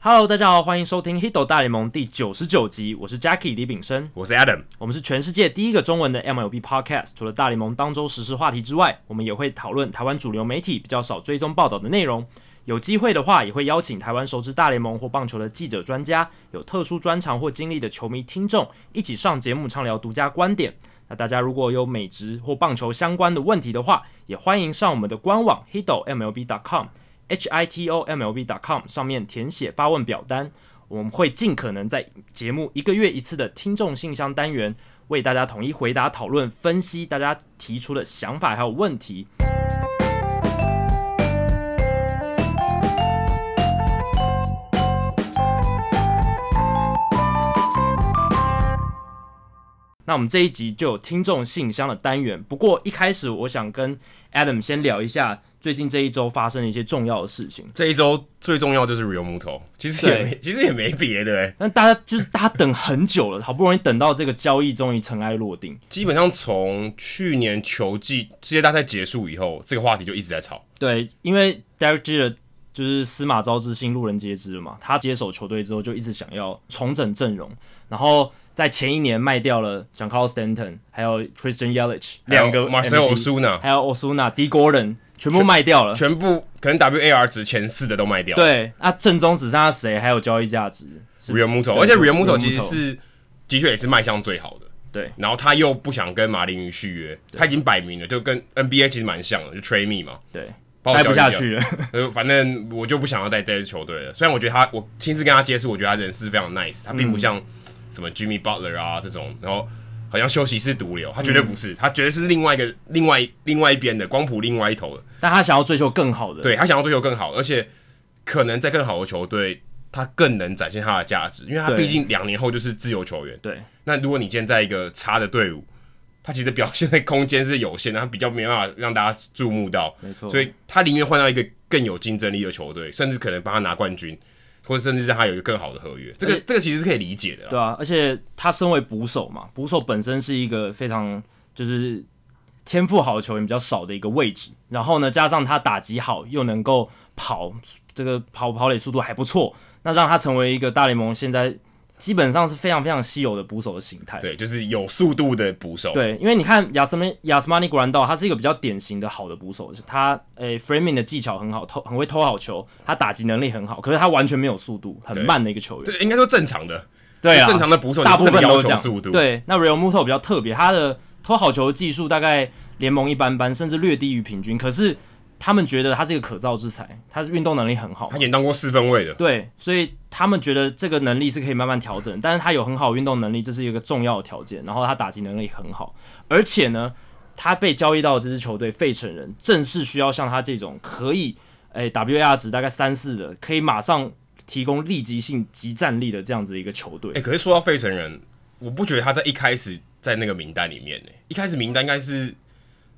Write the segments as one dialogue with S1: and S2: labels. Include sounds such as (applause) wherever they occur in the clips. S1: Hello，大家好，欢迎收听《h i d o 大联盟》第九十九集，我是 Jackie 李炳生，
S2: 我是 Adam，
S1: 我们是全世界第一个中文的 MLB Podcast。除了大联盟当周时事话题之外，我们也会讨论台湾主流媒体比较少追踪报道的内容。有机会的话，也会邀请台湾熟知大联盟或棒球的记者、专家，有特殊专长或经历的球迷听众，一起上节目畅聊独家观点。那大家如果有美职或棒球相关的问题的话，也欢迎上我们的官网 hitomlb.com h i t o m l b.com 上面填写发问表单，我们会尽可能在节目一个月一次的听众信箱单元，为大家统一回答、讨论、分析大家提出的想法还有问题。那我们这一集就有听众信箱的单元。不过一开始，我想跟 Adam 先聊一下最近这一周发生的一些重要的事情。
S2: 这一周最重要就是 Real Muto，其实也没，其实也没别的、欸，
S1: 但大家就是大家等很久了，好不容易等到这个交易终于尘埃落定。
S2: 基本上从去年球季世界大赛结束以后，这个话题就一直在吵。
S1: 对，因为 Derek Jeter 就是司马昭之心，路人皆知了嘛。他接手球队之后，就一直想要重整阵容，然后在前一年卖掉了 j a n c a r l Stanton，还有 Christian Yelich 两个
S2: Marcel
S1: MVP
S2: Osuna
S1: 还有 Osuna、D Gordon 全部卖掉了。
S2: 全部可能 WAR 值前四的都卖掉。
S1: 对，那正中只剩下谁？还有交易价值是
S2: ，Real Muto，
S1: 对
S2: 而且
S1: Real
S2: Real Muto 其实
S1: Muto
S2: 是的确也是卖相最好的。
S1: 对
S2: 然后他又不想跟马林鱼续约，他已经摆明了，就跟 NBA 其实蛮像的，就 Trade Me 嘛，
S1: 对，
S2: 把我
S1: 待
S2: 交
S1: 不
S2: 易
S1: 下
S2: 掉
S1: 去了。
S2: 呃，反正我就不想要再待这球队了。虽然我觉得他，我亲自跟他接触，我觉得他人是非常 nice，他并不像什么 Jimmy Butler 啊这种，然后好像休息室毒瘤，他绝对不是，他绝对是另外一个另外另外一边的光谱另外一头的。
S1: (laughs) 但他想要追求更好的。
S2: 对他想要追求更好，而且可能在更好的球队，他更能展现他的价值，因为他
S1: 对
S2: 毕竟两年后就是自由球员。
S1: 对
S2: 那如果你现在一个差的队伍，他其实表现的空间是有限的，他比较没办法让大家注目到，
S1: 没错
S2: 所以他宁愿换到一个更有竞争力的球队，甚至可能帮他拿冠军，或者甚至让他有一个更好的合约。这个这个其实是可以理解的啦。
S1: 对啊，而且他身为捕手嘛，捕手本身是一个非常就是天赋好的球员比较少的一个位置。然后呢，加上他打击好，又能够跑，这个跑跑垒速度还不错，那让他成为一个大联盟现在基本上是非常非常稀有的捕手的形态。
S2: 对，就是有速度的捕手，
S1: 对，因为你看亚斯曼亚斯曼尼古兰道，他是一个比较典型的好的捕手，他诶、framing 的技巧很好，投很会偷好球，他打击能力很好，可是他完全没有速度，很
S2: 对
S1: 慢的一个球员。
S2: 对，应该说正常的，
S1: 对啊，
S2: 正常的捕手
S1: 大部分
S2: 你不能
S1: 都这
S2: 要求
S1: 样。
S2: 速度，，
S1: 对，那 Real Muto 比较特别，他的投好球的技术大概联盟一般般，甚至略低于平均。可是他们觉得他是一个可造之材，他是运动能力很好嘛
S2: 他。也当过四分位的，
S1: 对，所以他们觉得这个能力是可以慢慢调整，但是他有很好的运动能力，这是一个重要的条件。然后他打击能力很好，而且呢，他被交易到的这支球队费城人，正是需要像他这种可以，诶 WAR 值大概三四的，可以马上提供立即性、及战力的这样子一个球队
S2: 哎、。可是说到费城人，我不觉得他在一开始在那个名单里面呢、一开始名单应该是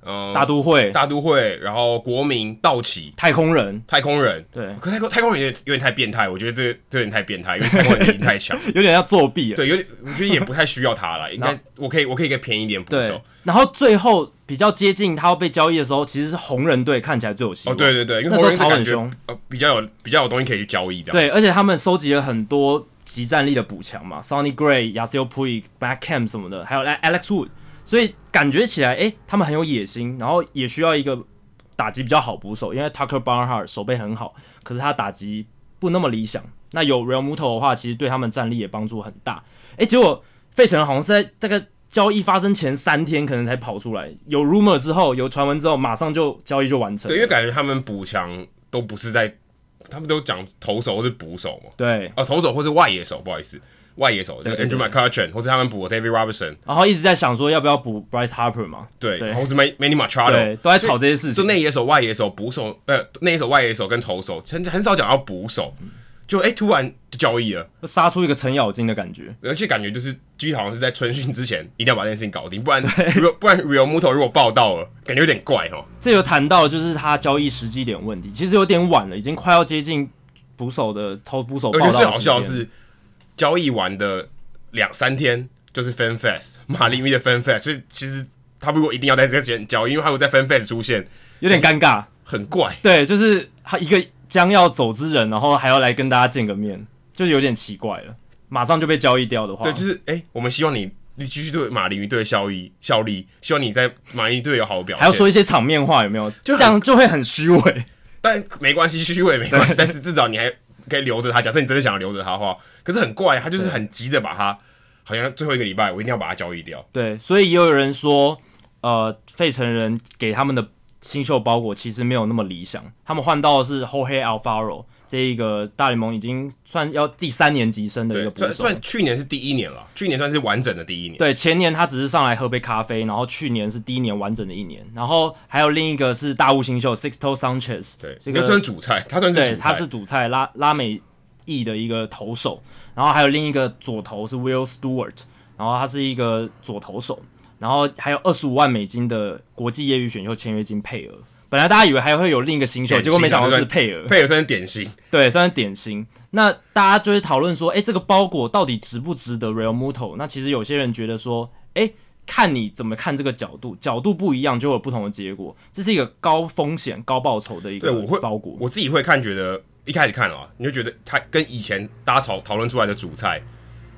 S2: 呃
S1: 大都会、
S2: 大都会，然后国民、道奇、
S1: 太空人，
S2: 太空人。
S1: 对，
S2: 可太空太空人有点有点太变态，我觉得这个这有点太变态，因为太空人赢太强，
S1: (laughs) 有点要作弊了。啊
S2: 对，有点我觉得也不太需要他
S1: (laughs)
S2: 了，应该我可以我可以给便宜一点捕手
S1: 对，，然后最后比较接近他要被交易的时候，其实是红人队看起来最有希
S2: 哦
S1: 望。
S2: 对对对，因为
S1: 那时候
S2: 红人
S1: 吵
S2: 感
S1: 很
S2: 觉
S1: 凶
S2: 呃比较有比较有东西可以去交易这样，
S1: 对，而且他们收集了很多集战力的补强嘛，Sonny Gray、Yasiel Puig、Matt Cam 什么的，还有 Alex Wood，所以感觉起来，诶，他们很有野心，然后也需要一个打击比较好捕手，因为 Tucker Barnhart 手背很好，可是他打击不那么理想。那有 Real Muto 的话，其实对他们战力也帮助很大。诶，结果费城好像是在这个交易发生前三天可能才跑出来，有 rumor 之后，有传闻之后，马上就交易就完成
S2: 对，。因为感觉他们补强都不是在，他们都讲投手或是捕手嘛，
S1: 对，
S2: 哦，投手或是外野手，不好意思，外野手，那个
S1: 对
S2: Andrew
S1: 对
S2: McCutcheon 或是他们补的 David Robertson，
S1: 然后一直在想说要不要补 Bryce Harper 嘛，
S2: 对，
S1: 对
S2: 然后是 Man- Manny Machado，
S1: 对都在吵这些事情
S2: 就内野手、外野手、捕手，呃，内野手、外野手跟投手，很很少讲到捕手，就哎、突然就交易了，
S1: 杀出一个程咬金的感觉。
S2: 而且感觉就是基好像是在春训之前一定要把这件事情搞定，不然如果不然 Real Muto 如果报道了，感觉有点怪哈。
S1: 这有谈到就是他交易时机点问题，其实有点晚了，已经快要接近捕手的投捕手
S2: 我
S1: 报
S2: 觉
S1: 道
S2: 得最好
S1: 时
S2: 笑
S1: 间
S2: 的是，交易完的两三天就是 Fan Fest，马林鱼的 Fan Fest，所以其实他如果一定要在这个时间交易，因为他如果在 Fan Fest 出现，
S1: 有点尴尬。
S2: 很怪。
S1: 对，就是他一个将要走之人，然后还要来跟大家见个面，就是有点奇怪了。马上就被交易掉的话，
S2: 对，就是哎、我们希望你你继续对马林鱼队效益效力，希望你在马林鱼队有好的表现。
S1: 还要说一些场面话，有没有？
S2: 就
S1: 这
S2: 很
S1: 样就会很虚伪。
S2: 但没关系，虚伪没关系，但是至少你还可以留着他。假设你真的想要留着他的话，可是很怪，他就是很急着把他，好像最后一个礼拜我一定要把他交易掉。
S1: 对，所以也有人说，呃，费城人给他们的新秀包裹其实没有那么理想，他们换到的是 Jorge Alfaro 这一个大联盟已经算要第三年级生的一
S2: 对
S1: 个，捕
S2: 算
S1: 手。
S2: 算去年是第一年了，去年算是完整的第一年。
S1: 对，前年他只是上来喝杯咖啡，然后去年是第一年完整的一年，然后还有另一个是大物新秀 Sixto Sanchez，
S2: 对，
S1: 这
S2: 那
S1: 个
S2: 算主菜，他算是
S1: 对，
S2: 主菜，
S1: 他是主菜拉拉美裔的一个投手，然后还有另一个左投是 Will Stewart，然后他是一个左投手，然后还有二十五万美金的国际业余选秀签约金配额。本来大家以为还会有另一个新秀，
S2: 典型啊
S1: 结果没想到是配额，
S2: 配合算是点心。
S1: 对，算是典型。那大家就会讨论说，诶，这个包裹到底值不值得 Real Muto？那其实有些人觉得说，诶，看你怎么看这个角度，角度不一样就会有不同的结果。这是一个高风险、高报酬的一
S2: 对，
S1: 个
S2: 我会
S1: 包裹。
S2: 我自己会看，觉得一开始看啊，你就觉得他跟以前大家讨讨论出来的主菜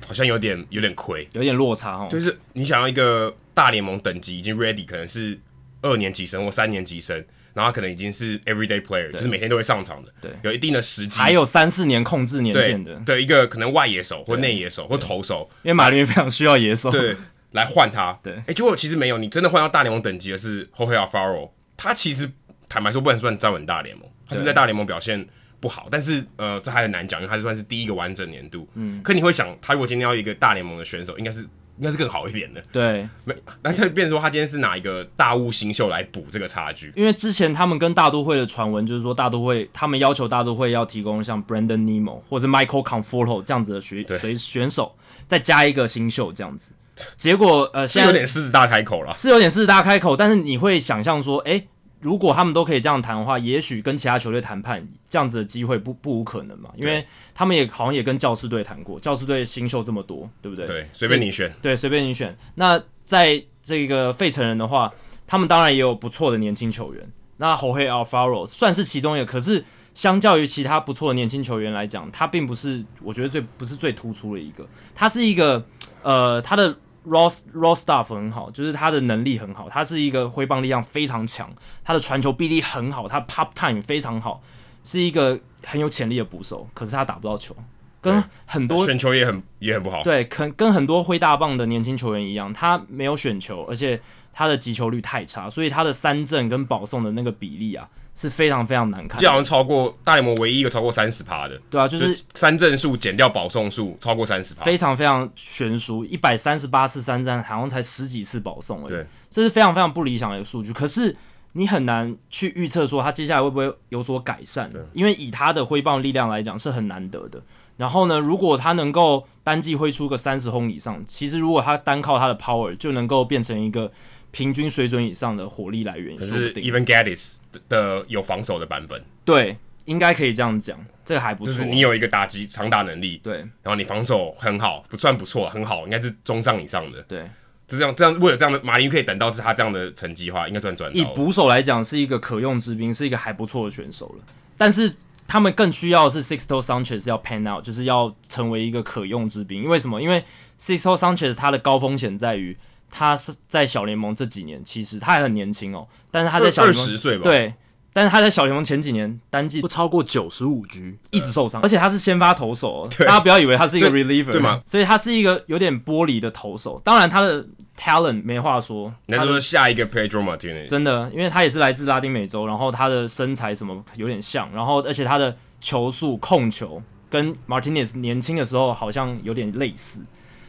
S2: 好像有点有点亏，
S1: 有点落差哈，哦
S2: 就是你想要一个大联盟等级已经 ready，可能是二年级生或三年级生，然后他可能已经是 everyday player，就是每天都会上场的，
S1: 对
S2: 有一定的时机，
S1: 还有三四年控制年
S2: 对
S1: 限的，
S2: 对一个可能外野手或内野手或投手，
S1: 因为马林鱼非常需要野手。
S2: 对， (laughs) 来换他。
S1: 对
S2: 哎、结果其实没有，你真的换到大联盟等级的是 Jorge Alfaro，他其实坦白说不能算站稳大联盟，他是在大联盟表现不好，但是呃，这还很难讲，因为他算是第一个完整年度。嗯，可你会想，他如果今天要一个大联盟的选手，应该是应该是更好一点的，
S1: 对
S2: 没，那就变成说他今天是拿一个大物新秀来补这个差距。
S1: 因为之前他们跟大都会的传闻就是说，大都会他们要求大都会要提供像 Brandon Nemo 或者是 Michael Conforto 这样子的选选选手，再加一个新秀这样子。结果呃，
S2: 是
S1: 现
S2: 有
S1: 在
S2: 点狮子大开口了，
S1: 是有点狮子大开口，但是你会想象说，诶，如果他们都可以这样谈的话，也许跟其他球队谈判这样子的机会不不无可能嘛？因为他们也好像也跟教师队谈过，教师队新秀这么多，对不对？
S2: 对，随便你选。
S1: 对，随便你选。那在这个费城人的话，他们当然也有不错的年轻球员。那侯黑 Alfaro 算是其中一个，可是相较于其他不错的年轻球员来讲，他并不是我觉得最不是最突出的一个。他是一个呃，他的 raw raw stuff 很好，就是他的能力很好，他是一个挥棒力量非常强，他的传球臂力很好，他 pop time 非常好，是一个很有潜力的捕手。可是他打不到球，跟
S2: 对
S1: 很多
S2: 选球也很也很不好，
S1: 对，啊跟跟很多挥大棒的年轻球员一样，他没有选球，而且他的击球率太差，所以他的三振跟保送的那个比例啊是非常非常难看
S2: 这好
S1: 的。
S2: 像超过大联盟唯一一个超过三十趴的，
S1: 对啊，就是
S2: 三振数减掉保送数超过三十趴，
S1: 非常非常悬殊，一百三十八次三振，好像才十几次保送而已。
S2: 对，
S1: 这是非常非常不理想的数据。可是你很难去预测说他接下来会不会有所改善，因为以他的挥棒力量来讲是很难得的。然后呢，如果他能够单季挥出个三十轰以上，其实如果他单靠他的 power 就能够变成一个平均水准以上的火力来源，
S2: 可
S1: 说不
S2: 是
S1: 定
S2: Even Gaddis 的的有防守的版本，
S1: 对，应该可以这样讲，这个还不错。
S2: 就是你有一个打击长打能力，
S1: 对
S2: 然后你防守很好，不算不错，很好，应该是中上以上的。
S1: 对，
S2: 就这样，这样为了这样的马林鱼可以等到是他这样的成绩的话，应该算赚
S1: 以
S2: 到了。
S1: 捕手来讲是一个可用之兵，是一个还不错的选手了。但是他们更需要的是 Sixto Sanchez 要 pan out，就是要成为一个可用之兵。因为什么？因为 Sixto Sanchez 他的高风险在于他是在小联盟这几年，其实他还很年轻哦，但是他在小
S2: 二
S1: 联盟
S2: 十岁吧，，
S1: 对，但是他在小联盟前几年单季不超过九十五局，一直受伤，而且他是先发投
S2: (laughs)
S1: 手哦，大家不要以为他是一个 reliever，
S2: 对嘛？
S1: 所以他是一个有点玻璃的投手。当然他的 talent 没话说，
S2: 那
S1: 他
S2: 就
S1: 的
S2: 是下一个 Pedro Martinez，
S1: 真的，因为他也是来自拉丁美洲，然后他的身材什么有点像，然后而且他的球速控球跟 Martinez 年轻的时候好像有点类似，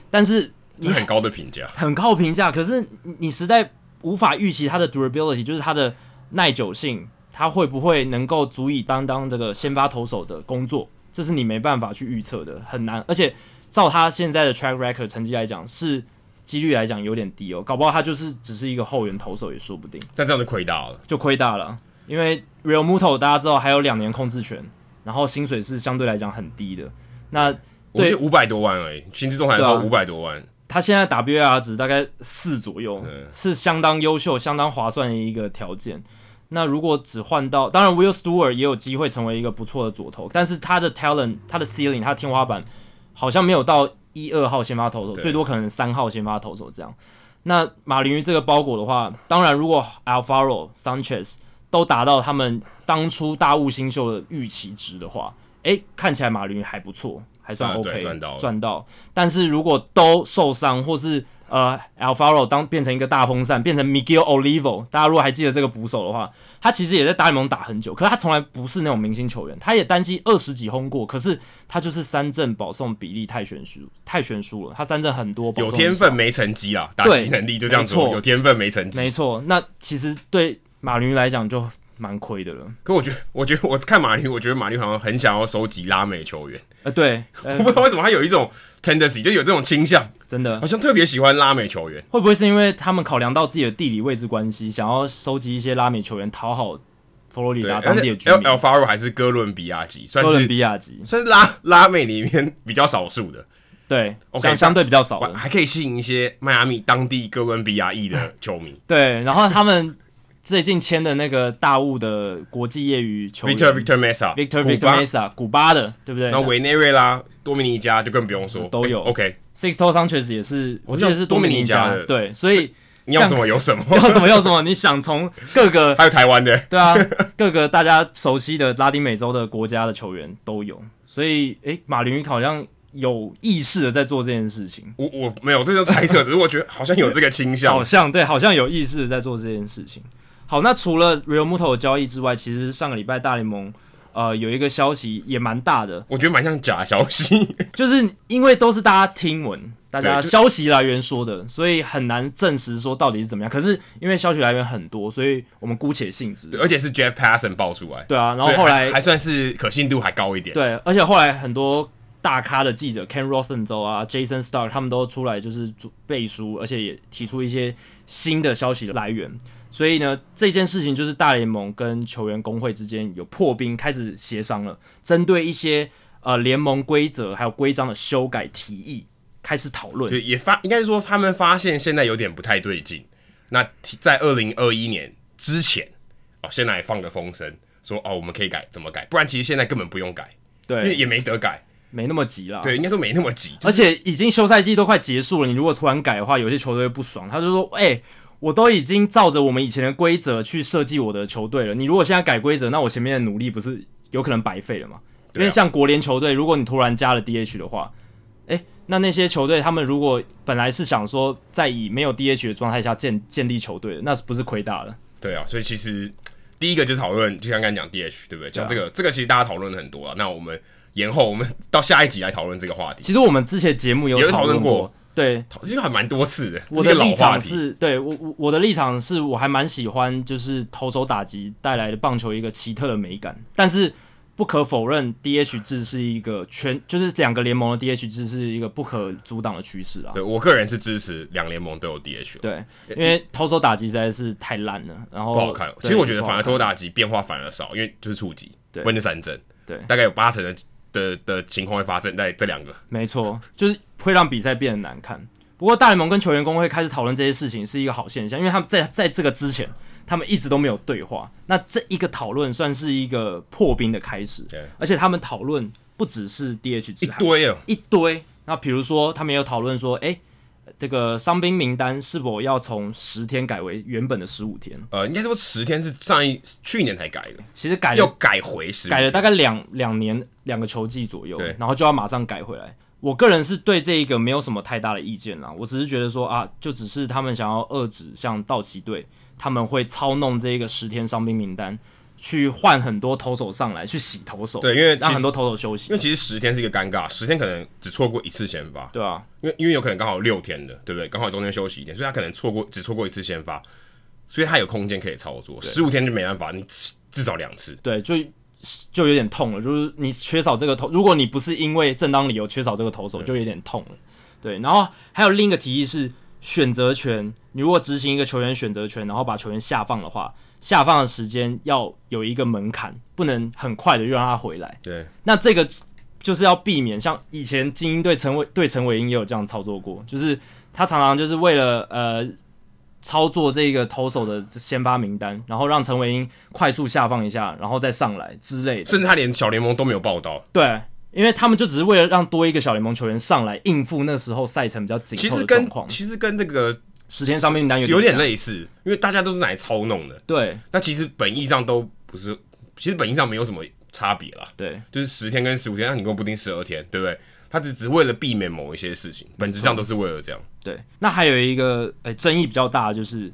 S1: 但是
S2: 这
S1: 你
S2: 是很高的评
S1: (laughs)
S2: 价。
S1: 很高评价，可是你实在无法预期他的 durability，就是他的耐久性，他会不会能够足以担当这个先发投手的工作，这是你没办法去预测的，很难。而且照他现在的 track record 成绩来讲，是几率来讲有点低哦，搞不好他就是只是一个后援投手也说不定。
S2: 但这样就亏大了，
S1: 就亏大了，因为 Real Muto 大家知道还有两年控制权，然后薪水是相对来讲很低的。那
S2: 我
S1: 对
S2: 就五百多万而已，薪资仲裁
S1: 对
S2: 到
S1: 啊
S2: 五百多万，
S1: 他现在 WAR 值大概四左右
S2: 嗯，
S1: 是相当优秀、相当划算的一个条件。那如果只换到，当然 Will Stewart 也有机会成为一个不错的左投，但是他的 talent、他的 ceiling、他的天花板好像没有到一二号先发投手，
S2: 对
S1: 最多可能三号先发投手这样。那马林鱼这个包裹的话，当然如果 Alfaro、Sanchez 都达到他们当初大物新秀的预期值的话，诶，看起来马林鱼还不错，还算
S2: 啊
S1: OK，、
S2: 对赚到了
S1: 赚到。但是如果都受伤，或是呃 Alfaro 当变成一个大风扇，变成 Miguel Olivo，大家如果还记得这个捕手的话，他其实也在大联盟打很久，可是他从来不是那种明星球员，他也单击二十几轰过，可是他就是三振保送比例太悬殊，太悬殊了，他三振很多，保送
S2: 有
S1: 很
S2: 天
S1: 少
S2: 分没成绩啊，打
S1: 对
S2: 击能力就这样
S1: 没
S2: 说，
S1: 错
S2: 有天分没成绩
S1: 没。错，那其实对马林鱼来讲就蛮亏的了。
S2: 可我觉得，我觉得我看马林，我觉得马林好像很想要收集拉美球员，
S1: 呃，对，呃
S2: 我不知道为什么他有一种 tendency，就有这种倾向，
S1: 真的
S2: 好像特别喜欢拉美球员。
S1: 会不会是因为他们考量到自己的地理位置关系，想要收集一些拉美球员，讨好佛罗里
S2: 对，
S1: 达
S2: 而
S1: 当地
S2: 且
S1: 的
S2: 呃 El
S1: 居民？
S2: El Faro 还是哥伦比亚籍，算
S1: 哥伦
S2: 是
S1: 比亚籍，
S2: 算是拉拉美里面比较少数的，
S1: 对，
S2: OK，
S1: 相
S2: 像
S1: 相对比较少的，
S2: 还可以吸引一些迈阿密当地哥伦比亚裔的球迷。
S1: 对。然后他们最近签的那个大物的国际业余球员
S2: Victor Victor Mesa、
S1: Victor
S2: 古
S1: Victor
S2: 巴
S1: Mesa，古巴的，对不对
S2: 然后委内瑞拉、多米尼加就更不用说，
S1: 哎嗯都有
S2: 哎 OK，
S1: ？Sixto Sanchez 也是，我记
S2: 像
S1: 得是多米尼
S2: 多米尼加
S1: 加，
S2: 的
S1: 对，所以
S2: 你要什么有什么，
S1: 要什么要什么，你想从各个
S2: (laughs) 还有台湾的，
S1: 对啊，各个大家熟悉的拉丁美洲的国家的球员都有，所以诶，马林鱼好像有意识的在做这件事情，
S2: 我我没有，这是猜
S1: (laughs)
S2: 测，只是我觉得好像有这个倾向
S1: 好。像对，好像有意识的在做这件事情。好，那除了 Real Muto 的交易之外，其实上个礼拜大联盟呃有一个消息也蛮大的，
S2: 我觉得蛮像假消息， (laughs)
S1: 就是因为都是大家听闻、大家
S2: 对就
S1: 消息来源说的，所以很难证实说到底是怎么样。可是因为消息来源很多，所以我们姑且信之。
S2: 而且是 Jeff Passan 爆出来，
S1: 对啊，然后
S2: 所以
S1: 后来
S2: 还还算是可信度还高一点。
S1: 对，而且后来很多大咖的记者，Ken Rosenthal 啊、Jason Stark，他们都出来就是做背书，而且也提出一些新的消息来源。所以呢，这件事情就是大联盟跟球员工会之间有破冰，开始协商了，针对一些呃联盟规则还有规章的修改提议开始讨论。
S2: 就也发，应该是说他们发现现在有点不太对劲。那提在二零二一年之前，哦，现在放个风声说哦，我们可以改，怎么改？不然其实现在根本不用改，因为
S1: 对，啊
S2: 也没得改。
S1: 没那么急啦。
S2: 对，应该说没那么急。就
S1: 而
S2: 是
S1: 且已经休赛季都快结束了，你如果突然改的话，有些球队会不爽，他就说：“哎、我都已经照着我们以前的规则去设计我的球队了，你如果现在改规则，那我前面的努力不是有可能白费了吗？”因
S2: 对啊
S1: 为像国联球队，如果你突然加了 DH 的话，哎、那那些球队他们如果本来是想说在以没有 DH 的状态下建建立球队的，那是不是亏大了？
S2: 对啊，所以其实第一个就是讨论，就像刚才讲 DH，对不对？
S1: 啊
S2: 讲这个，这个其实大家讨论了很多啊。那我们延后，我们到下一集来讨论这个话题，
S1: 其实我们之前节目有
S2: 有
S1: 讨
S2: 讨论
S1: 论
S2: 过
S1: 过，对，
S2: 讨因为还蛮多次的，这
S1: 我
S2: 是
S1: 的
S2: 一个老
S1: 立
S2: 话
S1: 场
S2: 题。
S1: 是对我我我的立场是我还蛮喜欢就是投手打击带来的棒球一个奇特的美感，但是不可否认，DH 制是一个全就是两个联盟的 DH 制是一个不可阻挡的趋势啊。
S2: 对我个人是支持两联盟都有 DH 的。
S1: 对，因为投手打击实在是太烂了，然后
S2: 不好看。
S1: 对
S2: 其实我觉得
S1: 不好
S2: 反而
S1: 看
S2: 多打击变化反而少，因为就是触及，
S1: 对
S2: 不然就三振，
S1: 对
S2: 大概有八成的的的情况会发生在这两个。
S1: 没错，就是会让比赛变得难看。不过大联盟跟球员工会开始讨论这些事情是一个好现象，因为他们在在这个之前，他们一直都没有对话。那这一个讨论算是一个破冰的开始
S2: 对，
S1: 而且他们讨论不只是 DH
S2: 一
S1: 制，还
S2: 堆哦，
S1: 一堆。那比如说，他们有讨论说，诶，这个伤兵名单是否要从十天改为原本的十五天？
S2: 呃，应该说十天是上一去年才改的，
S1: 其实改
S2: 又
S1: 了
S2: 改回十
S1: 改了大概两两年两个球季左右
S2: 对，
S1: 然后就要马上改回来。我个人是对这一个没有什么太大的意见啦，我只是觉得说啊，就只是他们想要遏制像道奇队他们会操弄这一个十天伤兵名单，去换很多投手上来去洗投手，
S2: 对因为其实
S1: 让很多投手休息
S2: 因为，其实十天是一个尴尬，十天可能只错过一次先发，
S1: 对啊，
S2: 因为因为有可能刚好六天的，对不对？刚好中间休息一天，所以他可能错过只错过一次先发，所以他有空间可以操作。十五天就没办法，你至至少两次。
S1: 对，就就有点痛了，就是你缺少这个投，如果你不是因为正当理由缺少这个投手，就有点痛了。对，然后还有另一个提议是选择权，你如果执行一个球员选择权，然后把球员下放的话，下放的时间要有一个门槛，不能很快的就让他回来。
S2: 对，
S1: 那这个就是要避免，像以前精英队陈伟对陈伟英也有这样操作过，就是他常常就是为了呃操作这个投手的先发名单，然后让陈伟英快速下放一下，然后再上来之类的。
S2: 甚至他连小联盟都没有报道。
S1: 对，因为他们就只是为了让多一个小联盟球员上来应付那时候赛程比较紧
S2: 其
S1: 凑
S2: 实
S1: 的
S2: 跟
S1: 状况，
S2: 其实跟这个
S1: 时间上面单
S2: 有点
S1: 像
S2: 类似，因为大家都是拿来操弄的，
S1: 对
S2: 那其实本意上都不是，其实本意上没有什么差别啦，
S1: 对
S2: 就是十天跟十五天，那你给我不定十二天，对不对？他只只为了避免某一些事情，本质上都是为了这样。
S1: 对。那还有一个呃、争议比较大的就是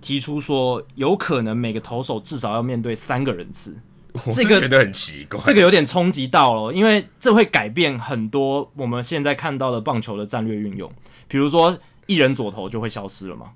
S1: 提出说，有可能每个投手至少要面对三个人次，
S2: 我
S1: 这
S2: 是
S1: 个
S2: 觉得很奇怪，
S1: 这个有点冲击到了，因为这会改变很多我们现在看到的棒球的战略运用，比如说一人左投就会消失了嘛，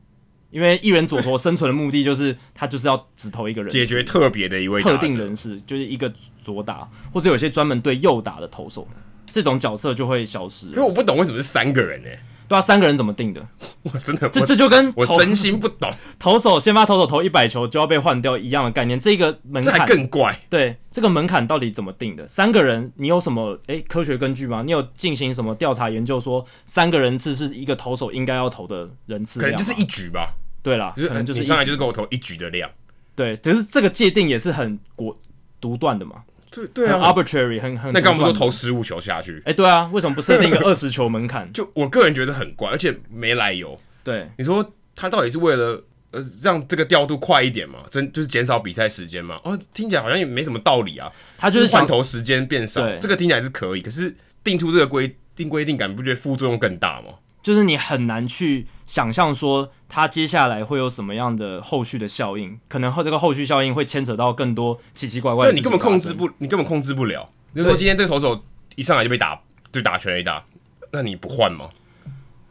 S1: 因为一人左投生存的目的就是 (laughs) 他就是要只投一个人次，
S2: 解决特别的一位
S1: 特
S2: 打者
S1: 定人士，就是一个左打，或者有些专门对右打的投手，这种角色就会消失了
S2: 可。是我不懂为什么是三个人呢、欸
S1: 对啊，三个人怎么定的？
S2: (laughs) 我真的
S1: 这
S2: 我
S1: 这就跟
S2: 我
S1: 投
S2: 真心不懂，
S1: 投手先发投手投一百球就要被换掉一样的概念，这个门
S2: 这还
S1: 槛
S2: 更怪。
S1: 对这个门槛到底怎么定的？三个人，你有什么诶科学根据吗？你有进行什么调查研究说三个人次是一个投手应该要投的人次
S2: 可
S1: 量
S2: 能
S1: 吗？
S2: 就是一局吧，
S1: 对啦，
S2: 就是
S1: 可能就是
S2: 你上来
S1: 一
S2: 就是给我投一局的量，
S1: 对，只是这个界定也是很果独断的嘛，
S2: 对对
S1: 很
S2: 啊，
S1: arbitrary，很很
S2: 那干嘛
S1: 独
S2: 说
S1: 断的
S2: 投十五球下去？
S1: 哎、对啊，为什么不设定一个 (laughs) 二十球门槛？
S2: 就我个人觉得很怪，而且没来由。
S1: 对
S2: 你说他到底是为了呃让这个调度快一点嘛？真就是减少比赛时间嘛？哦，听起来好像也没什么道理啊。
S1: 他就
S2: 就是是换
S1: 想，
S2: 头时间变少
S1: 对，
S2: 这个听起来是可以，可是定出这个规定规定感，你不觉得副作用更大吗？
S1: 就是你很难去想象说他接下来会有什么样的后续的效应，可能后这个后续效应会牵扯到更多奇奇怪怪的
S2: 对
S1: 事
S2: 你
S1: 情
S2: 根本控制
S1: 发生，
S2: 不，你根本控制不了。你说今天这个投手一上来就被打，就打全垒打，那你不换吗？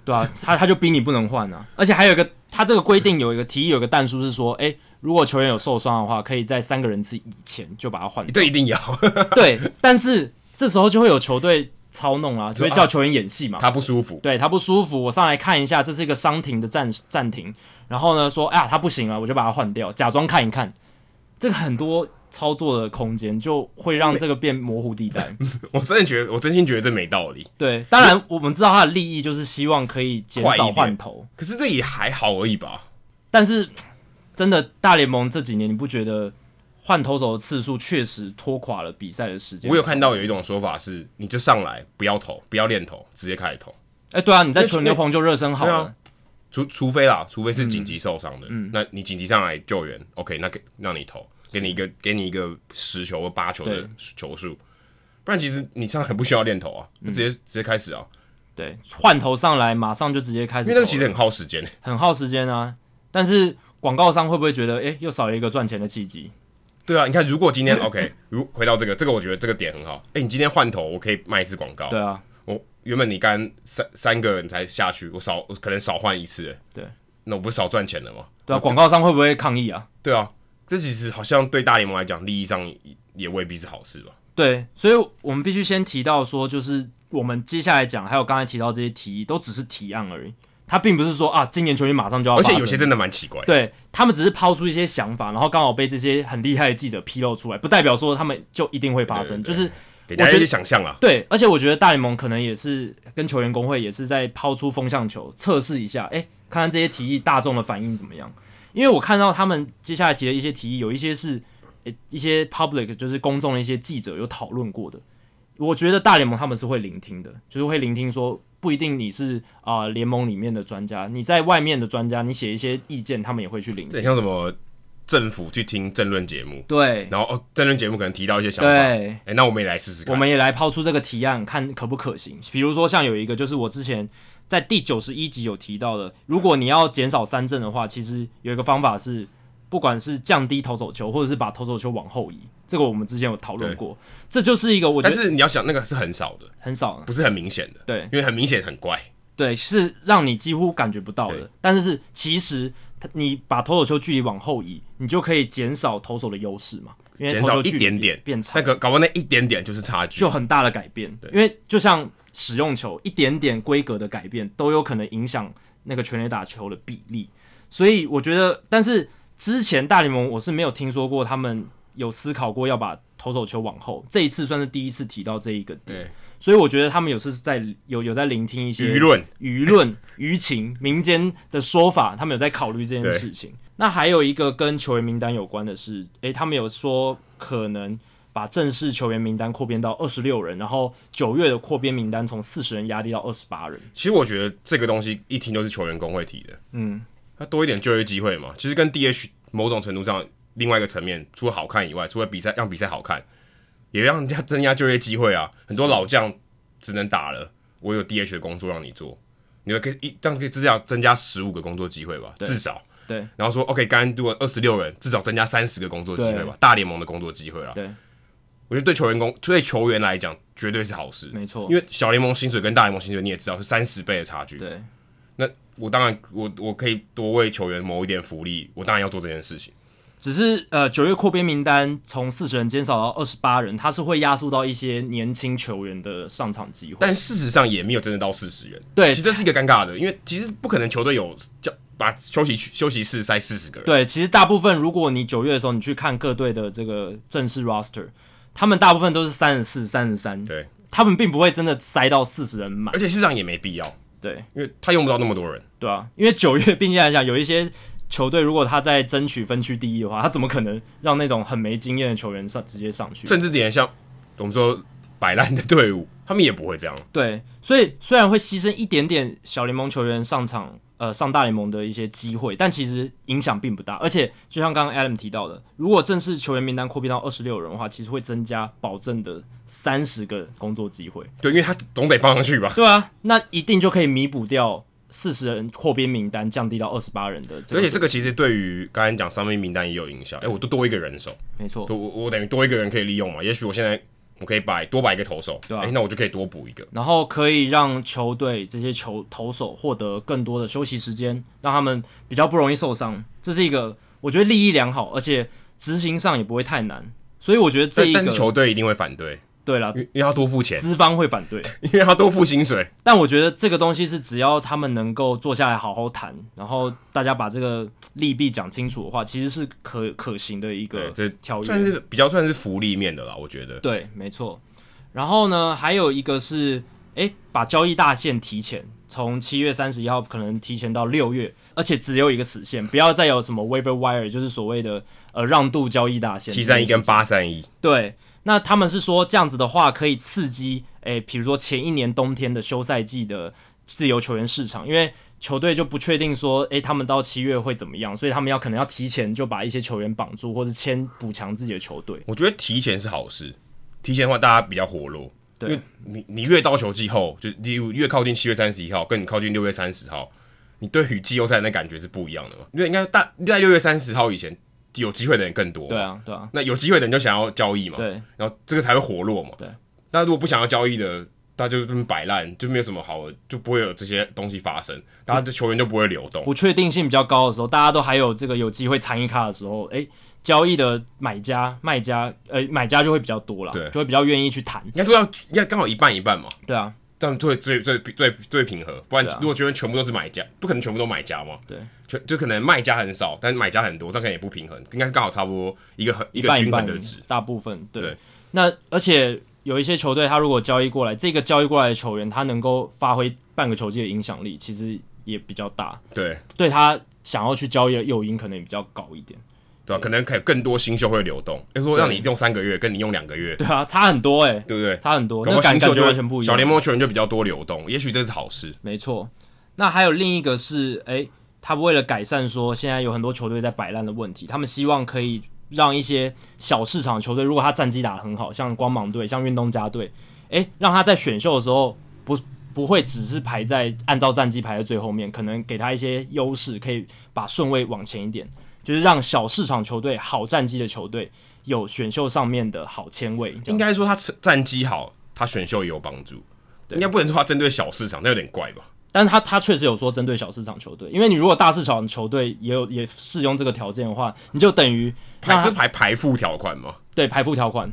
S1: 对啊，他他就逼你不能换啊，而且还有一个，他这个规定有一个提议，有一个弹书是说，哎、如果球员有受伤的话，可以在三个人次以前就把他
S2: (laughs)
S1: 换掉。
S2: 对，一定要
S1: 对，但是这时候就会有球队操弄啦、就会叫球员演戏嘛。
S2: 啊他不舒服，
S1: 对他不舒服，我上来看一下，这是一个伤停的暂暂停，然后呢说，哎呀，他不行了，我就把他换掉，假装看一看，这个很多操作的空间就会让这个变模糊地带。
S2: 我真的觉得，我真心觉得这没道理。
S1: 对，当然我们知道他的利益就是希望可以减
S2: 快一
S1: 少
S2: 点
S1: 换头，
S2: 可是这也还好而已吧。
S1: 但是真的大联盟这几年，你不觉得换投手的次数确实拖垮了比赛的时间？
S2: 我有，看到有一种说法是，你就上来不要投，不要练投，直接开始投。
S1: 哎、对啊，你在球牛棚就热身好
S2: 对
S1: 了，
S2: 啊嗯除除非啦，除非是紧急受伤的，那你紧急上来救援，OK，那给让你投，给你一个给你一个十球或八球的
S1: 对
S2: 球数，不然其实你上来不需要练投啊，就直接、直接开始啊，
S1: 对，换头上来马上就直接开始
S2: 因
S1: 投了，
S2: 为那个其实很耗时间，
S1: 很耗时间啊。但是广告商会不会觉得，哎、又少了一个赚钱的契机？
S2: 对啊，你看如果
S1: (laughs)
S2: 今天 OK，如回到这个这个，我觉得这个点很好，哎、你今天换头，我可以卖一次广告
S1: 对，啊，
S2: 我原本你刚三三个人才下去，我少我可能少换一次、哎
S1: 对，
S2: 那我不是少赚钱了吗？
S1: 对啊，广告商会不会抗议啊？
S2: 对啊，这其实好像对大联盟来讲，利益上也也未必是好事吧。
S1: 对，所以我们必须先提到说，就是我们接下来讲，还有刚才提到这些提议，都只是提案而已。它并不是说啊，今年球员马上就要
S2: 而
S1: 发生，
S2: 且有些真的蛮奇怪的，
S1: 对他们只是抛出一些想法，然后刚好被这些很厉害的记者披露出来，不代表说他们就一定会发生。
S2: 对对对
S1: 就是
S2: 给大
S1: 我
S2: 家
S1: 觉
S2: 一
S1: 得
S2: 些想象啦。
S1: 对，而且我觉得大联盟可能也是跟球员工会也是在抛出风向球，测试一下，哎，看看这些提议大众的反应怎么样。因为我看到他们接下来提的一些提议，有一些是诶一些 public 就是公众的一些记者有讨论过的。我觉得大联盟他们是会聆听的，就是会聆听说不一定你是啊、联盟里面的专家，你在外面的专家，你写一些意见，他们也会去聆听
S2: 这。很像什么政府去听政论节目，
S1: 对，
S2: 然后哦，政论节目可能提到一些想法，哎、
S1: 对，
S2: 那我们也来试试看。
S1: 我们也来抛出这个提案，看可不可行。比如说，像有一个就是我之前在第九十一集有提到的，如果你要减少三振的话，其实有一个方法是，不管是降低投手球，或者是把投手球往后移，这个我们之前有讨论过。这就是一个我觉
S2: 但
S1: 得
S2: 是你要想，那个是很少的，
S1: 很少啊，
S2: 不是很明显的，
S1: 对
S2: 因为很明显很怪。
S1: 对，是让你几乎感觉不到的
S2: 对。
S1: 但是是其实它你把投手球距离往后移，你就可以减少投手的优势嘛，因为
S2: 减
S1: 投
S2: 少
S1: 手
S2: 一
S1: 距离
S2: 点点
S1: 变长
S2: 那。个搞不好那一点点就是差距，
S1: 就很大的改变。因为就像使用球一点点规格的改变，都有可能影响那个全垒打球的比例。所以我觉得，但是之前大联盟我是没有听说过他们有思考过要把投手球往后，这一次算是第一次提到这一个点，
S2: 对，
S1: 所以我觉得他们有是在有有在聆听一些
S2: 舆论、
S1: 舆论、舆情、民间的说法，他们有在考虑这件事情。那还有一个跟球员名单有关的是，诶、他们有说可能把正式球员名单扩编到二十六人，然后九月的扩编名单从四十人压低到二十八人。
S2: 其实我觉得这个东西一听都是球员工会提的，嗯，那多一点就业机会嘛。其实跟 DH 某种程度上另外一个层面，除了好看以外，除了比赛让比赛好看，也让人家增加就业机会啊。很多老将只能打了，我有 DH 的工作让你做，你会可以一这样可以至少增加十五个工作机会吧，至少。
S1: 对
S2: 然后说 OK，刚刚如果二十六人，至少增加三十个工作机会吧
S1: 对，
S2: 大联盟的工作机会啦。
S1: 对，
S2: 我觉得对球员工对球员来讲绝对是好事，
S1: 没错
S2: 因为小联盟薪水跟大联盟薪水你也知道是三十倍的差距，
S1: 对，
S2: 那我当然，我我可以多为球员谋一点福利，我当然要做这件事情。
S1: 只是呃，九月扩编名单从四十人减少到二十八人，它是会压缩到一些年轻球员的上场机会。
S2: 但事实上也没有真的到四十人，
S1: 对
S2: 其实这是一个尴尬的，因为其实不可能球队有叫把休息区休息室塞四十个人，
S1: 对，其实大部分如果你九月的时候你去看各队的这个正式 roster，他们大部分都是三十四、三十三，
S2: 对，
S1: 他们并不会真的塞到四十人满
S2: 而。且事实上也没必要，
S1: 对，
S2: 因为他用不到那么多人，
S1: 对啊，因为九月毕竟来讲，有一些球队如果他在争取分区第一的话，他怎么可能让那种很没经验的球员上直接上去？
S2: 甚至连像我们说摆烂的队伍，他们也不会这样。
S1: 对，所以虽然会牺牲一点点小联盟球员上场，呃，上大联盟的一些机会，但其实影响并不大。而且就像刚刚 Adam 提到的，如果正式球员名单扩编到二十六人的话，其实会增加保证的三十个工作机会。
S2: 对，因为他总得放上去吧。
S1: 对啊，那一定就可以弥补掉四十人扩编名单降低到二十八人的。
S2: 而且这个其实对于刚才讲上面名单也有影响。哎、我多多一个人手，
S1: 没错，
S2: 多我我等于多一个人可以利用嘛。也许我现在我可以摆多摆一个投手，
S1: 对啊
S2: 哎、那我就可以多补一个。
S1: 然后可以让球队这些球投手获得更多的休息时间，让他们比较不容易受伤。这是一个我觉得利益良好，而且执行上也不会太难。所以我觉得这
S2: 但
S1: 一
S2: 但是
S1: 个
S2: 球队一定会反对，
S1: 对了
S2: 因，为因为他多付钱，
S1: 资方会反对，
S2: 因为他多付薪水。
S1: 但我觉得这个东西是只要他们能够坐下来好好谈，然后大家把这个利弊讲清楚的话，其实是可可行的一个
S2: 对，这
S1: 条约
S2: 算。是比较算是福利面的啦，我觉得。
S1: 对，没错。然后呢，还有一个是，诶，把交易大限提前，从七月三十一号可能提前到六月，而且只有一个死线，不要再有什么 waiver wire，就是所谓的呃让渡交易大限。
S2: 七三一跟八三一，
S1: 对，那他们是说这样子的话可以刺激，诶，比如说前一年冬天的休赛季的自由球员市场，因为球队就不确定说，诶，他们到七月会怎么样，所以他们要可能要提前就把一些球员绑住，或是签补强自己的球队。
S2: 我觉得提前是好事。提前的话，大家比较活络，
S1: 对
S2: 因为你你越到球季后，就例如越靠近七月三十一号，跟你靠近六月三十号，你对于季后赛的感觉是不一样的嘛。因为应该大在六月三十号以前，有机会的人更多。
S1: 对，啊，对啊，
S2: 那有机会的人就想要交易嘛。
S1: 对。
S2: 然后这个才会活络嘛。
S1: 对。
S2: 那如果不想要交易的，大家就这么摆烂，就没有什么好，就不会有这些东西发生，大家的球员就不会流动。
S1: 不确定性比较高的时候，大家都还有这个有机会参与卡的时候，诶，交易的买家、卖家，呃，买家就会比较多了，
S2: 对
S1: 就会比较愿意去谈，
S2: 应该说要应该刚好一半一半嘛，
S1: 对啊，
S2: 这样最最最最最平和。不然
S1: 对啊
S2: 如果球员全部都是买家，不可能全部都买家嘛。
S1: 对，
S2: 全就可能卖家很少，但买家很多，这样可能也不平衡。应该是刚好差不多一个很一个
S1: 半一
S2: 均
S1: 半
S2: 衡的值。
S1: 大部分对。
S2: 对
S1: 那而且有一些球队，他如果交易过来，这个交易过来的球员，他能够发挥半个球季的影响力，其实也比较大，
S2: 对
S1: 对他想要去交易的诱因可能也比较高一点，
S2: 对吧、啊可能可以更多新秀会流动。就说让你用三个月，跟你用两个月，
S1: 对啊，差很多诶，
S2: 对不对？
S1: 差很多，
S2: 搞
S1: 那
S2: 不好
S1: 感
S2: 新
S1: 感
S2: 秀
S1: 觉
S2: 就
S1: 完全不一样。
S2: 小联盟球员就比较多流动，也许这是好事。
S1: 没错。那还有另一个是，诶，他为了改善说现在有很多球队在摆烂的问题，他们希望可以让一些小市场球队，如果他战绩打得很好，像光芒队、像运动家队，诶，让他在选秀的时候不不会只是排在按照战绩排在最后面，可能给他一些优势，可以把顺位往前一点，就是让小市场球队、好战绩的球队有选秀上面的好签位。这样
S2: 应该说他战绩好，他选秀也有帮助。应该不能说他针对小市场，那有点怪吧？
S1: 但是他他确实有说针对小市场球队，因为你如果大市场球队也有也适用这个条件的话，你就等于让
S2: 排这
S1: 他
S2: 排排付条款嘛，
S1: 对排付条款，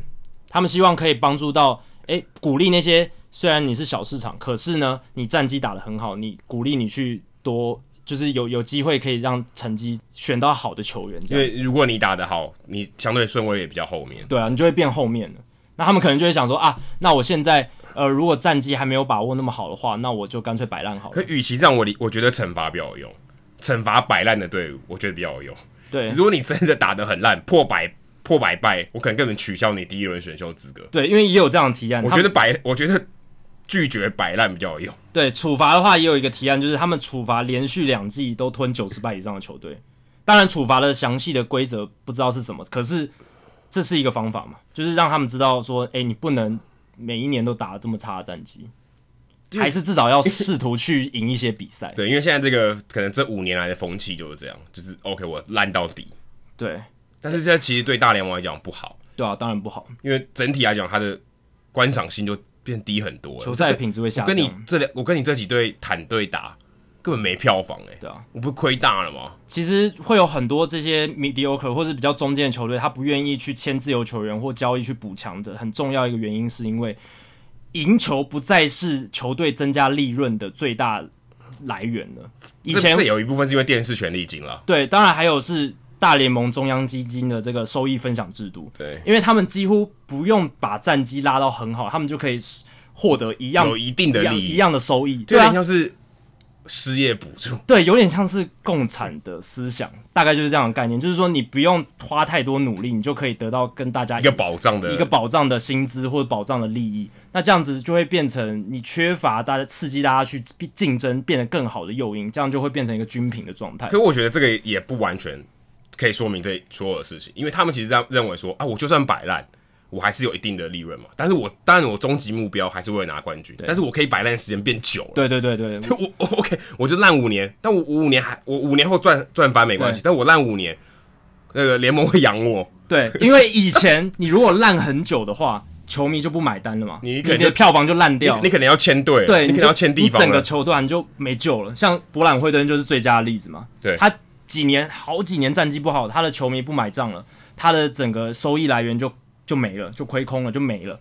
S1: 他们希望可以帮助到诶鼓励那些虽然你是小市场，可是呢你战绩打得很好，你鼓励你去多就是有有机会可以让成绩选到好的球员，
S2: 因
S1: 这样
S2: 为
S1: 子
S2: 如果你打得好，你相对顺位也比较后面。
S1: 对啊，你就会变后面了。那他们可能就会想说啊，那我现在呃，如果战绩还没有把握那么好的话，那我就干脆摆烂好
S2: 可
S1: 了。
S2: 与其这样，我理我觉得惩罚比较有用，惩罚摆烂的队伍，我觉得比较有用。
S1: 对
S2: 如果你真的打得很烂，破百破百败，我可能根本取消你第一轮选秀资格。
S1: 对，因为也有这样的提案，
S2: 我
S1: 他
S2: 觉
S1: 们
S2: 得摆，我觉得拒绝摆烂比较有用。
S1: 对处罚的话也有一个提案，就是他们处罚连续两季都吞九十败以上的球队。当然，处罚的详细的规则不知道是什么，可是这是一个方法嘛，就是让他们知道说，哎，你不能每一年都打得这么差的战绩，还是至少要试图去赢一些比赛。
S2: 对，因为现在这个可能这五年来的风气就是这样，就是 OK，我烂到底。
S1: 对
S2: 但是这其实对大联盟来讲不好，
S1: 对啊，当然不好，
S2: 因为整体来讲它的观赏性就变低很多了。
S1: 球赛品质会下
S2: 我
S1: 降。
S2: 跟你这两，我跟你这几队坦队打，根本没票房哎、
S1: 对啊，
S2: 我不是亏大了吗？
S1: 其实会有很多这些 mediocre 或者比较中间的球队，他不愿意去签自由球员或交易去补强的，很重要一个原因是因为赢球不再是球队增加利润的最大来源了。以
S2: 这
S1: 前
S2: 这有一部分是因为电视权利金啦。
S1: 对，当然还有是大联盟中央基金的这个收益分享制度，
S2: 对，
S1: 因为他们几乎不用把战绩拉到很好，他们就可以获得一样
S2: 有一定的
S1: 一样
S2: 利
S1: 一
S2: 益，
S1: 样的收益，
S2: 就
S1: 对
S2: 有
S1: 啊
S2: 点，像是失业补助。
S1: 对，有点像是共产的思想，大概就是这样的概念，就是说你不用花太多努力，你就可以得到跟大家
S2: 一个保障的
S1: 一个保障的薪资或者保障的利益。那这样子就会变成你缺乏大家刺激大家去竞争，变得更好的诱因，这样就会变成一个均平的状态
S2: 可。我觉得这个也不完全可以说明这所有的事情，因为他们其实在认为说啊，我就算摆烂，我还是有一定的利润嘛。但是我当然我终极目标还是为了拿冠军，但是我可以摆烂的时间变久了。 (laughs)
S1: 对对对对，
S2: 我我 OK，我就烂五年，但我我五年还我五年后赚赚翻没关系
S1: 对，
S2: 但我烂五年，那个联盟会养我。
S1: 对，因为以前你如果烂很久的话，球迷就不买单了嘛，
S2: 你
S1: 你
S2: 可能
S1: 的票房就烂
S2: 你
S1: 掉。
S2: 你可能要签队了，
S1: 对，
S2: 你可
S1: 就
S2: 能要签地
S1: 你
S2: 方
S1: 整个
S2: 了。
S1: 球队你就没救了。像博览会灯就是最佳的例子嘛，
S2: 对
S1: 他几年好几年战绩不好，他的球迷不买账了，他的整个收益来源就就没了，就亏空了，就没了，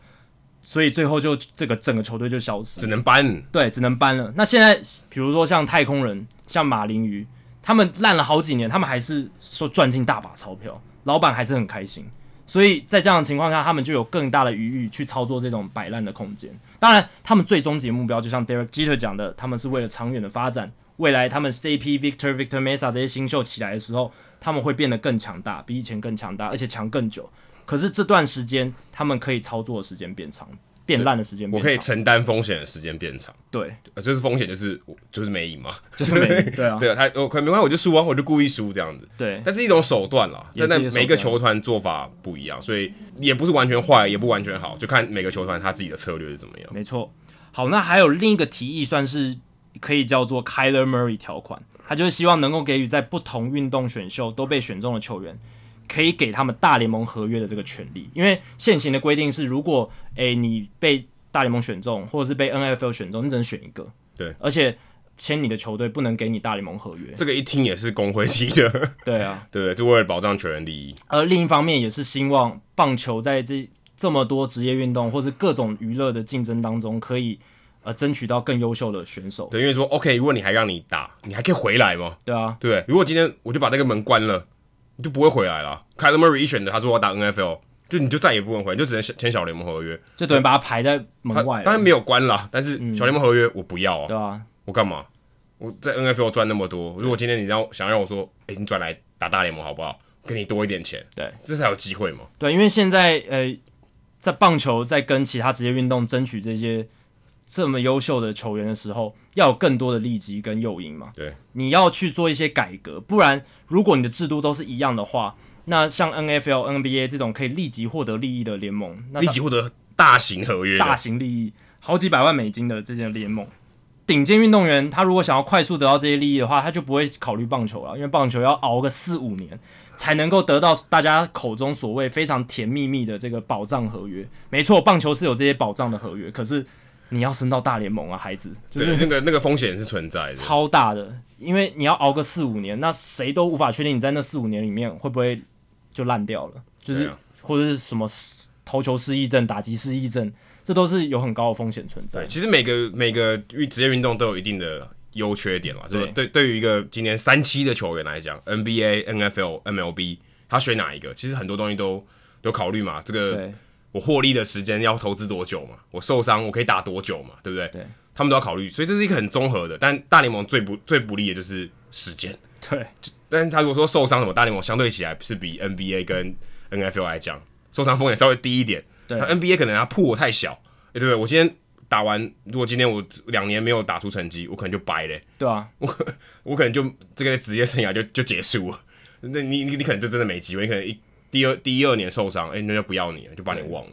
S1: 所以最后就这个整个球队就消失
S2: 只，能搬，
S1: 对，只能搬了。那现在比如说像太空人、像马林鱼，他们烂了好几年，他们还是说赚进大把钞票，老板还是很开心。所以在这样的情况下，他们就有更大的余裕去操作这种摆烂的空间。当然，他们最终极目标，就像 Derek Jeter 讲的，他们是为了长远的发展。未来他们这一批 Victor、Victor Mesa 这些新秀起来的时候，他们会变得更强大，比以前更强大，而且强更久。可是这段时间，他们可以操作的时间变长，变烂的时间
S2: 我
S1: 变
S2: 可以
S1: 长。
S2: 承担风险的时间变长。
S1: 对，
S2: 呃就是风险就是我就是没赢嘛，
S1: 就是
S2: (laughs)
S1: 没对啊，
S2: 对啊，他我可能没关系，我就输啊，我就故意输这样子。
S1: 对
S2: 但是一种手段啦，
S1: 也
S2: 但
S1: 是一
S2: 但
S1: 个
S2: 每个
S1: 手段
S2: 球团做法不一样，所以也不是完全坏，也不完全好，就看每个球团他自己的策略是怎么样。
S1: 没错。好，那还有另一个提议，算是可以叫做 Kyler Murray 条款，他就是希望能够给予在不同运动选秀都被选中的球员，可以给他们大联盟合约的这个权利。因为现行的规定是，如果诶、你被大联盟选中，或者是被 NFL 选中，你只能选一个。
S2: 对，
S1: 而且签你的球队不能给你大联盟合约。
S2: 这个一听也是工会踢的，
S1: 对啊，
S2: (laughs) 对不对？就为了保障球员利益，
S1: 而另一方面也是希望棒球在这这么多职业运动或是各种娱乐的竞争当中，可以呃争取到更优秀的选手。
S2: 对，因为说 OK，如果你还让你打，你还可以回来吗？
S1: 对啊，
S2: 对不对？如果今天我就把那个门关了，你就不会回来了。凯勒 Murray 一选择他说我要打 NFL，就你就再也不能回来，你就只能签小联盟合约。
S1: 就等于把他排在
S2: 他
S1: 门外
S2: 啊当然
S1: 了，
S2: 没有关啦，但是小联盟合约我不要啊，
S1: 对啊，
S2: 我干嘛？我在 NFL 赚那么多，如果今天你让想让我说，哎、你转来打大联盟好不好？给你多一点钱，
S1: 对，
S2: 这才有机会嘛。
S1: 对，因为现在呃，在棒球在跟其他职业运动争取这些这么优秀的球员的时候，要有更多的利基跟诱因嘛。
S2: 对，
S1: 你要去做一些改革，不然如果你的制度都是一样的话，那像 NFL、NBA 这种可以立即获得利益的联盟，那
S2: 立
S1: 它
S2: 即获得大型合约的，
S1: 大型利益，好几百万美金的这些联盟。顶尖运动员，他如果想要快速得到这些利益的话，他就不会考虑棒球了，因为棒球要熬个四五年才能够得到大家口中所谓非常甜蜜蜜的这个保障合约。没错，棒球是有这些保障的合约，可是你要升到大联盟啊，孩子，就是
S2: 对，那个那个风险是存在的。
S1: 超大的，因为你要熬个四五年，那谁都无法确定你在那四五年里面会不会就烂掉了，就是、
S2: 对啊
S1: 或者是什么投球失忆症、打击失忆症，这都是有很高的风险存在
S2: 对，。其实每个每个运职业运动都有一定的优缺点啦，就是
S1: 对
S2: 对对于一个今年三期的球员来讲，NBA、NFL、MLB，他选哪一个，其实很多东西都有考虑嘛。这个
S1: 对
S2: 我获利的时间要投资多久嘛？我受伤我可以打多久嘛？对不对？
S1: 对
S2: 他们都要考虑，所以这是一个很综合的。但大联盟最不最不利的就是时间。
S1: 对
S2: 但是他如果说受伤什么，大联盟相对起来是比 NBA 跟 NFL 来讲受伤风险稍微低一点。
S1: 对
S2: 那 NBA 可能他破太小，诶对不对？我今天打完，如果今天我两年没有打出成绩，我可能就掰嘞、
S1: 对啊，
S2: 我我可能就这个职业生涯 (laughs) 就就结束了。那你你你可能就真的没机会，你可能一第二第二年受伤，哎、那就不要你了，就把你忘了。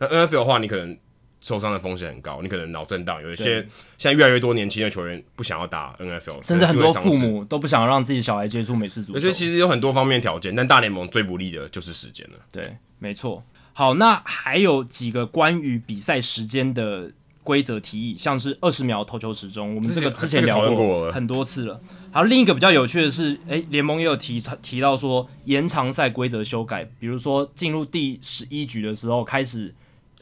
S2: 那 NFL 的话，你可能受伤的风险很高，你可能脑震荡，有一些现在越来越多年轻的球员不想要打 NFL，了
S1: 甚至很多父。
S2: 可能是会伤势
S1: 母都不想让自己小孩接触美式足
S2: 我
S1: 球
S2: 觉。得其实有很多方面条件，但大联盟最不利的就是时间了。
S1: 对，没错。好，那还有几个关于比赛时间的规则提议，像是二十秒投球时钟，我们这个
S2: 这个
S1: 之前
S2: 这个
S1: 聊
S2: 讨论过
S1: 过
S2: 了
S1: 很多次了。还有另一个比较有趣的是，诶，联盟也有提提到说延长赛规则修改，比如说进入第十一局的时候开始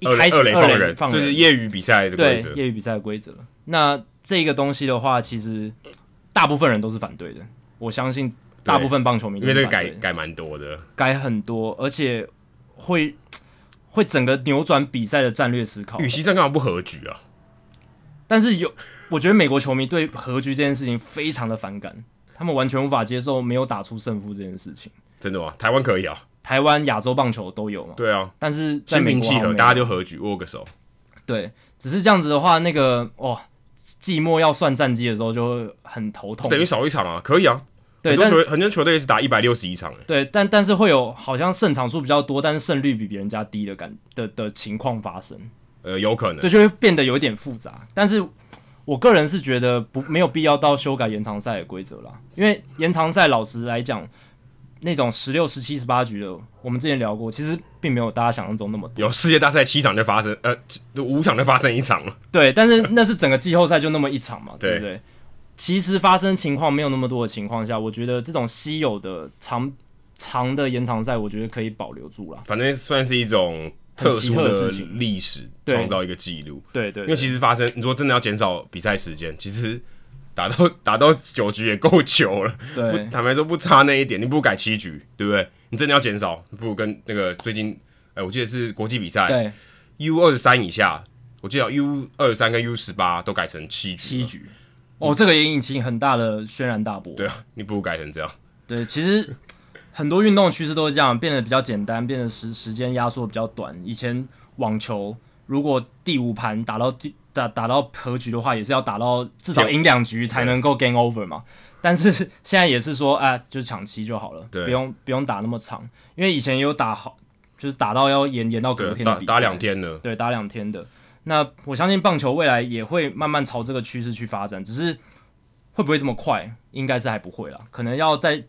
S1: 一
S2: 二
S1: 开
S2: 垒
S1: 始
S2: 二垒
S1: 二
S2: 放
S1: 垒
S2: 人，
S1: 放
S2: 这是
S1: 人
S2: 业余比赛的规
S1: 对
S2: 则。
S1: 业余比赛的规则。那这个东西的话，其实大部分人都是反对的，我相信大
S2: 对
S1: 部分棒球迷都
S2: 因
S1: 是
S2: 为这个
S1: 反对
S2: 改
S1: 的
S2: 改蛮多的，
S1: 改很多，而且会会整个扭转比赛的战略思考
S2: 与。其这样干嘛不和局啊？
S1: 但是有，我觉得美国球迷对和局这件事情非常的反感，他们完全无法接受没有打出胜负这件事情。
S2: 真的吗？台湾可以啊，
S1: 台湾、亚洲棒球都有嘛，
S2: 对啊，
S1: 但是在
S2: 心
S1: 美
S2: 平
S1: 国
S2: 气
S1: 好像
S2: 和，
S1: 没有
S2: 大家就和局握个手。
S1: 对，只是这样子的话，那个哦，季末要算战绩的时候就会很头痛。
S2: 等于少一场啊，可以啊。
S1: 对
S2: 很多
S1: 但
S2: 球队很多球队是打一百六十一场、欸，
S1: 对，但但是会有好像胜场数比较多，但是胜率比别人家低的感的的情况发生。
S2: 呃，有可能
S1: 对，就会变得有点复杂。但是我个人是觉得不没有必要到修改延长赛的规则啦，因为延长赛老实来讲，那种十六、十七、十八局的，我们之前聊过，其实并没有大家想象中那么多。
S2: 有世界大赛七场就发生，呃，七五场就发生一场了。
S1: 对，但 (laughs) 是那是整个季后赛就那么一场嘛，对不
S2: 对
S1: 对？其实发生情况没有那么多的情况下，我觉得这种稀有的长长的延长赛，我觉得可以保留住啦。
S2: 反正算是一种特
S1: 很奇
S2: 殊
S1: 特的
S2: 的
S1: 事情
S2: 历史，
S1: 对
S2: 创造一个记录。
S1: 对对
S2: 因为其实发生，你说真的要减少比赛时间，其实打到打到九局也够久了。
S1: 对
S2: 不 (laughs) 坦白说不差那一点，你不如改七局，对不对？你真的要减少，不如跟那个最近，哎、我记得是国际比赛
S1: 对
S2: U 二十三以下，我记得 U 二十三跟 U 十八都改成七局。
S1: 七，局，哦，这个也引起很大的轩然大波。
S2: 对啊，你不如改成这样。
S1: 对，其实很多运动趋势都是这样，变得比较简单，变得时时间压缩得比较短。以前网球如果第五盘打到第打打到和局的话，也是要打到至少
S2: 对
S1: 赢两局才能够 game over 嘛。但是现在也是说，啊，就抢七就好了，
S2: 对
S1: 不用不用打那么长，因为以前有打好，就是打到要延延到
S2: 对
S1: 隔
S2: 啊，
S1: 天的
S2: 打
S1: 比
S2: 打
S1: 赛
S2: 两天了，
S1: 对，打两天的。那我相信棒球未来也会慢慢朝这个趋势去发展，只是会不会这么快，应该是还不会啦，可能要再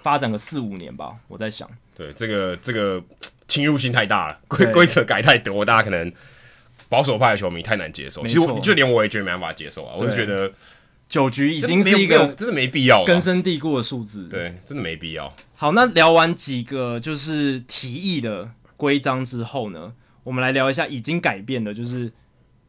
S1: 发展个四五年吧，我在想。
S2: 对这个这个侵入性太大了，
S1: 对
S2: 规规则改太多，大家可能保守派的球迷太难接受。
S1: 没
S2: 其实我
S1: 错
S2: 就连我也觉得没办法接受啊，我是
S1: 对
S2: 觉得
S1: 九局已
S2: 已
S1: 经是一个
S2: 真的没必要了，
S1: 根深蒂固的数字。，
S2: 对，真的没必要。
S1: 好，那聊完几个就是提议的规章之后呢，我们来聊一下已经改变的，就是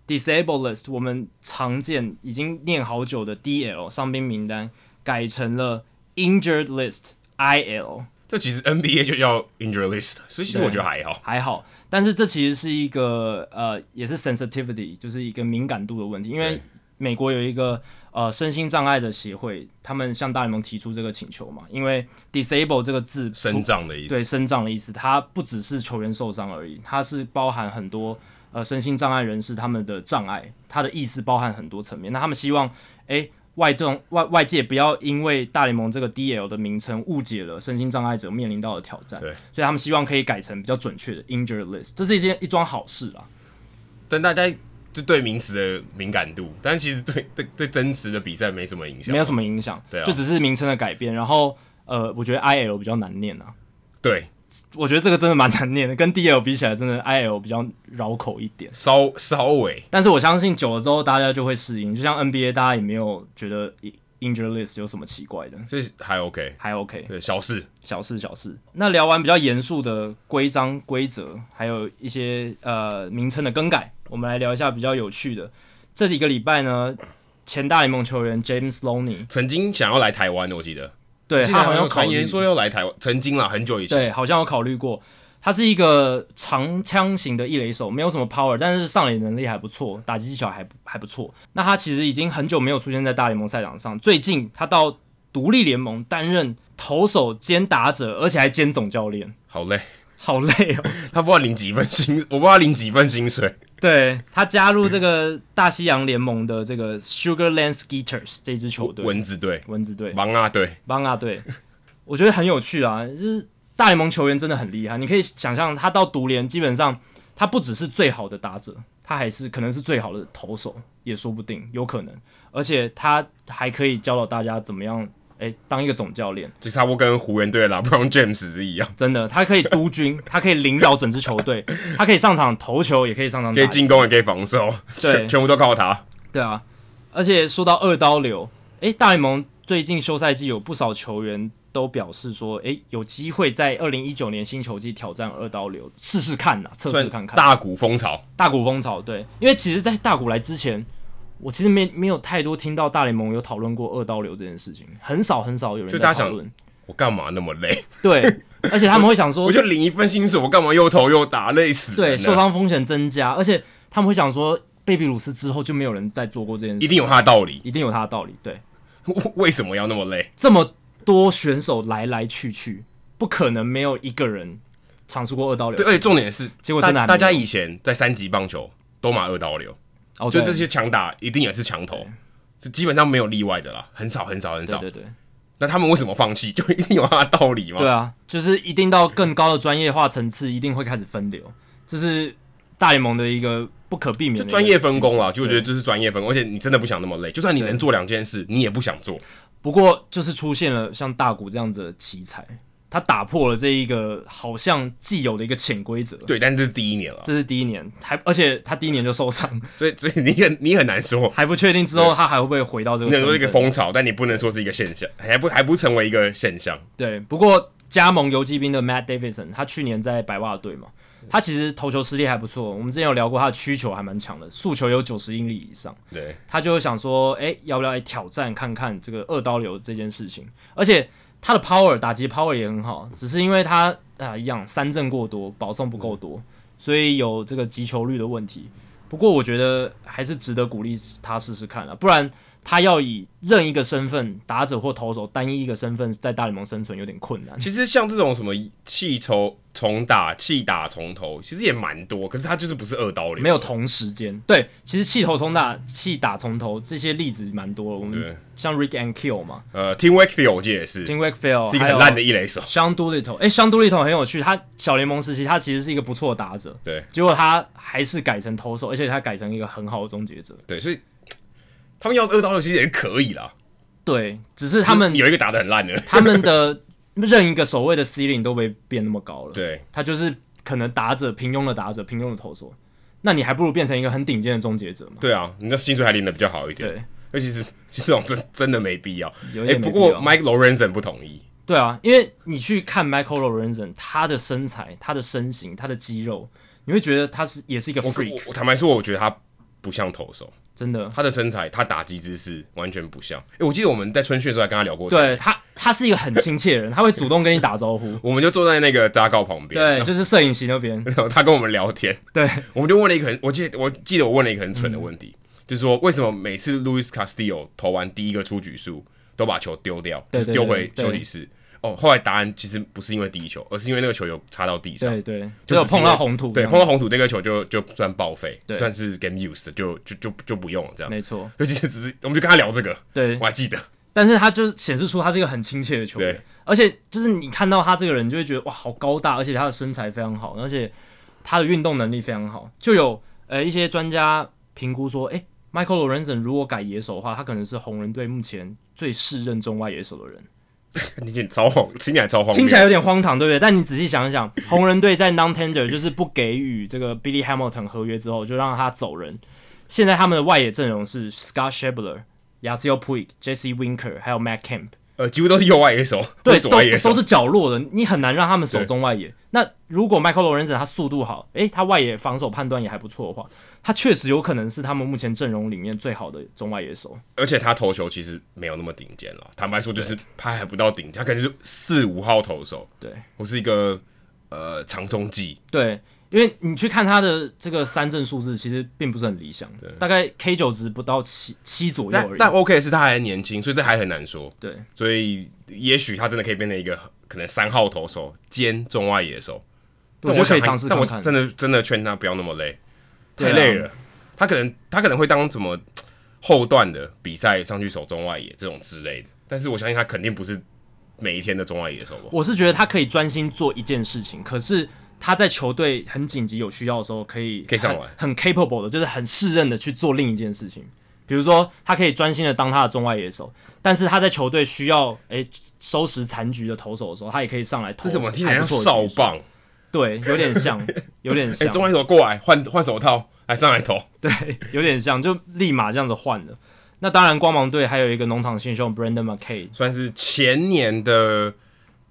S1: disable list，我们常见已经念好久的 DL 伤兵名单改成了 injured list IL。
S2: 这其实 NBA 就叫 injury list，所以其实
S1: 对
S2: 我觉得还好。
S1: 还好，但是这其实是一个呃，也是 sensitivity，就是一个敏感度的问题，因为
S2: 对
S1: 美国有一个呃身心障碍的协会，他们向大联盟提出这个请求嘛，因为 disable 这个字
S2: 生
S1: 除
S2: 障的意思，
S1: 对生障的意思，它不只是球员受伤而已，它是包含很多呃身心障碍人士他们的障碍，它的意思包含很多层面，那他们希望诶。外政外外界不要因为大联盟这个 DL 的名称误解了身心障碍者面临到的挑战，
S2: 对
S1: 所以他们希望可以改成比较准确的 injured list，这是一件一桩好事啦。
S2: 但大家就对名词的敏感度，但其实对对对真实的比赛没什么影响，
S1: 没有什么影响，
S2: 对啊
S1: 就只是名称的改变。然后呃，我觉得 IL 比较难念啊，
S2: 对
S1: 我觉得这个真的蛮难念的，跟 DL 比起来，真的 IL 比较绕口一点。
S2: 稍稍微
S1: 但是我相信久了之后，大家就会适应。就像 NBA，大家也没有觉得 injured list 有什么奇怪的，
S2: 就是还 OK，
S1: 还 OK，
S2: 对小事。
S1: 小事小事。那聊完比较严肃的规章规则，还有一些呃名称的更改，我们来聊一下比较有趣的。这几个礼拜呢，前大联盟球员 James Loney，
S2: 曾经想要来台湾的，我记得，
S1: 对
S2: 记
S1: 他
S2: 得
S1: 好像
S2: 有
S1: 有考
S2: 传
S1: 虑
S2: 言，说要来台湾，曾经啦，很久以前，
S1: 对，好像有考虑过。他是一个长枪型的一垒手，没有什么 power，但是上垒能力还不错，打击技巧还不还不错。那他其实已经很久没有出现在大联盟赛场上，最近他到独立联盟担任投手兼打者，而且还兼总教练，
S2: 好累，
S1: 好累哦。
S2: (laughs)
S1: (laughs)
S2: 他不知道领几份薪，我不知道他领几份薪水，
S1: 对他加入这个大西洋联盟的这个 Sugarland Skeeters 这支球队，
S2: 蚊子队，
S1: 蚊子队，
S2: 忙啊队，
S1: 邦啊队，我觉得很有趣啊，就是大联盟球员真的很厉害，你可以想象他到独联，基本上他不只是最好的打者，他还是可能是最好的投手，也说不定，有可能，而且他还可以教导大家怎么样，诶，当一个总教练。
S2: 就差不多跟湖人队的 LeBron James 是一
S1: (laughs)
S2: 样，
S1: 真的，他可以督军，他可以领导整支球队，他可以上场投球，也可以上场
S2: 可
S1: 打
S2: 以
S1: 击。
S2: 进攻也可以防守，
S1: 对
S2: 全全部都靠他。
S1: 对啊，而且说到二刀流，诶，大联盟最近休赛季有不少球员都表示说，诶，有机会在二零一九年新球季挑战二刀流，试试看呐、测试看看。
S2: 大股风潮，
S1: 大谷风潮，对，因为其实，在大谷来之前，我其实没没有太多听到大联盟有讨论过二刀流这件事情，很少很少有人
S2: 就大
S1: 在
S2: 家想
S1: 讨论。
S2: 我干嘛那么累？ (laughs)
S1: 对，而且他们会想说
S2: 我，就领一份薪水，我干嘛又投又打，累死人
S1: 对，
S2: 了
S1: 受伤风险增加，而且他们会想说，贝比鲁斯之后就没有人再做过这件事，
S2: 一定有他的道理。 (laughs)
S1: 一定有他的道理，对。
S2: 为什么要那么累？
S1: 这么多选手来来去去，不可能没有一个人尝试过二刀流
S2: 对，。而且重点是，
S1: 结果真的还没
S2: 大
S1: 有
S2: 大家以前在三级棒球都马二刀流，
S1: 哦，
S2: 就
S1: 对
S2: 这些强打一定也是强投，就基本上没有例外的啦，很少很少很
S1: 对
S2: 少。
S1: 对对
S2: 那他们为什么放弃？就一定有他的道理嘛。
S1: 对啊，就是一定到更高的专业化层次，一定会开始分流，这是大联盟的一个不可避免的一个
S2: 专业分工啦，
S1: 趋势
S2: 就我觉得。这是专业分工，而且你真的不想那么累，就算你能做两件事，你也不想做。
S1: 对不过就是出现了像大谷这样子的奇才，他打破了这一个好像既有的一个潜规则。
S2: 对，但是这是第一年了，
S1: 这是第一年，还而且他第一年就受伤，
S2: 所以 (laughs) 所以你很你很难说，
S1: 还不确定之后他还会不会回到这个
S2: 你
S1: 身
S2: 能说
S1: 份。
S2: 一个风潮，但你不能说是一个现象，还不还不成为一个现象。
S1: 对，不过加盟游击兵的 Matt Davidson，他去年在白袜队嘛，他其实投球实力还不错。我们之前有聊过，他的曲球还蛮强的，速球有九十英里以上。
S2: 对，
S1: 他就想说，哎、要不要来挑战看看这个二刀流这件事情？而且他的 power 打击 power 也很好，只是因为他啊、一样三振过多，保送不够多，所以有这个击球率的问题。不过我觉得还是值得鼓励他试试看了，啊不然他要以任一个身份，打者或投手单一一个身份在大联盟生存有点困难。
S2: 其实像这种什么弃投重打、弃打重投，其实也蛮多，可是他就是不是二刀流，
S1: 没有同时间，对，其实气头从打、气打从头这些例子蛮多的。我
S2: 对
S1: 们像 Rick and Kill 嘛
S2: 呃，Tim Wakefield 我记得也是，
S1: ，Tim Wakefield，
S2: 是一个很烂的一垒手。
S1: 香都里头，哎，香都里头很有趣，他小联盟时期他其实是一个不错的打者，
S2: 对
S1: 结果他还是改成投手，而且他改成一个很好的终结者。
S2: 对，所以他们要二刀流其实也是可以啦。
S1: 对，只是他们
S2: 有一个打的很烂的，
S1: 他们的任一个守卫的 C 零都被变那么高了，
S2: 对，
S1: 他就是可能打者平庸的打者，平庸的投手，那你还不如变成一个很顶尖的终结者嘛。
S2: 对啊，你的薪水还领的比较好一点。
S1: 对，
S2: 尤其是 (laughs) 其实这种真真的没必要。
S1: 有
S2: 哎、
S1: 一点没
S2: 不
S1: 必要
S2: 过 Mike Lorenzen 不同意，
S1: 对啊，因为你去看 Michael Lorenzen，他的身材、他的身形、他的肌肉，你会觉得他是也是一个
S2: 我
S1: freak，
S2: 我我坦白说，我觉得他不像投手，
S1: 真的。
S2: 他的身材、他打击姿势完全不像。哎、我记得我们在春训的时候还跟他聊过，，
S1: 对他，他是一个很亲切的人，他会主动跟你打招
S2: (laughs)
S1: 呼。
S2: 我们就坐在那个搭告旁边，
S1: 对，就是摄影席那边。
S2: 然后他跟我们聊天，
S1: 对，
S2: (laughs)
S1: 嗯
S2: 我们就问了一个很，我记得我记得我问了一个很蠢的问题，就是说为什么每次 Luis Castillo 投完第一个出局数都把球丢掉，就
S1: 对
S2: 是
S1: 对
S2: 丢
S1: 对
S2: 回
S1: 对
S2: 休息室？哦，后来答案其实不是因为第一球，而是因为那个球有插到地上，
S1: 对对，就
S2: 就
S1: 有
S2: 只是
S1: 碰
S2: 因为
S1: 到红土这
S2: 对，
S1: 样。
S2: 碰到红土那个球就就算报废，
S1: 对
S2: 算是 game used，就就就就不用了这样。
S1: 没错，
S2: 尤其是只是我们就跟他聊这个，
S1: 对
S2: 我。还记得，
S1: 但是他就显示出他是一个很亲切的球员
S2: 对，
S1: 而且就是你看到他这个人，就会觉得哇，好高大，而且他的身材非常好，而且他的运动能力非常好。就有呃一些专家评估说，诶 m i c h a e l Lorenzen 如果改野手的话，他可能是红人队目前最适任中外野手的人。
S2: 你很超荒，听起来超荒谬，
S1: 听起来有点荒唐，对不对？但你仔细想一
S2: (laughs)
S1: 想，红人队在 non tender 就是不给予这个 Billy Hamilton 合约之后，就让他走人。现在他们的外野阵容是 Scott Shebler、Yasiel Puig、Jesse Winker 还有 Matt Camp，
S2: 呃，几乎都是右外野手，
S1: 对，
S2: 左
S1: 都
S2: 外野手
S1: 都是角落的，你很难让他们守
S2: 对
S1: 中外野。那如果 Michael Lorenzen 他速度好，诶，他外野防守判断也还不错的话，他确实有可能是他们目前阵容里面最好的中外野手。
S2: 而且他投球其实没有那么顶尖了，坦白说，就是他还不到顶尖，他可能就是四五号投手，
S1: 对
S2: 我是一个呃长中继，
S1: 对，因为你去看他的这个三振数字，其实并不是很理想，大概 K 九值不到七七左右
S2: 但
S1: 而已
S2: 但。OK 是他还年轻，所以这还很难说，
S1: 对，
S2: 所以也许他真的可以变成一个可能三号投手兼中外野手，
S1: 我
S2: 但
S1: 觉得可
S2: 想
S1: 以
S2: 他
S1: 尝试
S2: 但
S1: 看
S2: 我
S1: 看。
S2: 真的真的劝他不要那么累，
S1: 对啊
S2: 太累了，他可能他可能会当什么后段的比赛上去守中外野这种之类的，但是我相信他肯定不是每一天的中外野手吧。
S1: 我是觉得他可以专心做一件事情，可是他在球队很紧急有需要的时候，可以
S2: 可以上来
S1: 很很 capable 的，就是很适任的去做另一件事情。比如说，他可以专心的当他的中外野手，但是他在球队需要诶、收拾残局的投手的时候，他也可以上来投。
S2: 这怎么听起
S1: 还
S2: 来像
S1: 不错的
S2: 哨
S1: 局数？
S2: 棒？ (laughs)
S1: 对，有点像，有点
S2: 哎、
S1: 像。
S2: 中外手过来换换手套，还上来投。
S1: 对，有点像，就立马这样子换了。那当然，光芒队还有一个农场新秀 Brandon McKay，
S2: 算是前年的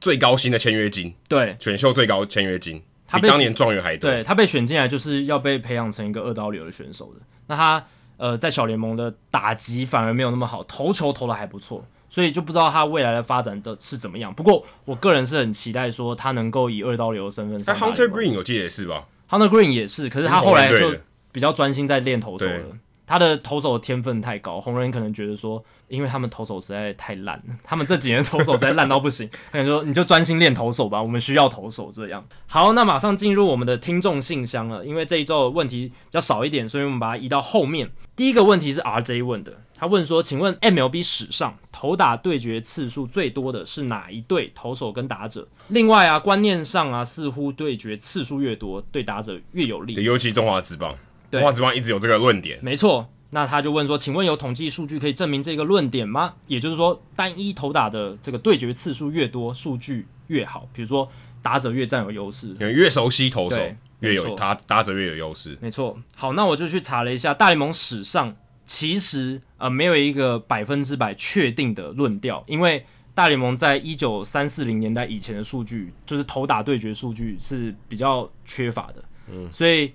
S2: 最高薪的签约金，
S1: 对
S2: 选秀最高签约金，
S1: 他
S2: 比
S1: 被
S2: 当年状元还多。
S1: 对，他被选进来就是要被培养成一个二刀流的选手的。那他呃在小联盟的打击反而没有那么好，投球投的还不错，所以就不知道他未来的发展的是怎么样。不过我个人是很期待说他能够以二刀流的身份
S2: 那
S1: 上大联盟。
S2: Hunter Green 嗯我记得也是吧？
S1: Hunter Green 也是，可是他后来
S2: 红人队
S1: 就
S2: 的
S1: 比较专心在练投手了
S2: 对。
S1: 他的投手的天分太高，红人可能觉得说，因为他们投手实在太烂 (laughs) 了，他们这几年投手实在烂到不行， (laughs) 他想说你就专心练投手吧，我们需要投手这样。好，那马上进入我们的听众信箱了，因为这一周的问题比较少一点，所以我们把它移到后面。第一个问题是 RJ 问的，他问说，请问 MLB 史上投打对决次数最多的是哪一队投手跟打者？另外啊，观念上啊，似乎对决次数越多，对打者越有利
S2: 对，。尤其中华职棒，
S1: 对
S2: 中华职棒一直有这个论点。
S1: 没错，那他就问说，请问有统计数据可以证明这个论点吗？也就是说，单一投打的这个对决次数越多，数据越好，比如说打者越占有优势。
S2: 因为越熟悉投手
S1: 对，
S2: 越
S1: 没
S2: 有
S1: 错
S2: 他打者越有优势。
S1: 没错，好，那我就去查了一下大联盟史上，其实呃没有一个百分之百确定的论调，因为大联盟在一九三四零年代以前的数据，就是投打对决数据是比较缺乏的，嗯，所以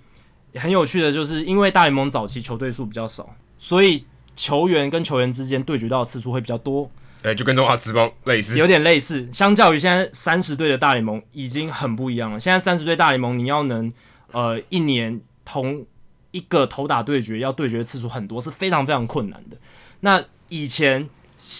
S1: 很有趣的就是，因为大联盟早期球队数比较少，所以球员跟球员之间对决到的次数会比较多，
S2: 哎、就跟中华职棒类似
S1: 有。点类似。相较于现在三十队的大联盟已经很不一样了。现在三十队大联盟，你要能呃一年同一个投打对决要对决次数很多，是非常非常困难的。那以前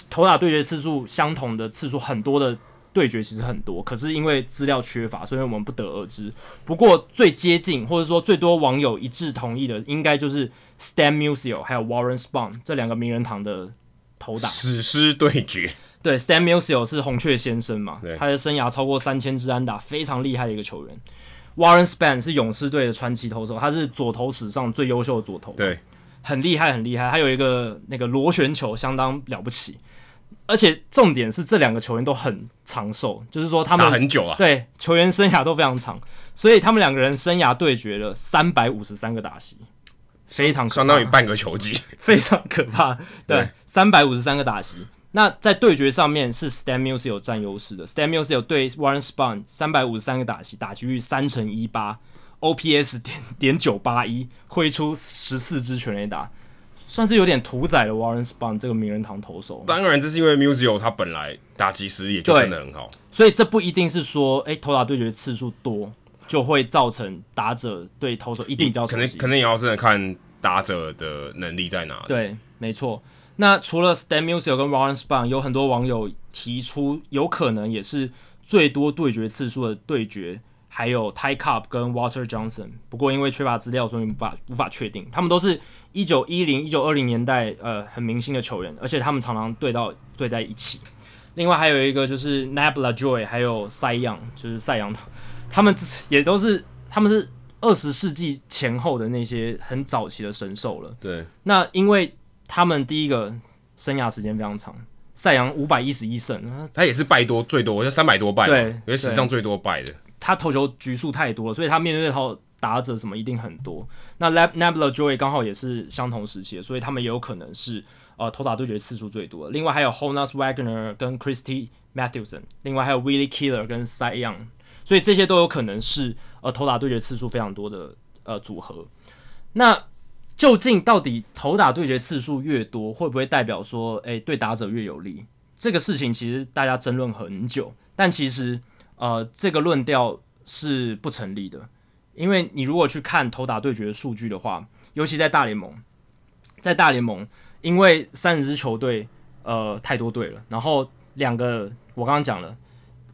S1: 投打对决次数相同的次数很多的对决其实很多，可是因为资料缺乏，所以我们不得而知。不过最接近或者说最多网友一致同意的，应该就是 Stan Musial 还有 Warren Spahn 这两个名人堂的投打。
S2: 史诗对决，
S1: 对，Stan Musial 是红雀先生嘛
S2: 对，
S1: 他的生涯超过三千支安打，非常厉害的一个球员。Warren Span 是勇士队的传奇投手，他是左投史上最优秀的左投，
S2: 对，
S1: 很厉害，很厉害。他有一个那个螺旋球，相当了不起。而且重点是这两个球员都很长寿，就是说他
S2: 打
S1: 们
S2: 很久啊，
S1: 对球员生涯都非常长，所以他们两个人生涯对决了三百五十三个打席，非常可
S2: 相
S1: 怕
S2: 当于半个球季。
S1: 非常可怕。对
S2: 对，
S1: 三百五十三个打席。那在对决上面是 Stan Musial 有占优势的，Stan Musial 有对 Warren Spahn 三百五十三个打席，打击率三乘一八，OPS 点点九八一，挥出十四支全垒打，算是有点屠宰了 Warren Spahn 这个名人堂投手。
S2: 当然，这是因为 Musio 他本来打击实力也就
S1: 对
S2: 真的很好，
S1: 所以这不一定是说，诶、投打对决次数多就会造成打者对投手一定比较
S2: 可
S1: 熟
S2: 能
S1: 悉。
S2: 可能也要真的看打者的能力在哪里。
S1: 对，没错。那除了 Stan Musial 跟 Warren Spahn，有很多网友提出，有可能也是最多对决次数的对决，还有 Ty Cobb 跟 Walter Johnson。不过因为缺乏资料，所以无法无法确定。他们都是一九一零、一九二零年代呃很明星的球员，而且他们常常对到对在一起。另外还有一个就是 Nabla Joy，还有赛扬，就是赛扬，他们也都是他们是二十世纪前后的那些很早期的神兽了。
S2: 对，
S1: 那因为他们第一个生涯时间非常长，赛扬五百一十一胜，那
S2: 他也是败多最多，就三百多败嘛，
S1: 对
S2: 因为史上最多败的。
S1: 他投球局数太多了，所以他面对到打者什么一定很多。那 Lab Nabla Joy 刚好也是相同时期的，所以他们也有可能是呃投打对决次数最多的。另外还有 Honus Wagner 跟 Christy Mathewson，另外还有 Willie Killer 跟 s y Young，所以这些都有可能是呃投打对决次数非常多的呃组合。那究竟到底投打对决次数越多，会不会代表说，诶、对打者越有利？这个事情其实大家争论很久，但其实呃，这个论调是不成立的，因为你如果去看投打对决的数据的话，尤其在大联盟，在大联盟，因为三十支球队呃太多队了，然后两个我刚刚讲了，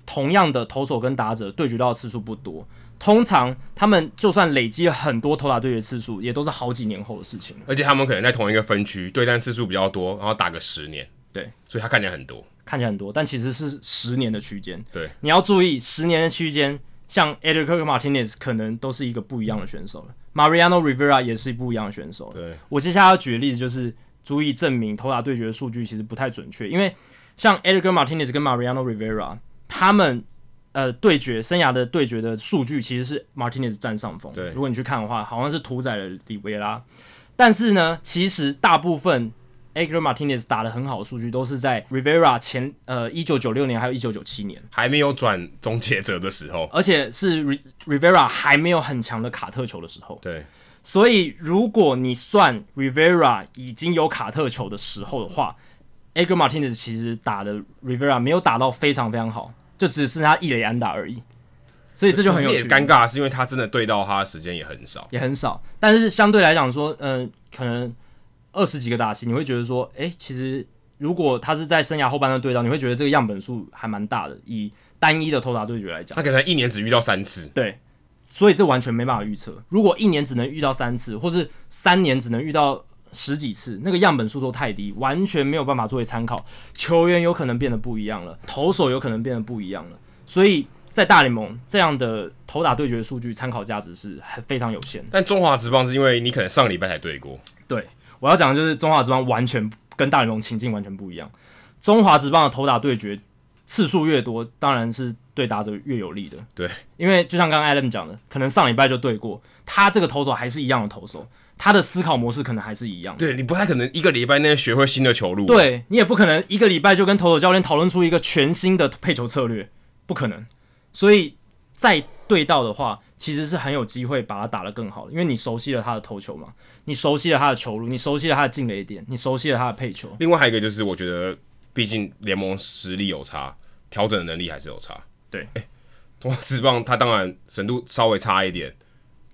S1: 同样的投手跟打者对决到的次数不多。通常他们就算累积了很多投打对决次数，也都是好几年后的事情了。
S2: 而且他们可能在同一个分区对战次数比较多，然后打个十年，
S1: 对，
S2: 所以他看起来很多。
S1: 看起来很多，但其实是十年的区间。
S2: 对，
S1: 你要注意十年的区间，像 Edgar c Martinez 可能都是一个不一样的选手了，Mariano Rivera 也是不一样的选手了。
S2: 对，
S1: 我接下来要举的例子就是足以证明投打对决的数据其实不太准确，因为像 Edgar Martinez 跟 Mariano Rivera 他们呃对决生涯的对决的数据其实是 Martinez 占上风。
S2: 对
S1: 如果你去看的话，好像是屠宰了里维拉，但是呢，其实大部分 Edgar Martinez 打的很好的数据都是在 Rivera 前呃一九九六年还有一九九七年。
S2: 还没有转终结者的时候，
S1: 而且是 Re- Rivera 还没有很强的卡特球的时候，
S2: 对，
S1: 所以，如果你算 Rivera 已经有卡特球的时候的话 e d g a r Martinez 其实打的 Rivera 没有打到非常非常好，就只是他一垒安打而已，所以这就很有
S2: 可是
S1: 趣
S2: 也，尴尬，是因为他真的对到他的时间也很少。
S1: 也很少。但是相对来讲说，嗯、可能二十几个打席，你会觉得说，诶，其实如果他是在生涯后半段对到，你会觉得这个样本数还蛮大的，以单一的投打对决来讲
S2: 他。可能一年只遇到三次，
S1: 对，所以这完全没办法预测。如果一年只能遇到三次，或是三年只能遇到十几次，那个样本数都太低，完全没有办法作为参考。球员有可能变得不一样了，投手有可能变得不一样了，所以在大联盟这样的投打对决的数据参考价值是很非常有限的。
S2: 但中华职棒是因为你可能上礼拜才对过，
S1: 对，我要讲的就是中华职棒完全跟大联盟情境完全不一样。中华职棒的投打对决次数越多，当然是对打者越有利的。
S2: 对，
S1: 因为就像刚刚 Adam 讲的，可能上礼拜就对过，他这个投手还是一样的投手，他的思考模式可能还是一样。
S2: 对你不太可能一个礼拜内学会新的球路，，啊
S1: 对你也不可能一个礼拜就跟投手教练讨论出一个全新的配球策略，不可能。所以再对到的话，其实是很有机会把它打得更好的，因为你熟悉了他的投球嘛，你熟悉了他的球路，你熟悉了他的进垒点，你熟悉了他的配球。
S2: 另外还有一个就是，我觉得毕竟联盟实力有差，调整的能力还是有差。
S1: 对
S2: 哎、中华职棒它当然深度稍微差一点，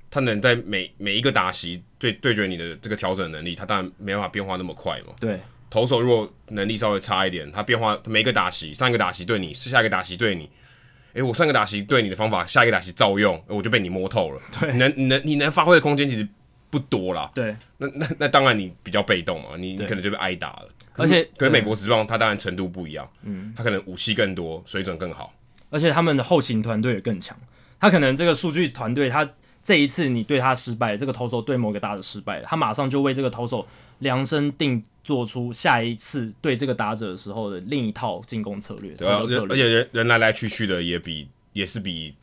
S2: 它能在每每一个打席对对决你的这个调整能力，它当然没办法变化那么快嘛。
S1: 对，
S2: 投手如果能力稍微差一点，他变化每一个打席，上一个打席对你，下一个打席对你。诶、我上一个打席对你的方法，下一个打席照用，诶我就被你
S1: (laughs)
S2: 摸透了。对，你能你能你能发挥的空间其实不多啦。
S1: 对，
S2: 那那那当然你比较被动嘛，你你可能就被挨打了。
S1: 而且
S2: 可是美国职棒它当然程度不一样，嗯，它可能武器更多，水准更好。
S1: 而且他们的后勤团队也更强。他可能这个数据团队，他这一次你对他失败，这个投手对某个打者失败了，他马上就为这个投手量身定做出下一次对这个打者的时候的另一套进攻策略、投
S2: 对啊，
S1: 球
S2: 而且
S1: 策略，
S2: 而且人人来来去去的也比也是比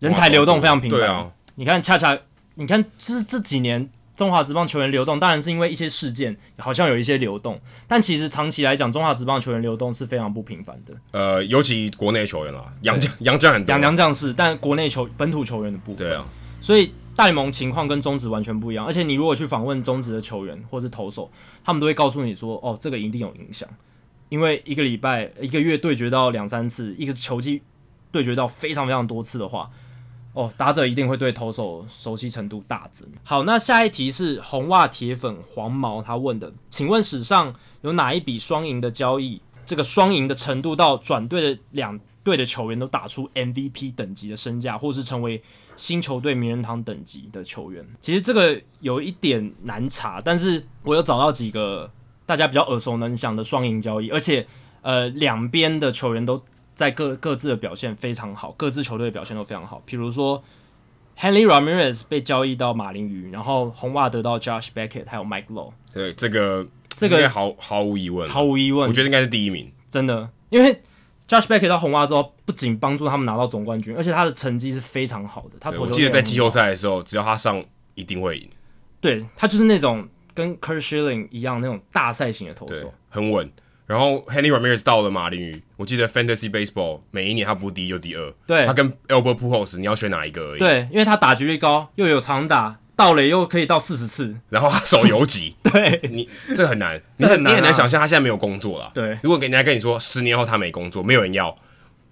S1: 人才流动非常频繁。
S2: 对啊，
S1: 你看，恰恰你看，就是这几年中华职棒球员流动，当然是因为一些事件，好像有一些流动，但其实长期来讲，中华职棒球员流动是非常不频繁的。
S2: 呃，尤其国内球员啦，洋将洋将很多
S1: 两。洋将士，但国内球本土球员的部分，
S2: 对啊，
S1: 所以大联盟情况跟中职完全不一样。而且你如果去访问中职的球员或是投手，他们都会告诉你说，哦，这个一定有影响，因为一个礼拜、一个月对决到两三次，一个球季对决到非常非常多次的话。哦，打者一定会对投手熟悉程度大增。好，那下一题是红袜铁粉黄毛他问的，请问史上有哪一笔双赢的交易，这个双赢的程度到转队的两队的球员都打出 MVP 等级的身价，或是成为新球队名人堂等级的球员。其实这个有一点难查，但是我有找到几个大家比较耳熟能详的双赢交易，而且呃两边的球员都在各各自的表现非常好，各自球队的表现都非常好。比如说 Henry Ramirez 被交易到马林鱼，然后红袜得到 Josh Beckett 还有 Mike Low，
S2: 对这个
S1: 这个
S2: 应该毫毫无疑问，
S1: 毫无疑问
S2: 我，觉得应该是第一名。
S1: 真的，因为 Josh Beckett 到红袜之后，不仅帮助他们拿到总冠军，而且他的成绩是非常好的。他
S2: 对
S1: 投
S2: 我
S1: 球
S2: 记得在
S1: 非常
S2: 季后
S1: 好，
S2: 赛的时候，只要他上一定会赢。
S1: 对他就是那种跟 Kurt Schilling 一样那种大赛型的投
S2: 对
S1: 手，，
S2: 很稳。然后 Henry Ramirez 到了马林鱼，我记得 Fantasy Baseball 每一年他不是第一就第二，
S1: 对
S2: 他跟 Albert Pujols 你要选哪一个而已。，
S1: 对，因为他打击率高，又有长打，盗垒又可以到四十次，
S2: 然后他手游级，
S1: (laughs) 对
S2: 你这很难，你
S1: 这很
S2: 很你
S1: 难啊
S2: 很难想象他现在没有工作了。
S1: 对
S2: 如果给人家跟你说十年后他没工作，没有人要，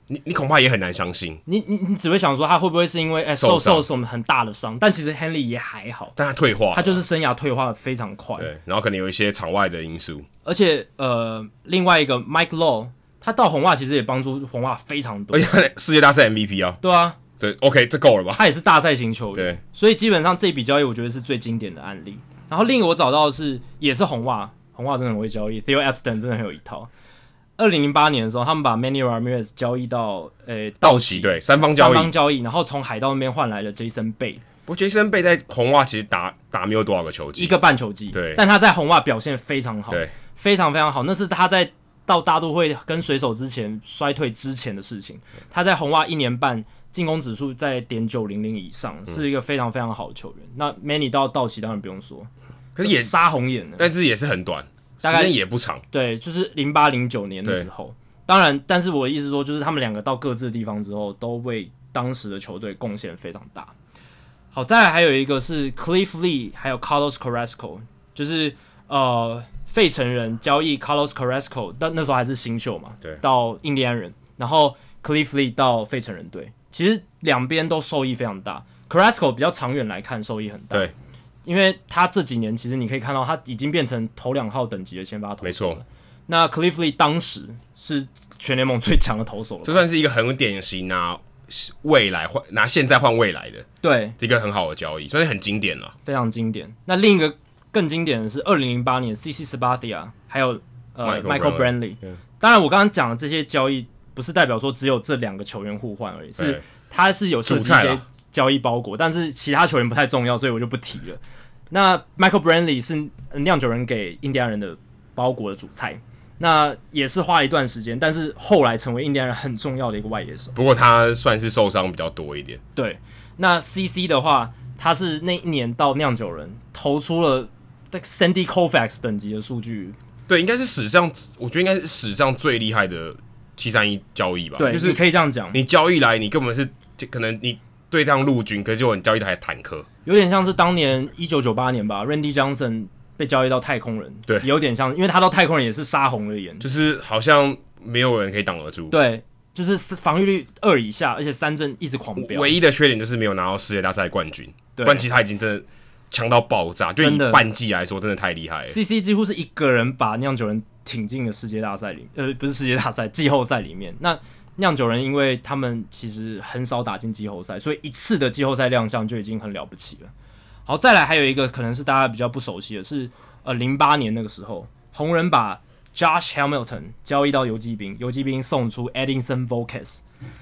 S2: 你你恐怕也很难相信。
S1: 你你你只会想说他会不会是因为哎、受
S2: 受伤
S1: 受什么很大的伤，但其实 Henry 也还好，
S2: 但他退化，
S1: 他就是生涯退化的非常快，
S2: 对，然后可能有一些场外的因素，
S1: 而且呃另外一个 Mike Low 他到红袜其实也帮助红袜非常多
S2: 而且，他世界大赛 MVP 啊，
S1: 对啊，
S2: 对，OK，这够了吧？
S1: 他也是大赛型球员
S2: 对，
S1: 所以基本上这笔交易我觉得是最经典的案例。然后另一个我找到的是也是红袜，红袜真的很会交易，Theo Epstein 真的很有一套。二零零八年的时候，他们把 Manny Ramirez 交易到呃
S2: 道奇对三方
S1: 三
S2: 交
S1: 方
S2: 易，
S1: 交易，然后从海盗那边换来了 Jason Bay
S2: 不过杰森贝在红袜其实打打没有多少个球
S1: 一
S2: 季，
S1: 个半球季，
S2: 对
S1: 但他在红袜表现非常好，
S2: 对，
S1: 非常非常好，那是他在到大都会跟水手之前衰退之前的事情。他在红袜一年半，进攻指数在点九零零以上，
S2: 嗯
S1: 是一个非常非常好的球员。那 Many 到道奇当然不用说，
S2: 可是也
S1: 杀红眼了。
S2: 但是也是很短，时
S1: 大概
S2: 间也不长，
S1: 对，就是零八零九年的时候。当然，但是我的意思说，就是他们两个到各自的地方之后，都为当时的球队贡献非常大。好，再来还有一个是 Cliff Lee，还有 Carlos Carrasco，就是呃，费城人交易 Carlos Carrasco，但那时候还是新秀嘛，
S2: 对
S1: 到印第安人，然后 Cliff Lee 到费城人队，其实两边都受益非常大。Carrasco 比较长远来看受益很大，
S2: 对，
S1: 因为他这几年其实你可以看到他已经变成头两号等级的先发投手，
S2: 没错，
S1: 那 Cliff Lee 当时是全联盟最强的投手了，
S2: 这算是一个很典型拿未来换拿现在换未来的
S1: 对，
S2: 一个很好的交易，算是很经典了。
S1: 非常经典。那另一个更经典的是二零零八年 CC Sabathia 还有呃
S2: Michael
S1: Michael Brantley。当然，我刚刚讲的这些交易不是代表说只有这两个球员互换而已，是
S2: 对
S1: 它是有涉及
S2: 主
S1: 一
S2: 菜啦
S1: 些交易包裹，但是其他球员不太重要，所以我就不提了。那 Michael Brantley 是酿酒人给印第安人的包裹的主菜，那也是花了一段时间，但是后来成为印第安人很重要的一个外野手。
S2: 不过他算是受伤比较多一点，
S1: 对，那 CC 的话，他是那一年到酿酒人投出了大概 Sandy Koufax 等级的数据，
S2: 对，应该是史上我觉得应该是史上最厉害的七三一交易吧，
S1: 对，
S2: 就
S1: 就是是可以这样讲，
S2: 你交易来，你根本是就可能你对上陆军，可是结果你交易台坦克，
S1: 有点像是当年一九九八年吧，Randy Johnson 被交易到太空人，
S2: 对
S1: 有点像，因为他到太空人也是杀红了眼，
S2: 就是好像没有人可以挡得住。
S1: 对，就是防御率二以下，而且三振一直狂飙，
S2: 唯一的缺点就是没有拿到世界大赛冠军，
S1: 对
S2: 不然其实他已经真的强到爆炸，就以
S1: 真的
S2: 半季来说，真的太厉害了。
S1: CC 几乎是一个人把酿酒人挺进了世界大赛里，呃，不是世界大赛，季后赛里面。那酿酒人因为他们其实很少打进季后赛，所以一次的季后赛亮相就已经很了不起了。好，再来还有一个可能是大家比较不熟悉的是，呃，零八年那个时候，红人把 Josh Hamilton 交易到游击兵，游击兵送出 Edinson Volquez。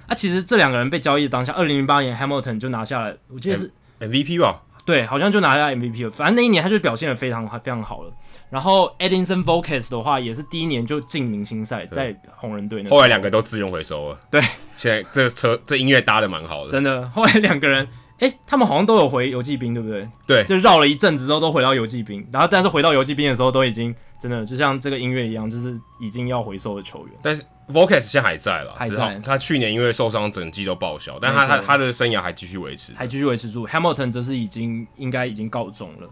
S1: 啊，其实这两个人被交易的当下，二零零八年 Hamilton 就拿下了，我记得是
S2: MVP 吧，
S1: 对，好像就拿下 MVP 了。反正那一年他就表现的非常非常好了。然后 Edinson Volquez 的话，也是第一年就进明星赛，在红人队那时候
S2: 后来两个都自用回收了。
S1: 对，
S2: 现在这个车这音乐搭的蛮好的，
S1: 真的， (laughs) 后来两个人，诶，他们好像都有回游击兵，对不对？
S2: 对
S1: 就绕了一阵子之后都回到游击兵，然后但是回到游击兵的时候都已经真的就像这个音乐一样，就是已经要回收的球员。
S2: 但是 Vocas 现在还在了，
S1: 还在
S2: 只好他去年因为受伤整季都报销，但他
S1: 没错
S2: 他他的生涯还继续维持。
S1: 还继续维持住。Hamilton 则是已经应该已经告终了。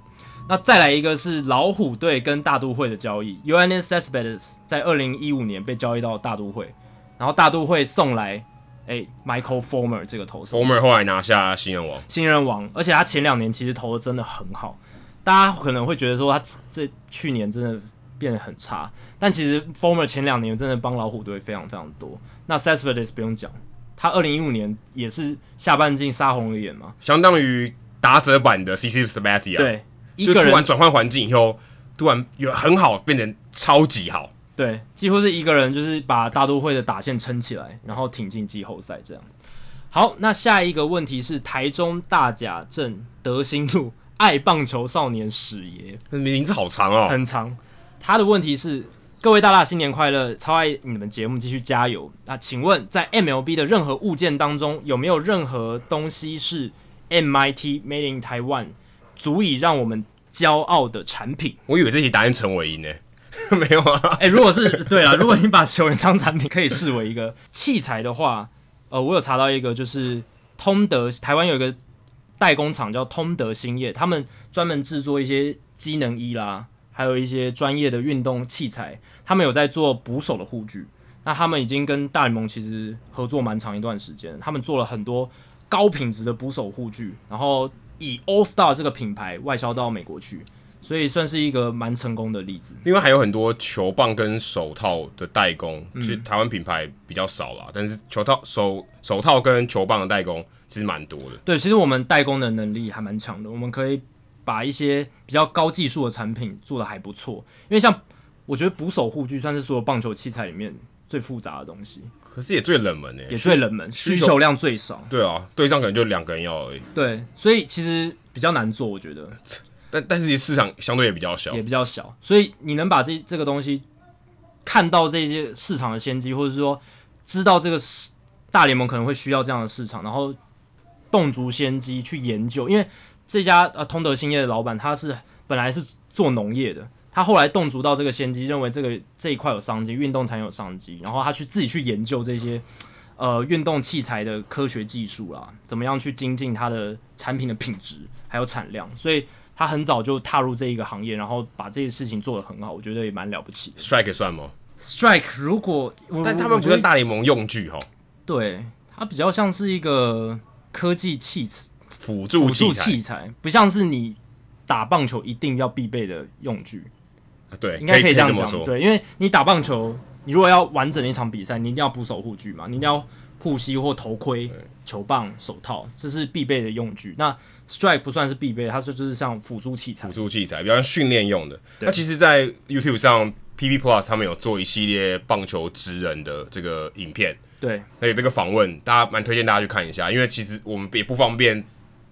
S1: 那再来一个是老虎队跟大都会的交易 u n s Cespedes 在二零一五年被交易到大都会，然后大都会送来诶 Michael Former 这个投手，
S2: Former 后来拿下新人王，
S1: 新人王，而且他前两年其实投的真的很好，大家可能会觉得说他这去年真的变得很差，但其实 Former 前两年真的帮老虎队非常非常多。那 Cespedes 不用讲，他二零一五年也是下半季杀红了眼嘛，
S2: 相当于打者版的 CC Sabathia。，
S1: 对，一
S2: 就
S1: 个
S2: 突
S1: 人
S2: 然转换环境以后，突然有很好变成超级好。
S1: 对，几乎是一个人，就是把大都会的打线撑起来，然后挺进季后赛这样。好，那下一个问题是台中大甲镇德兴路爱棒球少年史爷，
S2: 名字好长哦，
S1: 很长。他的问题是：各位大大新年快乐，超爱你们节目，继续加油。那请问，在 MLB 的任何物件当中，有没有任何东西是 MIT Made in Taiwan 足以让我们骄傲的产品。
S2: 我以为这题答案陈伟英呢， (laughs) 没有啊。
S1: 哎、如果是对啊，如果你把球员当产品可以视为一个器材的话，呃，我有查到一个，就是通德台湾有一个代工厂叫通德兴业，他们专门制作一些机能衣啦，还有一些专业的运动器材，他们有在做捕手的护具。那他们已经跟大联盟其实合作蛮长一段时间了，他们做了很多高品质的捕手护具，然后以 All Star 这个品牌外销到美国去，所以算是一个蛮成功的例子。
S2: 另外还有很多球棒跟手套的代工，其实台湾品牌比较少啦，但是球套、手手套跟球棒的代工其实蛮多的。
S1: 对，其实我们代工的能力还蛮强的，我们可以把一些比较高技术的产品做的还不错。因为像我觉得捕手护具算是所有棒球器材里面最复杂的东西，
S2: 可是也最冷门呢、
S1: 也最冷门，需
S2: 需求
S1: 求量最少。
S2: 对啊，对上可能就两个人要而已，
S1: 对，所以其实比较难做，我觉得
S2: 但但是市场相对也比较小
S1: 也。比较小。所以你能把这这个东西看到这些市场的先机，或者是说知道这个市大联盟可能会需要这样的市场，然后动足先机去研究，因为这家呃通德兴业的老板他是本来是做农业的，他后来动足到这个先机，认为这个这一块有商机，运动产业有商机，然后他去自己去研究这些呃运动器材的科学技术啦，怎么样去精进它的产品的品质还有产量，所以他很早就踏入这一个行业，然后把这些事情做得很好，我觉得也蛮了不起的。
S2: Strike 算吗？
S1: Strike 如果
S2: 但他们不
S1: 觉得
S2: 算大联盟用具哈，
S1: 对，它比较像是一个科技器材。
S2: 辅
S1: 辅
S2: 助器
S1: 助
S2: 材。
S1: 器材，不像是你打棒球一定要必备的用具，
S2: 对，
S1: 应该
S2: 可
S1: 以这样
S2: 么
S1: 讲。
S2: 说。
S1: 对，因为你打棒球，你如果要完整的一场比赛，你一定要捕手护具嘛，你一定要护膝或头盔、球棒、手套，这是必备的用具。那 strike 不算是必备，它是就是像辅助器材
S2: 辅。助器材，比较像训练用的。那其实，在 YouTube 上，PP Plus 他们有做一系列棒球职人的这个影片，
S1: 对，
S2: 还有这个访问，大家蛮推荐大家去看一下，因为其实我们也不方便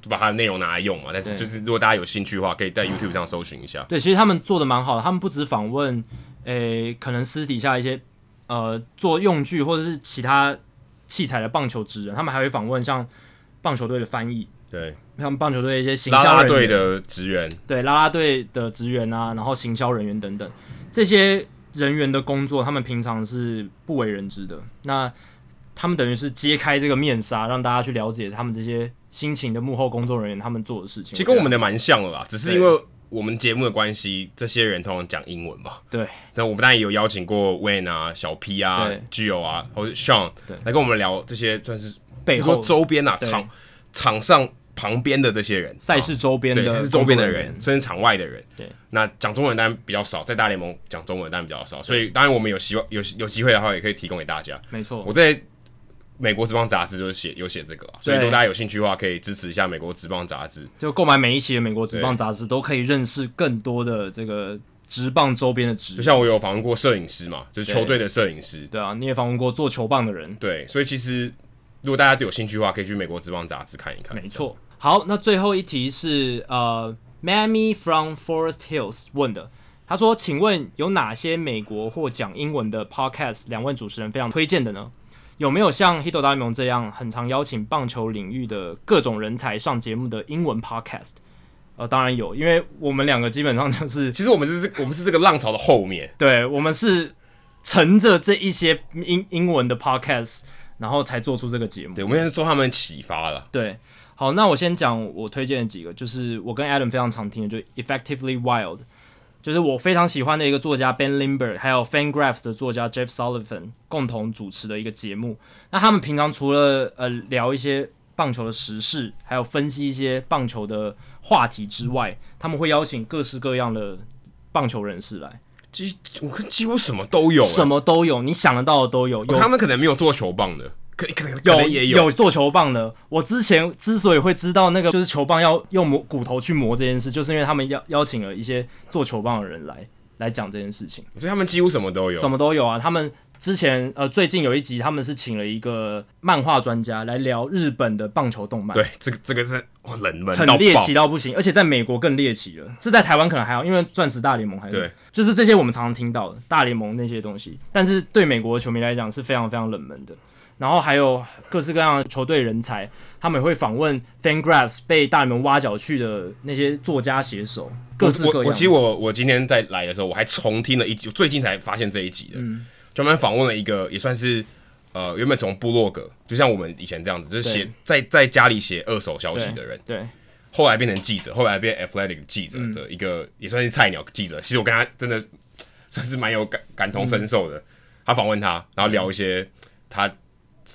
S2: 把它的内容拿来用嘛。但是，就是如果大家有兴趣的话，可以在 YouTube 上搜寻一下。
S1: 对，其实他们做的蛮好的，他们不止访问，诶、可能私底下一些呃做用具或者是其他器材的棒球职人，他们还会访问像棒球队的翻译，
S2: 对，
S1: 像棒球队的一些形象
S2: 啦啦
S1: 人
S2: 队
S1: 员
S2: 的职员，
S1: 对啦啦队的职员啊，然后行销人员等等这些人员的工作，他们平常是不为人知的。那他们等于是揭开这个面纱，让大家去了解他们这些辛勤的幕后工作人员他们做的事情。
S2: 其实跟我们
S1: 的
S2: 的蛮像的啦，只是因为我们节目的关系，这些人通常讲英文嘛。
S1: 对
S2: 那我们当然也有邀请过 Wayne 啊、小 P 啊
S1: 对、
S2: Gio 啊，或者 Sean
S1: 对
S2: 来跟我们聊这些，算是
S1: 背
S2: 比如
S1: 后
S2: 说周边啊、
S1: 对
S2: 场场上旁边的这些人，
S1: 赛事周边
S2: 啊对，
S1: 的
S2: 这是
S1: 工
S2: 周
S1: 作
S2: 边的
S1: uh，人
S2: 人，，甚至场外的人。
S1: 对，
S2: 那讲中文当然比较少，在大联盟讲中文当然比较少，所以当然我们有希望有有机会的话，也可以提供给大家。
S1: 没错
S2: 我。在美国职棒杂志就是写有写这个啊，所以如果大家有兴趣的话，可以支持一下美国职棒杂志。
S1: 就购买每一期的美国职棒杂志，都可以认识更多的这个职棒周边的职
S2: 就
S1: 业。
S2: 像我有访问过摄影师嘛，就是球队的摄影师。
S1: 对啊，你也访问过做球棒的人，
S2: 对，所以其实如果大家有兴趣的话，可以去美国职棒杂志看一看。
S1: 没错。好，那最后一题是呃，Mammy from Forest Hills 问的，他说：“请问有哪些美国或讲英文的 podcast 两位主持人非常推荐的呢？有没有像《h i t o 大联盟》这样很常邀请棒球领域的各种人才上节目的英文 podcast？” 呃，当然有，因为我们两个基本上就是 (laughs)
S2: 其实我们是我们是这个浪潮的后面，
S1: 对，我们是乘着这一些英英文的 podcast，然后才做出这个节目。
S2: 对，我们也是受他们启发了。
S1: 对，好，那我先讲我推荐的几个，就是我跟 Adam 非常常听的，就是 Effectively Wild，就是我非常喜欢的一个作家 Ben Limber，还有 FanGraphs 的作家 Jeff Sullivan 共同主持的一个节目。那他们平常除了呃聊一些棒球的时事，还有分析一些棒球的话题之外，他们会邀请各式各样的棒球人士来，
S2: 几我看几乎什么都有、欸，哦
S1: 什么都有，你想得到的都有，有
S2: 他们可能没有做球棒的，可可能可
S1: 有
S2: 能也
S1: 有做球棒的。我之前之所以会知道那个就是球棒要用磨骨头去磨这件事，就是因为他们邀邀请了一些做球棒的人来来讲这件事情，
S2: 所以他们几乎什么都有。
S1: 什么都有啊。他们之前呃最近有一集他们是请了一个漫画专家来聊日本的棒球动漫，
S2: 对，这个这个是哇冷门
S1: 很
S2: 到
S1: 猎
S2: 爆
S1: 奇，到不行，而且在美国更猎奇了。这在台湾可能还好，因为钻石大联盟还是
S2: 对，
S1: 就是这些我们常常听到的大联盟那些东西，但是对美国球迷来讲是非常非常冷门的。然后还有各式各样的球队人才，他们也会访问 FanGraphs 被大联盟挖角去的那些作家写手，各式各
S2: 我
S1: 样
S2: 我
S1: 的。
S2: 其实我我今天在来的时候，我还重听了一集，我最近才发现这一集的。
S1: 嗯
S2: 专门访问了一个也算是呃原本从部落格，就像我们以前这样子，就是写
S1: 对
S2: 在在家里写二手消息的人，
S1: 对，
S2: 后来变成记者，后来变 Athletic 记
S1: 嗯
S2: 者的一个、也算是菜鸟记者。其实我跟他真的 (laughs) 算是蛮有感感同身受
S1: 嗯
S2: 的。他访问他，然后聊一些他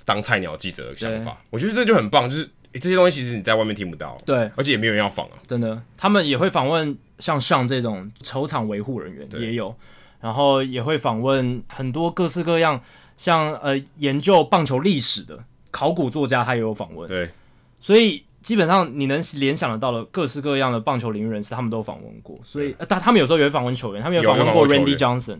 S2: 当菜鸟记者的想法，我觉得这就很棒，就是、诶这些东西其实你在外面听不到，
S1: 对，
S2: 而且也没有人要访啊。
S1: 真的，他们也会访问像上这种球场维护人员也有，然后也会访问很多各式各样，像呃研究棒球历史的考古作家，他也有访问。
S2: 对，
S1: 所以基本上你能联想得到的各式各样的棒球领域人士，他们都访问过。所以，呃但、他们有时候也会访问球员，他们也
S2: 有
S1: 访问过
S2: 有访问
S1: Randy
S2: 过
S1: Johnson，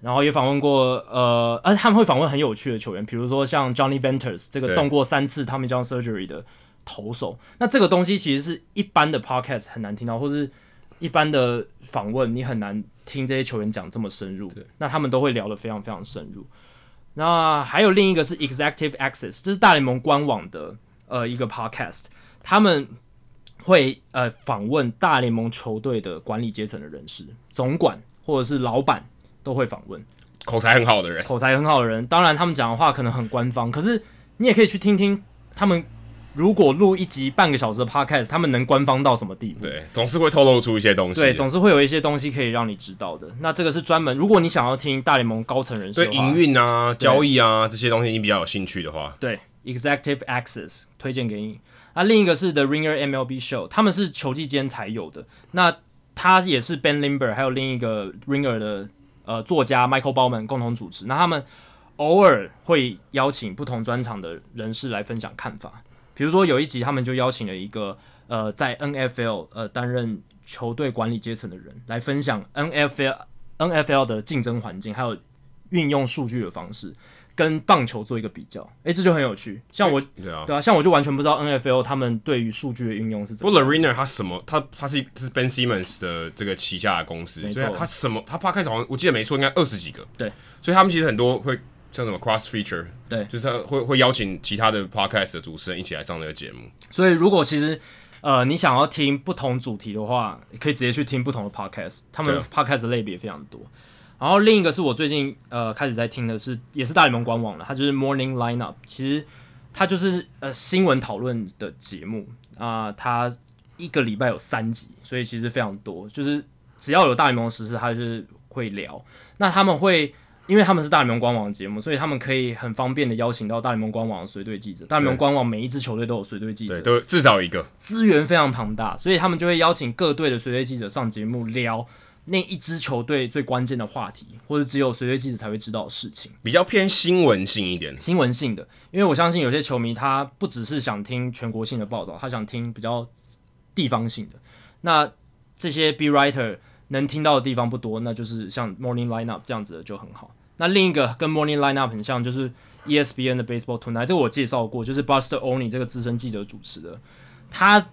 S1: 然后也访问过呃，而、他们会访问很有趣的球员，比如说像 Johnny Venters 这个
S2: 对
S1: 动过三次 Tommy John surgery 的投手。那这个东西其实是一般的 podcast 很难听到，或是一般的访问你很难听这些球员讲这么深入。那他们都会聊得非常非常深入。那还有另一个是 Executive Access，这是大联盟官网的呃一个 podcast，他们会呃访问大联盟球队的管理阶层的人士，总管或者是老板都会访问，
S2: 口才很好的人，
S1: 口才很好的人，当然他们讲的话可能很官方，可是你也可以去听听他们如果录一集半个小时的 podcast，他们能官方到什么地步？
S2: 对，总是会透露出一些东西。
S1: 对，总是会有一些东西可以让你知道的。那这个是专门，如果你想要听大联盟高层人士
S2: 对
S1: 的话
S2: 营运啊、交易啊这些东西，你比较有兴趣的话，
S1: 对 Executive Access 推荐给你。那、另一个是 The Ringer MLB Show，他们是球季间才有的。那他也是 Ben Limber 还有另一个 Ringer 的呃作家 Michael Bauman 共同主持。那他们偶尔会邀请不同专场的人士来分享看法。比如说有一集他们就邀请了一个呃在 NFL 呃担任球队管理阶层的人来分享 NFL NFL 的竞争环境，还有运用数据的方式，跟棒球做一个比较。诶、这就很有趣。像我
S2: 对啊。
S1: 对啊，像我就完全不知道 NFL 他们对于数据的运用是怎
S2: 不
S1: 么。
S2: 过 Larina 他什么？他他是他是 Ben Simmons 的这个旗下的公司，
S1: 没错
S2: 所以他什么？他 p 开始好像我记得没错，应该二十几个。
S1: 对，
S2: 所以他们其实很多会像什么 cross feature，
S1: 对
S2: 就是他会会邀请其他的 podcast 的主持人一起来上那个节目。
S1: 所以如果其实呃你想要听不同主题的话，可以直接去听不同的 podcast，他们
S2: 对啊
S1: podcast 的类别非常多。然后另一个是我最近呃开始在听的是，也是大联盟官网的，它就是 Morning Lineup，其实它就是呃新闻讨论的节目啊、它一个礼拜有三集，所以其实非常多，就是只要有大联盟实事，它就是会聊。那他们会。因为他们是大联盟官网的节目，所以他们可以很方便的邀请到大联盟官网的随队记者。大联盟官网每一支球队都有随队记者
S2: 对，，都至少一个。
S1: 资源非常庞大，所以他们就会邀请各队的随队记者上节目聊那一支球队最关键的话题，或者只有随队记者才会知道的事情，
S2: 比较偏新闻性一点，
S1: 新闻性的。因为我相信有些球迷他不只是想听全国性的报道，他想听比较地方性的。那这些 B writer 能听到的地方不多，那就是像 Morning Lineup 这样子的就很好。那另一个跟 Morning Lineup 很像，就是 ESPN 的 Baseball Tonight，这个我介绍过，就是 Buster Olney 这个资深记者主持的，他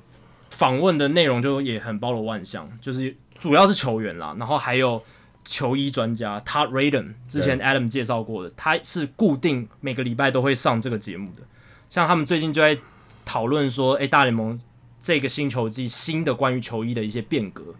S1: 访问的内容就也很包罗万象，就是主要是球员啦，然后还有球衣专家 Todd Radon，之前 Adam 介绍过的，他是固定每个礼拜都会上这个节目的。像他们最近就在讨论说，诶、大联盟这个新球季新的关于球衣的一些变革，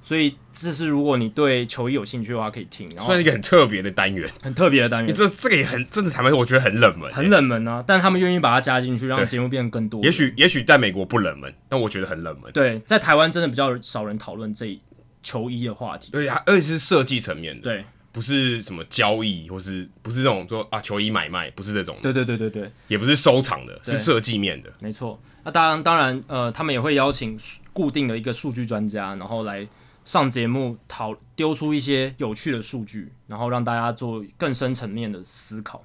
S1: 所以这是如果你对球衣有兴趣的话可以听，然后
S2: 算是一个很特别的单元。
S1: 很特别的单元，
S2: 这这个也很真的，台湾我觉得很冷门、
S1: 很
S2: 冷。
S1: 冷门啊，但他们愿意把它加进去，让
S2: 对
S1: 节目变得更多。
S2: 也许也许在美国不冷门，但我觉得很冷门。
S1: 对，在台湾真的比较少人讨论这一球衣的话题。
S2: 而且它而且是设计层面的，
S1: 对，
S2: 不是什么交易，或是不是那种说啊球衣买卖，不是这种的，
S1: 对对对对对，
S2: 也不是收藏的，是设计面的。
S1: 没错。那当然，当然，呃，他们也会邀请数固定的一个数据专家，然后来上节目讨丢出一些有趣的数据，然后让大家做更深层面的思考。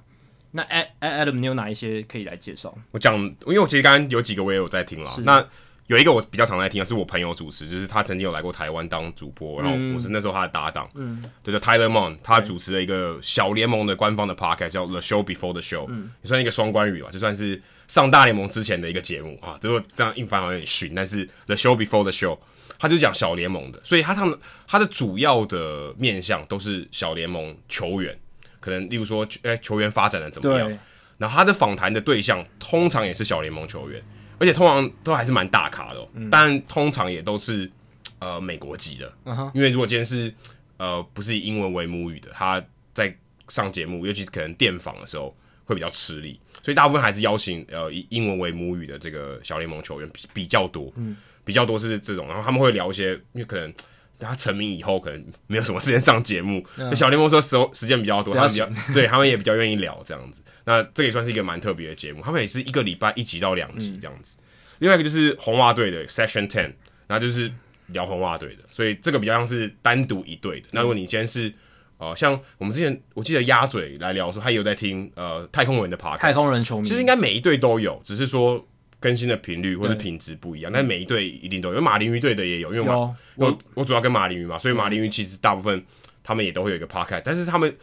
S1: 那 A- A- Adam，你有哪一些可以来介绍？
S2: 我讲，因为我其实刚刚有几个我也有在听啦。那有一个我比较常在听啊的是我朋友主持，就是他曾经有来过台湾当主播，然后我是那时候他的搭档，嗯，对叫 Tyler Mon，他主持了一个小联盟的官方的 podcast 叫 The Show Before the Show，、也算一个双关语吧，就算是上大联盟之前的一个节目啊。如果这样硬翻好像有点逊，但是 The Show Before the Show，他就讲小联盟的，所以他他们他的主要的面向都是小联盟球员，可能例如说，哎、球员发展的怎么样
S1: 对？
S2: 然后他的访谈的对象通常也是小联盟球员，而且通常都还是蛮大咖的、哦，但通常也都是呃美国籍的，
S1: 嗯哼
S2: 因为如果今天是呃不是以英文为母语的，他在上节目，尤其是可能电访的时候会比较吃力，所以大部分还是邀请呃以英文为母语的这个小联盟球员比比较多，
S1: 嗯
S2: 比较多是这种，然后他们会聊一些，因为可能。他成名以后，可能没有什么时间上节目，就小联盟说时候时间比较多，
S1: 嗯比
S2: 他
S1: 较
S2: 们比较对他们也比较愿意聊这样子。那这个也算是一个蛮特别的节目，他们也是一个礼拜一集到两
S1: 嗯
S2: 集这样子。另外一个就是红袜队的 Section Ten，然后就是聊红袜队的，所以这个比较像是单独一队的。那如果你今天是呃，像我们之前我记得鸭嘴来聊说，他也有在听呃太空人的 p o
S1: 太空人球迷，
S2: 其实应该每一队都有，只是说更新的频率或者品质不一样，但每一队一定都有。因为马林鱼队的也有，因为我
S1: 有
S2: 我我主要跟马林鱼嘛，所以马林鱼其实大部分他们也都会有一个 podcast，但是他们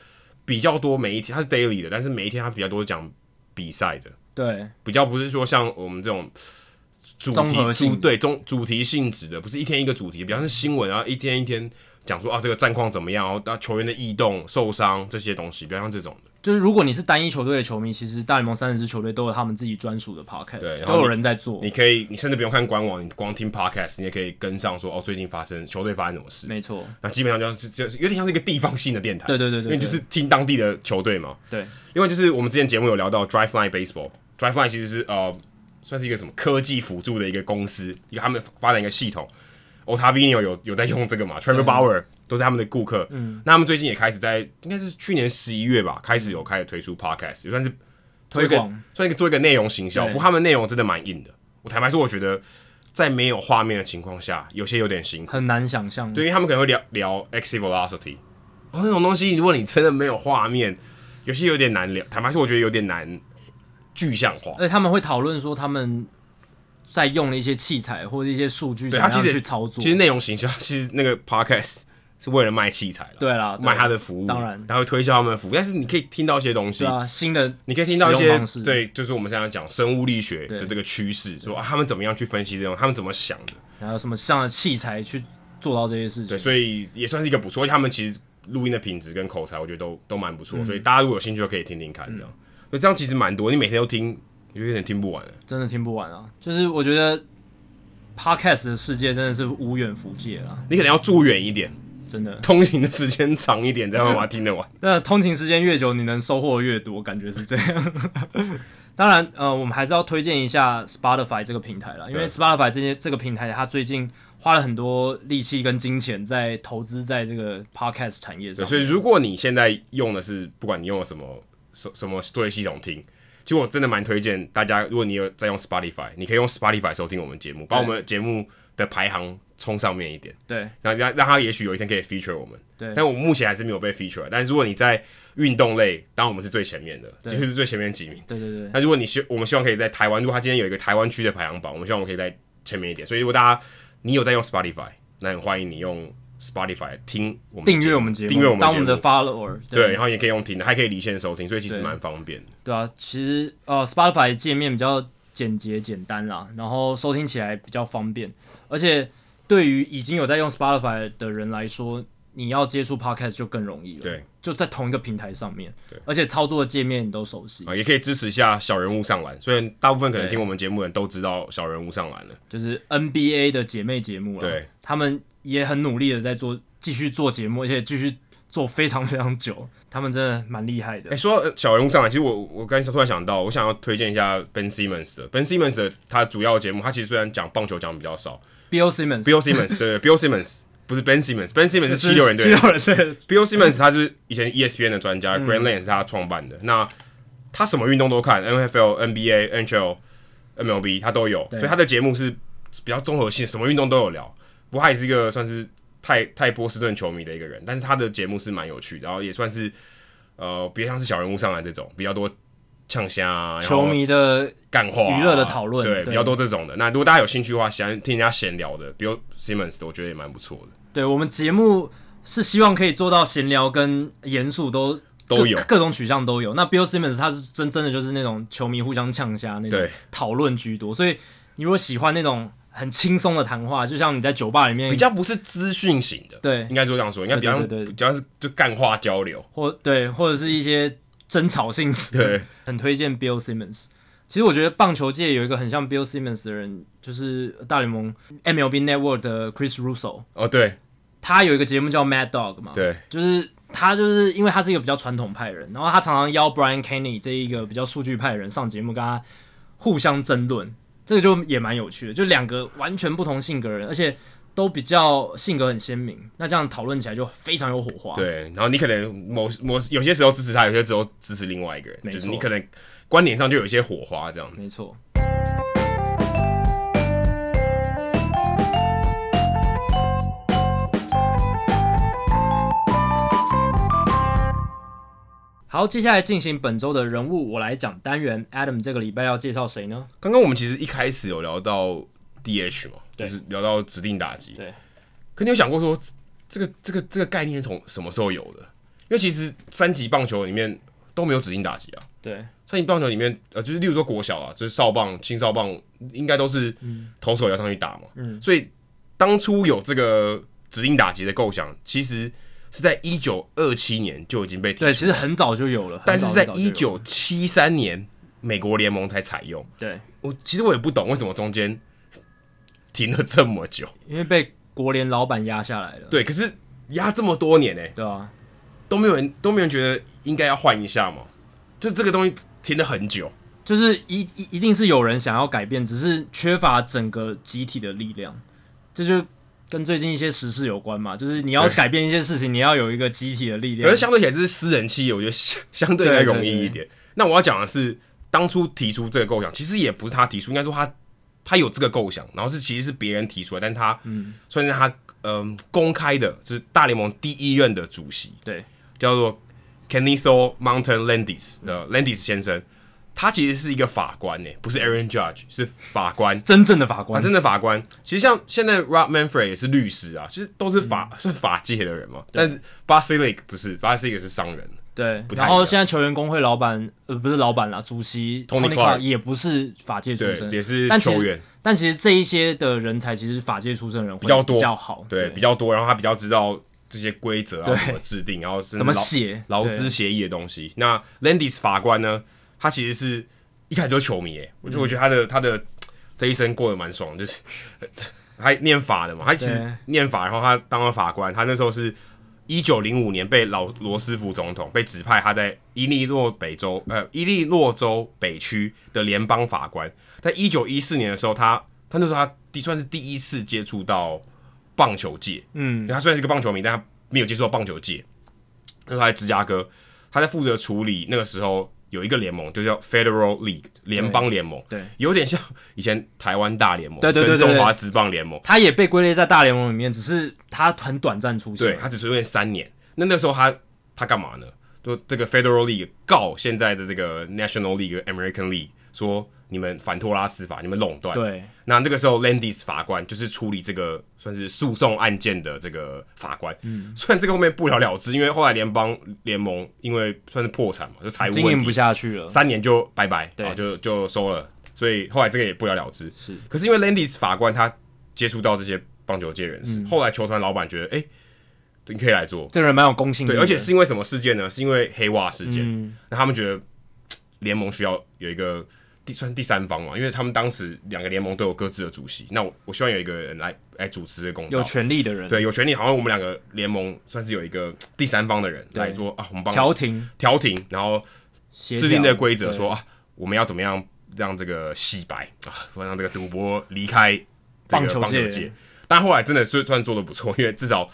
S2: 比较多每一天它是 daily 的，但是每一天他比较多讲比赛的，
S1: 对
S2: 比较不是说像我们这种主
S1: 综合
S2: 题
S1: 性
S2: 主对中主题性质的，不是一天一个主题，比方是新闻，然啊后一天一天讲说啊这个战况怎么样，然后啊球员的异动、受伤这些东西，比较像这种的。
S1: 就是如果你是单一球队的球迷，其实大联盟三十支球队都有他们自己专属的 podcast，
S2: 对
S1: 都有人在做
S2: 你，可以，你甚至不用看官网，你光听 podcast，你也可以跟上说哦最近发生球队发生什么事。
S1: 没错，
S2: 那基本上就是就是有点像是一个地方性的电台，
S1: 对对对对
S2: 因为就是听当地的球队嘛。
S1: 对，
S2: 另外就是我们之前节目有聊到 Drive Line Baseball，Drive Line 其实是呃算是一个什么科技辅助的一个公司，一个他们发展一个系统。Otavino 有有在用这个嘛？Trevor
S1: 嗯
S2: Bauer 都是他们的顾客。嗯，那他们最近也开始在，应该是去年十一月吧，开始有开始推出 podcast，也算是做一个
S1: 推广
S2: 算一个做一个内容行销。
S1: 对
S2: 不过他们内容真的蛮硬的。我坦白说，我觉得在没有画面的情况下，有些有点辛苦。
S1: 很难想象，
S2: 对，因为他们可能会聊聊 exit velocity，哦，那种东西，如果你真的没有画面，有些有点难聊。坦白说，我觉得有点难具象化。
S1: 而且他们会讨论说他们在用的一些器材或者一些数据怎
S2: 对
S1: 么
S2: 他
S1: 样
S2: 其实
S1: 去操作
S2: 其，实内容形象，其实那个 podcast 是为了卖器材了，
S1: 对啦对啊
S2: 卖他的服务，
S1: 当然
S2: 他会推销他们的服务，但是你可以听到一些东西
S1: 对，啊，新的
S2: 你可以听到一
S1: 使用
S2: 些
S1: 方式，
S2: 对，就是我们现在讲生物力学
S1: 对
S2: 的这个趋势，说啊他们怎么样去分析这种，他们怎么想的，
S1: 然后有什么像的器材去做到这些事
S2: 对，
S1: 情，
S2: 所以也算是一个不错。而且他们其实录音的品质跟口才，我觉得都都蛮不错，所以大家如果有兴趣，可以听听看这样。所以这样其实蛮多，你每天都听，有点听不完了。
S1: 真的听不完啊。就是我觉得 podcast 的世界真的是无远弗届啦，
S2: 你可能要住远一点，
S1: 真的。
S2: 通勤的时间长一点，这样才把它听得完。
S1: 那通勤时间越久，你能收获越多，感觉是这样。 (laughs) 当然，呃，我们还是要推荐一下 Spotify 这个平台啦，因为
S2: 对
S1: Spotify 这些这个平台，它最近花了很多力气跟金钱在投资在这个 podcast 产业上
S2: 对，。所以如果你现在用的是，不管你用了什么什什么作业系统听，其实我真的蛮推荐大家，如果你有在用 Spotify，你可以用 Spotify 收听我们节目，把我们节目的排行冲上面一点。
S1: 对
S2: 让让让他也许有一天可以 feature 我们。
S1: 对
S2: 但我目前还是没有被 feature。但如果你在运动类，当然我们是最前面的，几乎是最前面几名。
S1: 对对对，
S2: 那如果你希我们希望可以在台湾，如果他今天有一个台湾区的排行榜，我们希望我们可以在前面一点。所以如果大家你有在用 Spotify，那很欢迎你用 Spotify 听我们的
S1: 订阅我们节目，
S2: 订阅我们
S1: 当我们
S2: 节
S1: 的
S2: 目
S1: follower 对。
S2: 对，然后也可以用听的，还可以离线收听，所以其实
S1: 对
S2: 蛮方便的。
S1: 对啊，其实呃，Spotify 界面比较简洁简单啦，然后收听起来比较方便，而且对于已经有在用 Spotify 的人来说，你要接触 Podcast 就更容易了。
S2: 对，
S1: 就在同一个平台上面，而且操作的界面你都熟悉
S2: 啊，，也可以支持一下小人物上篮。虽然大部分可能
S1: 对
S2: 听我们节目的人都知道小人物上篮了，
S1: 就是 NBA 的姐妹节目了。
S2: 对，
S1: 他们也很努力的在做，继续做节目，而且继续做非常非常久，他们真的蛮厉害的
S2: 哎、。说到呃小人物上来，其实我我刚才突然想到，我想要推荐一下 Ben Simmons 的 Ben Simmons 的他主要节目，他其实虽然讲棒球讲得比较少
S1: Bill Simmons，
S2: ，Bill Simmons 对对，Bill Simmons 不是 Ben Simmons，Ben Simmons 是七六人
S1: 七
S2: 队
S1: 六人队，
S2: ，Bill Simmons 他是以前 ESPN 的专
S1: 嗯
S2: 家、g r a n d Land 是他创办的，那他什么运动都看，NFL、NBA、NHL、MLB 他都有，所以他的节目是比较综合性，什么运动都有聊。不过他也是一个算是泰泰波士顿球迷的一个人，但是他的节目是蛮有趣的，然后也算是呃，别像是小人物上来这种比较多呛虾、啊、然后
S1: 球迷的
S2: 干话啊、
S1: 娱乐的讨论
S2: 对，
S1: 对
S2: 比较多这种的。那如果大家有兴趣的话，喜欢听人家闲聊的，比如 Simmons，的我觉得也蛮不错的。
S1: 对我们节目是希望可以做到闲聊跟严肃都
S2: 都
S1: 各
S2: 有
S1: 各种取向都有。那 Bill Simmons 他是真真的就是那种球迷互相呛虾那种
S2: 对
S1: 讨论居多，所以你如果喜欢那种很轻松的谈话，就像你在酒吧里面
S2: 比较不是资讯型的，
S1: 对
S2: 应该说这样说，应该比较
S1: 对对对对
S2: 比较是就干话交流，
S1: 或对或者是一些争吵性质。
S2: 对，
S1: 很推荐 Bill Simmons。其实我觉得棒球界有一个很像 Bill Simmons 的人，就是大联盟 MLB Network 的 Chris Russo，
S2: 哦对
S1: 他有一个节目叫 Mad Dog 嘛，
S2: 对，
S1: 就是他就是因为他是一个比较传统派的人，然后他常常邀 Brian Kenny 这一个比较数据派的人上节目，跟他互相争论，这个就也蛮有趣的，就两个完全不同性格的人，而且都比较性格很鲜明，那这样讨论起来就非常有火花。
S2: 对，然后你可能某某有些时候支持他，有些时候支持另外一个人，
S1: 没
S2: 就是
S1: 错嗯
S2: 你可能观点上就有一些火花这样子。
S1: 没错。好，接下来进行本周的人物我来讲单元。Adam 这个礼拜要介绍谁呢？
S2: 刚刚我们其实一开始有聊到 DH 嘛，就
S1: 对
S2: 是聊到指定打击。
S1: 对，
S2: 可你有想过说这个这个这个概念从什么时候有的？因为其实三级棒球里面都没有指定打击啊。
S1: 对，
S2: 三级棒球里面，呃，就是例如说国小啊，就是少棒、青少棒，应该都是
S1: 嗯
S2: 投手要上去打嘛。所以当初有这个指定打击的构想，其实是在一九二七年就已经被提出
S1: 对，其实很早就有了，
S2: 但是
S1: 很
S2: 在
S1: 早很早就有
S2: 一九七三年，美国联盟才采用。
S1: 对，
S2: 我其实我也不懂为什么中间停了这么久。
S1: 因为被国联老板压下来了。
S2: 对，可是压这么多年呢、
S1: 对啊，
S2: 都没有人都没有人觉得应该要换一下嘛？就这个东西停了很久。
S1: 就是一一一定是有人想要改变，只是缺乏整个集体的力量。这就跟最近一些时事有关嘛，就是你要
S2: 对
S1: 改变一些事情，你要有一个集体的力量
S2: 可是。相对起来，这是私人企业，我觉得相相对应该容易一点。那我要讲的是，当初提出这个构想，其实也不是他提出，应该说他他有这个构想，然后是其实是别人提出来，但他、算是他嗯、公开的，就是大联盟第一任的主席
S1: 对
S2: 叫做 Keniso Mountain Landis 呃 Landis 先生，他其实是一个法官呢、欸不是 Aaron Judge，是法官。
S1: 真正的法官，
S2: 啊，真的法官。其实像现在 Rob Manfred 也是律师啊，其实都是
S1: 嗯
S2: 法、算法界的人嘛。但是 Basilic 不是，Basilic 是商人。
S1: 对。
S2: 不太
S1: 然
S2: 一样
S1: 后现在球员工会老板，呃，不是老板啦，主席
S2: Tony Clark
S1: 也不是法界出
S2: 对，
S1: 身，
S2: 也是
S1: 但其实
S2: 球员，
S1: 但其实这一些的人才，其实法界出身的人比
S2: 比较多
S1: 比较好，
S2: 对比较多，然后他比较知道这些规则啊
S1: 对
S2: 怎么制定，然后怎
S1: 怎么写
S2: 劳
S1: 对
S2: 资协议的东西。那 Landis 法官呢，他其实是一开始就是球迷耶，我就
S1: 嗯
S2: 我觉得他的他的这一生过得蛮爽，就是 (laughs) 还念法的嘛，他其
S1: 对
S2: 实念法，然后他当了法官，他那时候是。一九零五年被老罗斯福总统被指派，他在伊利诺北州呃伊利诺州北区的联邦法官。在一九一四年的时候，他他那时候他第算是第一次接触到棒球界，嗯，他虽然是个棒球迷，但他没有接触到棒球界。那时候他在芝加哥，他在负责处理那个时候有一个联盟，就叫 Federal League 联邦联盟，
S1: 对
S2: 有点像以前台湾大联盟，
S1: 对对对
S2: 跟
S1: 对对
S2: 中华职棒联盟，
S1: 他也被归类在大联盟里面，只是他很短暂出现。
S2: 对他只出院三年。那那时候他他干嘛呢？就这个 Federal League 告现在的这个 National League、American League 说你们反托拉斯法，你们垄断。
S1: 对
S2: 那那个时候，Landis 法官就是处理这个算是诉讼案件的这个法官。嗯，虽然这个后面不了了之，因为后来联邦联盟因为算是破产嘛，就财务
S1: 经
S2: 问
S1: 营
S2: 题
S1: 不，下去了。
S2: 三年就拜拜，
S1: 对
S2: 啊，就就收了。所以后来这个也不了了之。
S1: 是，
S2: 可是因为 Landis 法官他接触到这些棒球界人士，
S1: 嗯
S2: 后来球团老板觉得，哎、你可以来做。
S1: 这个人蛮有公信力
S2: 对，
S1: 的，
S2: 而且是因为什么事件呢？是因为黑袜事件。
S1: 嗯
S2: 那他们觉得嘖联盟需要有一个第算第三方嘛，因为他们当时两个联盟都有各自的主席。那我我希望有一个人来来主持这个公道
S1: 有。权力的人，
S2: 对，有权利，好像我们两个联盟算是有一个嘖第三方的人来说啊，我们帮
S1: 调停
S2: 调停，然后
S1: 协
S2: 制定
S1: 调
S2: 的规则说啊，我们要怎么样让这个洗白啊，让这个赌博离开这
S1: 棒
S2: 个
S1: 球
S2: 棒球
S1: 界
S2: 界。但后来真的是算做的不错，因为至少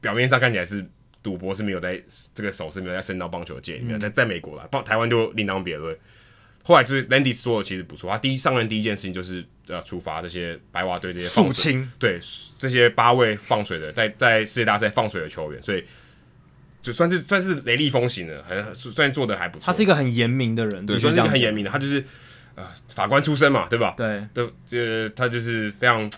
S2: 表面上看起来是赌博是没有在这个手是没有在伸到棒球界里
S1: 嗯
S2: 面，在、在美国啦，棒台湾就另当别论。后来就是 Landy 说的其实不错，他第一上任第一件事情就是呃处罚这些白袜队这些放
S1: 肃
S2: 水
S1: 清
S2: 对这些八位放水的在在世界大赛放水的球员，所以就算是算是雷厉风行的，很算做的还不错。
S1: 他是一个很严明的人，
S2: 对，
S1: 必须
S2: 算
S1: 这
S2: 是一
S1: 样
S2: 个
S1: 讲
S2: 很严明的，他就是呃法官出身嘛，对吧？
S1: 对
S2: 对，呃，他就是非常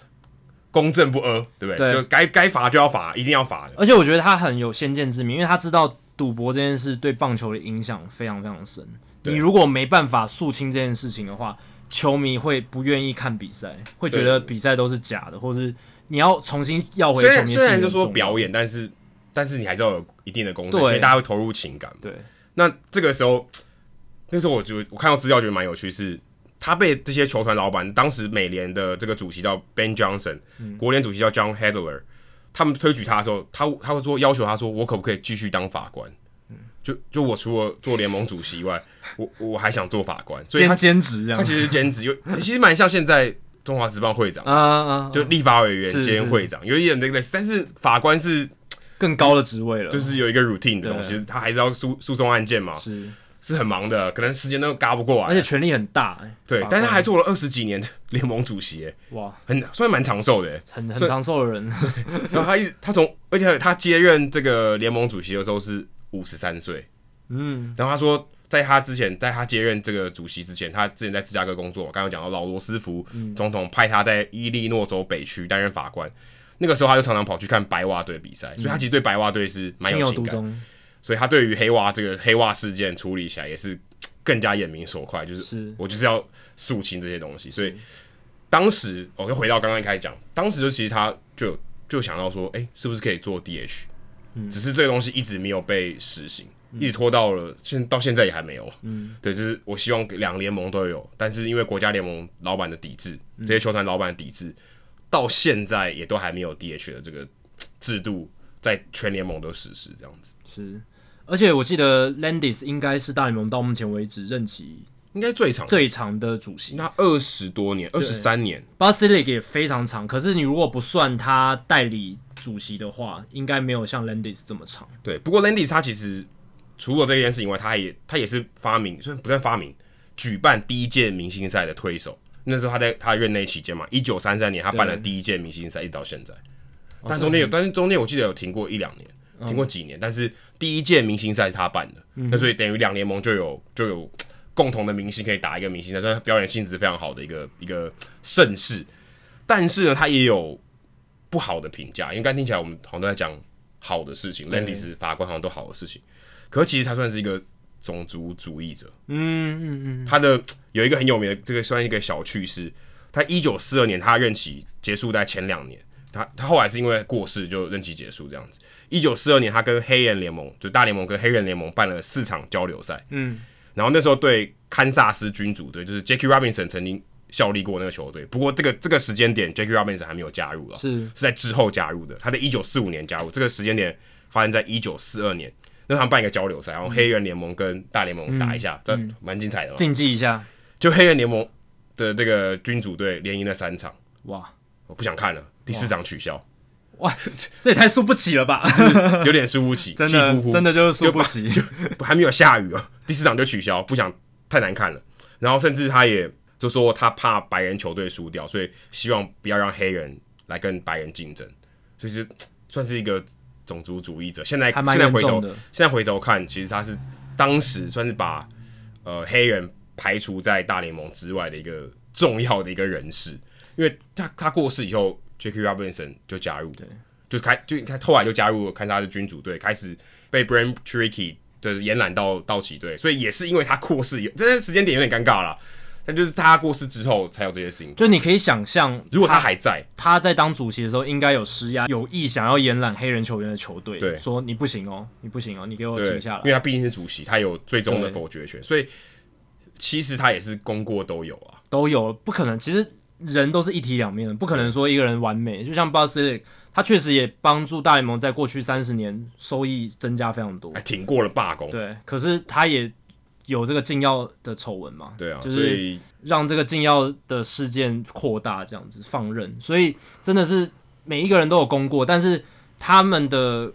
S2: 公正不阿，对不对？
S1: 对
S2: 就该该罚就要罚，一定要罚的。
S1: 而且我觉得他很有先见之明，因为他知道赌博这件事对棒球的影响非常非常深。你如果没办法肃清这件事情的话，球迷会不愿意看比赛，会觉得比赛都是假的，或是你要重新要回
S2: 虽
S1: 球
S2: 然
S1: 迷
S2: 虽然就说
S1: 表
S2: 表演，但是但是你还是要有一定的公正，
S1: 对
S2: 所以大家会投入情感嘛。
S1: 对
S2: 那这个时候，那时候我就我看到资料觉得蛮有趣是。他被这些球团老板，当时美联的这个主席叫 Ben Johnson，、国
S1: 嗯
S2: 联主席叫 John Hedler，他们推举他的时候，他他会说要求他说，我可不可以继续当法官？
S1: 嗯
S2: 就就我除了做联盟主席以外，我我还想做法
S1: (laughs)
S2: 官，所以他
S1: 兼兼职这
S2: 他
S1: 样
S2: 其实兼职有，其实蛮像现在中华职棒会长，
S1: 啊啊，啊
S2: 就立法委员
S1: 是
S2: 兼
S1: 是
S2: 会长，有一点那个类似，但是法官是
S1: 更高的职位了，
S2: 就是有一个 routine 的东西，
S1: 对
S2: 他还是要诉诉讼案件嘛，
S1: 是，
S2: 是很忙的，可能时间都嘎不过来，
S1: 而且权力很大、哎
S2: 对
S1: 法，
S2: 但是
S1: 官
S2: 他还做了二十几年的 (laughs) 联盟主席、欸，
S1: 哇，
S2: 很算蛮长寿的、欸。
S1: 很
S2: 所
S1: 很
S2: 以
S1: 长寿的人，
S2: 然后他一直他从，而且他接任这个联盟主席的时候是五十三岁。
S1: 嗯，
S2: 然后他说，在他之前，在他接任这个主席之前，他之前在芝加哥工作。刚刚讲到老罗斯福
S1: 嗯
S2: 总统派他在伊利诺州北区担任法官，那个时候他就常常跑去看白袜队比赛，所以他其实对白袜队是蛮
S1: 情
S2: 有
S1: 有
S2: 情
S1: 独
S2: 感。
S1: 钟，
S2: 所以他对于黑袜这个黑袜事件处理起来也是更加眼明手快，就是
S1: 是
S2: 我就是要肃清这些东西。所以当时我又回到刚刚一开始讲，当时就其实他就有就想到说，哎、是不是可以做 DH？、只是这个东西一直没有被实行，一直拖到了现到现在也还没有。嗯，对，就是我希望两联盟都有，但是因为国家联盟老板的抵制，这些球团老板的抵制，到现在也都还没有 DH 的这个制度在全联盟都实施这样子。
S1: 是。而且我记得 Landis 应该是大联盟到目前为止任期
S2: 应该最长，
S1: 最长的主席
S2: 那二十多年，二十三年，
S1: ，Basilic 也非常长。可是你如果不算他代理主席的话，应该没有像 Landis 这么长。
S2: 对。不过 Landis 他其实除了这件事情外，他也他也是发明，虽然不算发明，举办第一届明星赛的推手。那时候他在他任内期间嘛，一九三三年他办了
S1: 对
S2: 第一届明星赛，一直到现在。但中间有，但是中间我记得有停过一两年，停过几年。但是第一届明星赛是他办的，那所以等于两联盟就有就有共同的明星可以打一个明星赛，算表演性质非常好的一个一个盛事。但是呢，他也有不好的评价，因为刚才听起来我们好像都在讲好的事情，Landy 是法官好像都好的事情，可是其实他算是一个种族主义者。
S1: 嗯嗯嗯，
S2: 他的有一个很有名的，这个算一个小趣事。他一九四二年他任期结束在前两年，他他后来是因为过世就任期结束这样子。一九四二年他跟黑人联盟，就大联盟跟黑人联盟办了四场交流赛，
S1: 嗯，
S2: 然后那时候对堪萨斯君主队，就是 Jackie Robinson 曾经效力过那个球队，不过这个这个时间点 Jackie Robinson 还没有加入啊了，
S1: 是
S2: 是在之后加入的，他在一九四五年加入，这个时间点发生在一九四二年。那他们办一个交流赛，然
S1: 嗯
S2: 后黑人联盟跟大联盟打一下，这蛮精彩的嘛。
S1: 竞技一下，
S2: 就黑人联盟的这个君主队连赢了三场，
S1: 哇
S2: 我不想看了，第四场取消，
S1: 哇，这也太输不起 (laughs) 了吧？
S2: 有点输不
S1: (laughs)
S2: 起，
S1: (laughs) 真
S2: 气呼
S1: 的
S2: 呼
S1: 真的就是输不起，
S2: 还没有下雨哦，第四场就取消，不想太难看了。然后甚至他也就说他怕白人球队输掉，所以希望不要让黑人来跟白人竞争，所以是算是一个种族主义者。现在
S1: 还蛮
S2: 现在
S1: 严
S2: 回头
S1: 重的。
S2: 现在回头看，其实他是当时算是把呃黑人排除在大联盟之外的一个重要的一个人士，因为他他过世以后，J.K. Robinson 就加入，对，就开就他后来就加入了堪萨斯君主队，开始被 Brian Tricky 的延揽到道奇队，所以也是因为他过世以后，这时间点有点尴尬啦。但就是他过世之后才有这些事情。
S1: 就你可以想象，
S2: 如果他还在，
S1: 他在当主席的时候，应该有施压，有意想要延揽黑人球员的球队，
S2: 对
S1: 说你不行哦，你不行哦，你给我
S2: 对，
S1: 停下
S2: 因为
S1: 来。
S2: 他毕竟是主席，他有最终的
S1: 对
S2: 否决权，所以其实他也是功过都有啊。
S1: 都有不可能，其实人都是一体两面的，不可能说一个人完美。就像 b a s i l i c 他确实也帮助大联盟在过去三十年收益增加非常多
S2: 还，挺过了罢工。
S1: 对。可是他也有这个禁药的丑闻嘛，
S2: 对啊，
S1: 就
S2: 所
S1: 是
S2: 以
S1: 让这个禁药的事件扩大，这样子放任，所以真的是每一个人都有功过，但是他们的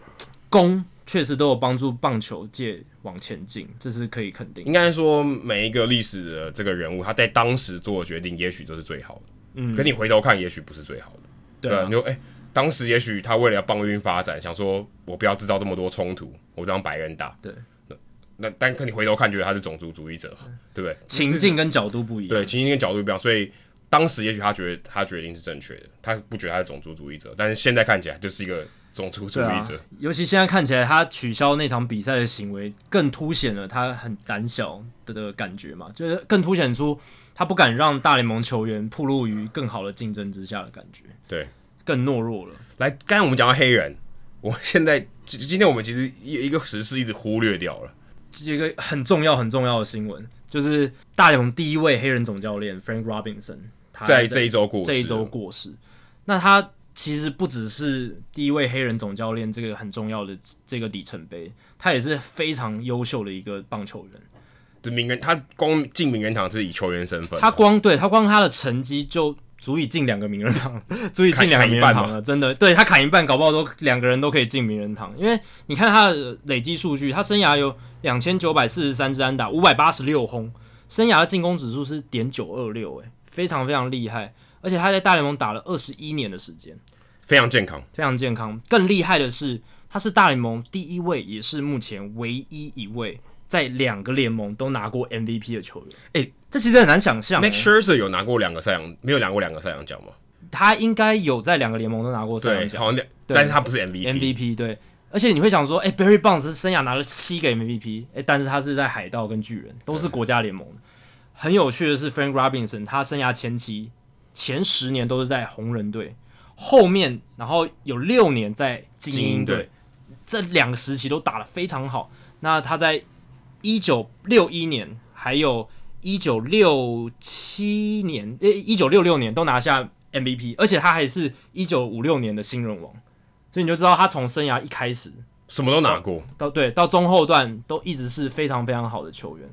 S1: 功确实都有帮助棒球界往前进，这是可以肯定的。
S2: 应该说每一个历史的这个人物，他在当时做的决定，也许都是最好的。
S1: 嗯
S2: 可你回头看，也许不是最好的。
S1: 对啊
S2: 你说，哎、当时也许他为了要帮运发展，想说我不要制造这么多冲突，我让白人打。
S1: 对
S2: 那，那但可你回头看，觉得他是种族主义者，对不对？
S1: 情境跟角度不一样，
S2: 对，情境跟角度不一样，所以当时也许他觉得他决定是正确的，他不觉得他是种族主义者，但是现在看起来就是一个种族主
S1: 对
S2: 义
S1: 啊
S2: 者。，
S1: 尤其现在看起来，他取消那场比赛的行为，更凸显了他很胆小的的感觉嘛，就是更凸显出他不敢让大联盟球员暴露于更好的竞争之下的感觉，
S2: 对，
S1: 更懦弱了。
S2: 来，刚才我们讲到黑人，我现在
S1: 啊
S2: 今今天我们其实有一个时事一直忽略掉了。
S1: 这一个很重要很重要的新闻。就是大联盟第一位黑人总教练 Frank Robinson，他
S2: 在这一周过世，
S1: 这一周过世。那他其实不只是第一位黑人总教练这个很重要的这个里程碑，他也是非常优秀的一个棒球人。
S2: 这名人他光进名人堂是以球员身份，
S1: 他光对他光他的成绩就足以进两个名人堂， (laughs) 足以进两个名人
S2: 砍一
S1: 堂
S2: 半
S1: 了，真的。对他砍一半，搞不好都两个人都可以进名人堂。因为你看他的累积数据，他生涯有两千九百四十三支安打，五百八十六轰，生涯的进攻指数是点九二六，哎，非常非常厉害。而且他在大联盟打了二十一年的时间，
S2: 非常健康，
S1: 非常健康。更厉害的是，他是大联盟第一位，也是目前唯一一位在两个联盟都拿过 MVP 的球员。哎、这其实很难想象、
S2: Max
S1: 欸
S2: Scherzer 有拿过两个赛扬，没有拿过两个赛扬奖吗？
S1: 他应该有在两个联盟都拿过三
S2: 对，
S1: 奖
S2: 好像两，
S1: 对
S2: 但是他不是 MVP，
S1: MVP。对，而且你会想说，哎、b a r r y Bonds 生涯拿了七个 MVP，哎、但是他是在海盗跟巨人都是国家联盟的。很有趣的是，Frank Robinson 他生涯前期前十年都是在红人队，后面然后有六年在精
S2: 精
S1: 英
S2: 英
S1: 队
S2: 队，
S1: 这两个时期都打得非常好。那他在一九六一年，还有一九六七年，呃，一九六六年都拿下 MVP，而且他还是一九五六年的新人王，所以你就知道他从生涯一开始
S2: 什么都拿过，
S1: 到对到中后段都一直是非常非常好的球员，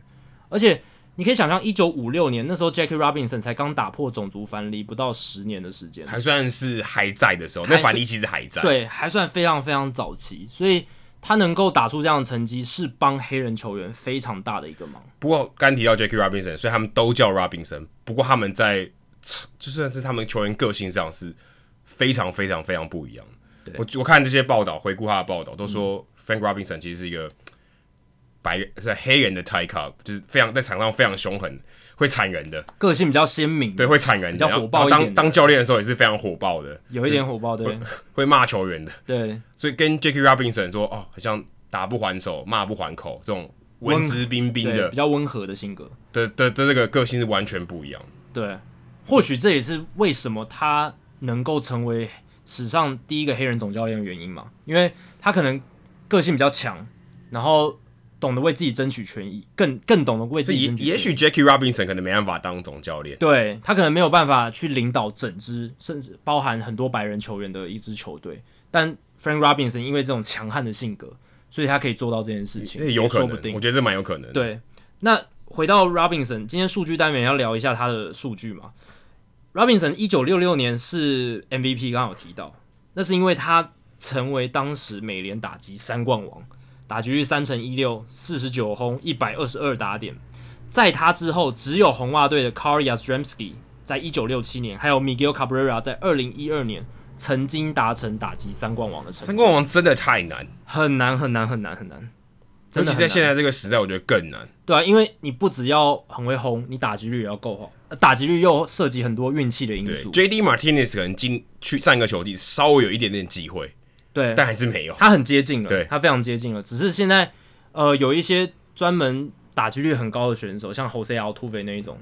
S1: 而且你可以想象，一九五六年那时候 Jackie Robinson 才刚打破种族藩篱不到十年的时间，
S2: 还算是还在的时候。
S1: 还
S2: 那
S1: 是
S2: 反力其实还在，，
S1: 对，还算非常非常早期，所以他能够打出这样的成绩，是帮黑人球员非常大的一个忙。
S2: 不过刚提到 Jackie Robinson，所以他们都叫 Robinson。不过他们在就算是他们球员个性上是非常非常非常不一样的。我我看这些报道，回顾他的报道，都说 Frank Robinson 其实是一个白是黑人的 Ty Cobb，就是非常在场上非常凶狠，会铲人的，
S1: 个性比较鲜明，
S2: 对，，会铲人的。
S1: 比较火
S2: 然
S1: 爆
S2: 后
S1: 一
S2: 然后
S1: 点
S2: 当
S1: 的
S2: 当教练的时候也是非常火爆的，
S1: 有一点火爆，对
S2: 会骂球员的。 (laughs)
S1: 对，
S2: 所以跟 Jackie Robinson 说，哦，好像打不还手，骂不还口，这种文质彬彬
S1: 对
S2: 的
S1: 比较温和的性格，
S2: 的的的这个个性是完全不一样。
S1: 对，或许这也是为什么他能够成为史上第一个黑人总教练的原因嘛，因为他可能个性比较强，然后懂得为自己争取权益，更更懂得为自
S2: 这
S1: 己
S2: 也
S1: 争取权益
S2: 也许 Jackie Robinson 可能没办法当总教练，
S1: 对他可能没有办法去领导整支，甚至包含很多白人球员的一支球队，但 Frank Robinson 因为这种强悍的性格，所以他可以做到这件事情，
S2: 也有
S1: 说
S2: 可能
S1: 不定，
S2: 我。觉得这蛮有可能。，
S1: 对，那回到 Robinson，今天数据单元要聊一下他的数据嘛。Robinson 一九六六年是 MVP，刚好有提到，那是因为他成为当时美联打击三冠王，打击率三乘一六，四十九轰，一百二十二打点。在他之后，只有红袜队的 Carl Yastrzemski 在一九六七年，还有 Miguel Cabrera 在二零一二年曾经达成打击三冠王的成绩，
S2: 三冠王真的太难，
S1: 很难很难很难很难，真
S2: 尤
S1: 的
S2: 其
S1: 很
S2: 在
S1: 难
S2: 现在这个时代，我觉得更难。
S1: 对啊，因为你不只要很会轰，你打击率也要够好，呃打击率又涉及很多运气的因
S2: 对
S1: 素。
S2: ，J.D. Martinez 可能进去上一个球季稍微有一点点机会，
S1: 对，
S2: 但还是没有。
S1: 他很接近了，
S2: 对
S1: 他非常接近了。只是现在呃，有一些专门打击率很高的选手，像 Jose Altuve 那一种，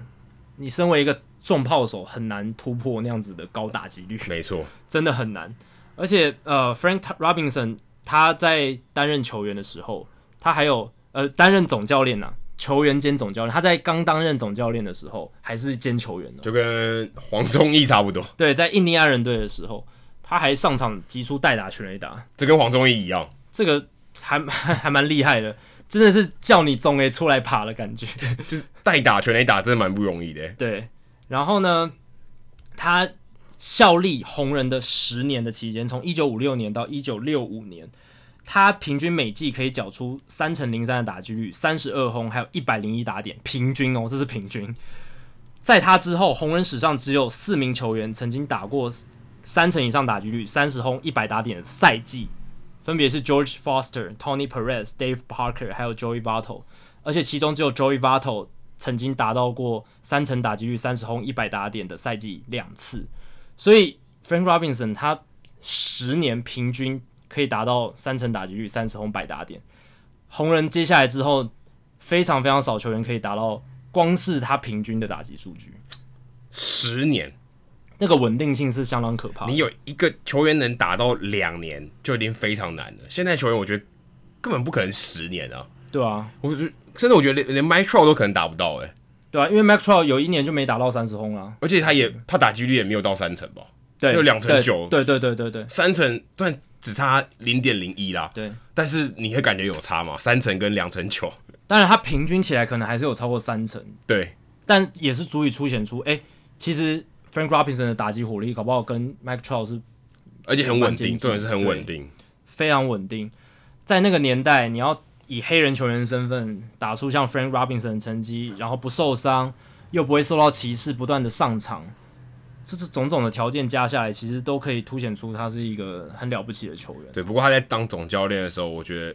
S1: 你身为一个重炮手，很难突破那样子的高打击率。
S2: 没错，
S1: 真的很难。而且呃，Frank Robinson 他在担任球员的时候，他还有呃担任总教练呐、球员兼总教练。他在刚担任总教练的时候，还是兼球员呢。
S2: 就跟黄宗义差不多，
S1: 对，在印第安人队的时候，他还上场击出代打全垒打，
S2: 这跟黄宗义一样。
S1: 这个还还蛮 (laughs) 厉害的，真的是叫你总给出来爬的感觉。
S2: 就是代打全垒打真的蛮不容易的，
S1: 对，然后呢，他效力红人的十年的期间，从一九五六年到一九六五年，他平均每季可以缴出三乘零三的打击率，三十二轰，还有一百零一打点，平均哦，这是平均。在他之后，红人史上只有四名球员曾经打过三成以上打击率、三十轰、一百打点的赛季，分别是 George Foster、Tony Perez、Dave Parker 还有 Joey Votto，而且其中只有 Joey Votto 曾经达到过三成打击率、三十轰、一百打点的赛季两次，所以 Frank Robinson 他十年平均可以达到三成打击率、三十轰、百打点。红人接下来之后，非常非常少球员可以达到光是他平均的打击数据，
S2: 十年。
S1: 那个稳定性是相当可怕的。
S2: 你有一个球员能打到两年就已经非常难了。现在球员我觉得根本不可能十年啊，
S1: 对啊，
S2: 我就真的我觉得连连 m i t r o 都可能打不到哎、
S1: 对啊，因为 Mac t r o 有一年就没打到三十轰啊，
S2: 而且他也他打击率也没有到三成吧，
S1: 对，
S2: 就两成
S1: 对
S2: 九
S1: 对对对对对
S2: 三成但只差零点零一啦，
S1: 对。
S2: 但是你会感觉有差嘛？三成跟两成九，
S1: 当然，他平均起来可能还是有超过三成，
S2: (laughs) 对，
S1: 但也是足以凸显出，哎、其实 Frank Robinson 的打击火力搞不好跟 Mac t r o 是
S2: 而且很稳定，
S1: 蛮精致
S2: 重点是很稳定。
S1: 非常稳定。在那个年代，你要以黑人球员身份打出像 Frank Robinson 的成绩，然后不受伤，又不会受到歧视，不断的上场，这是种种的条件加下来，其实都可以凸显出他是一个很了不起的球员。
S2: 对，不过他在当总教练的时候，我觉得，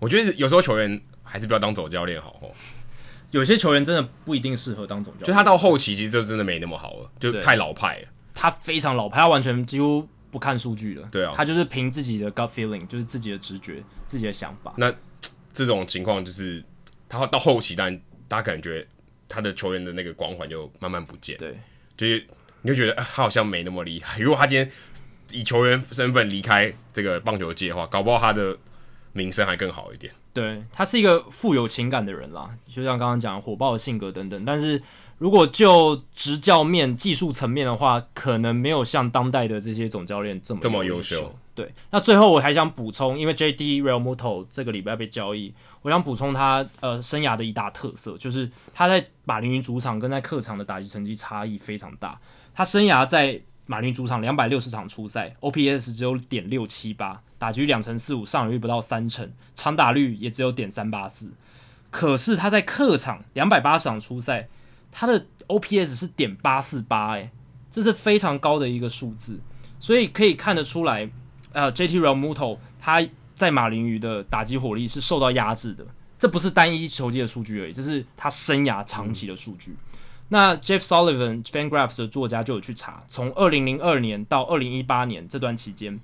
S2: 我觉得有时候球员还是不要当总教练好哦。
S1: 有些球员真的不一定适合当总教
S2: 就
S1: 练，
S2: 他到后期其实就真的没那么好了，就
S1: 对
S2: 太老派了。
S1: 他非常老牌，他完全几乎不看数据了。
S2: 对啊
S1: 他就是凭自己的 gut feeling，就是自己的直觉、自己的想法。
S2: 这种情况就是他到后期，但大家感觉他的球员的那个光环就慢慢不见，
S1: 对，
S2: 就是你就觉得、啊他好像没那么厉害。如果他今天以球员身份离开这个棒球界的话，搞不好他的名声还更好一点。
S1: 对他是一个富有情感的人啦，就像刚刚讲的火爆的性格等等。但是如果就执教面、技术层面的话，可能没有像当代的这些总教练这么
S2: 这么
S1: 优
S2: 优秀。
S1: 对，那最后我还想补充，因为 J.D. Real Muto 这个礼拜被交易，我想补充他呃生涯的一大特色，就是他在马林鱼主场跟在客场的打击成绩差异非常大。他生涯在马林主场两百六十场出赛，OPS 只有点六七八，打局两成四五，上垒率不到三成，长打率也只有点三八四。可是他在客场两百八十场出赛，他的 OPS 是点八四八，哎，这是非常高的一个数字，所以可以看得出来，呃，JT r e a m u t o 他在马林鱼的打击火力是受到压制的，这不是单一球季的数据而已，这是他生涯长期的数据。那 Jeff Sullivan Fangraphs 的作家就有去查，从二零零二年到二零一八年这段期间，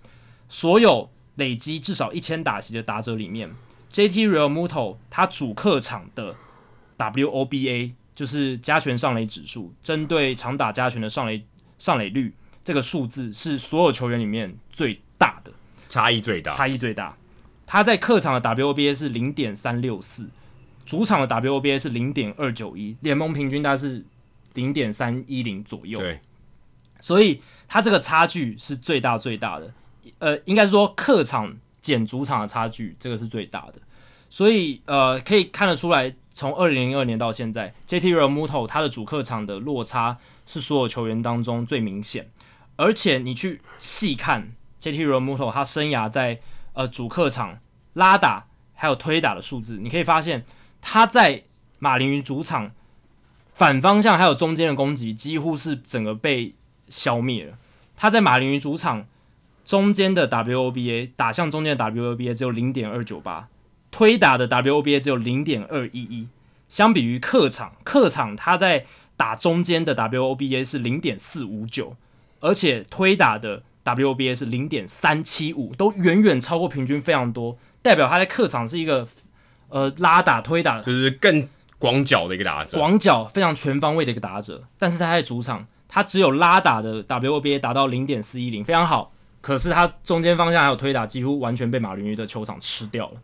S1: 所有累积至少一千打席的打者里面，JT Realmuto 他主客场的 WOBA 就是加权上垒指数，针对长打加权的上垒上垒率这个数字是所有球员里面最大的。
S2: 差异最大，
S1: 差异最大。他在客场的 WOBA 是零点三六四，主场的 WOBA 是零点二九一，联盟平均大概是零点三一零左右。
S2: 对，
S1: 所以他这个差距是最大最大的。呃，应该说客场减主场的差距，这个是最大的。所以呃，可以看得出来，从二零零二年到现在，JT r e m u t o 他的主客场的落差是所有球员当中最明显。而且你去细看 JT r e m u t o 他生涯在呃主客场拉打还有推打的数字，你可以发现他在马林鱼主场反方向还有中间的攻击几乎是整个被消灭了。他在马林鱼主场中间的 WOBA 打向中间的 WOBA 只有零点二九八，推打的 WOBA 只有零点二一一。相比于客场，客场他在打中间的 WOBA 是零点四五九，而且推打的 WOBA 是零点三七五，都远远超过平均非常多，代表他在客场是一个呃拉打推打
S2: 就是更广角的一个打者。
S1: 广角非常全方位的一个打者，但是他在主场，他只有拉打的 WOBA 达到零点四一零，非常好。可是他中间方向还有推打，几乎完全被马林鱼的球场吃掉了。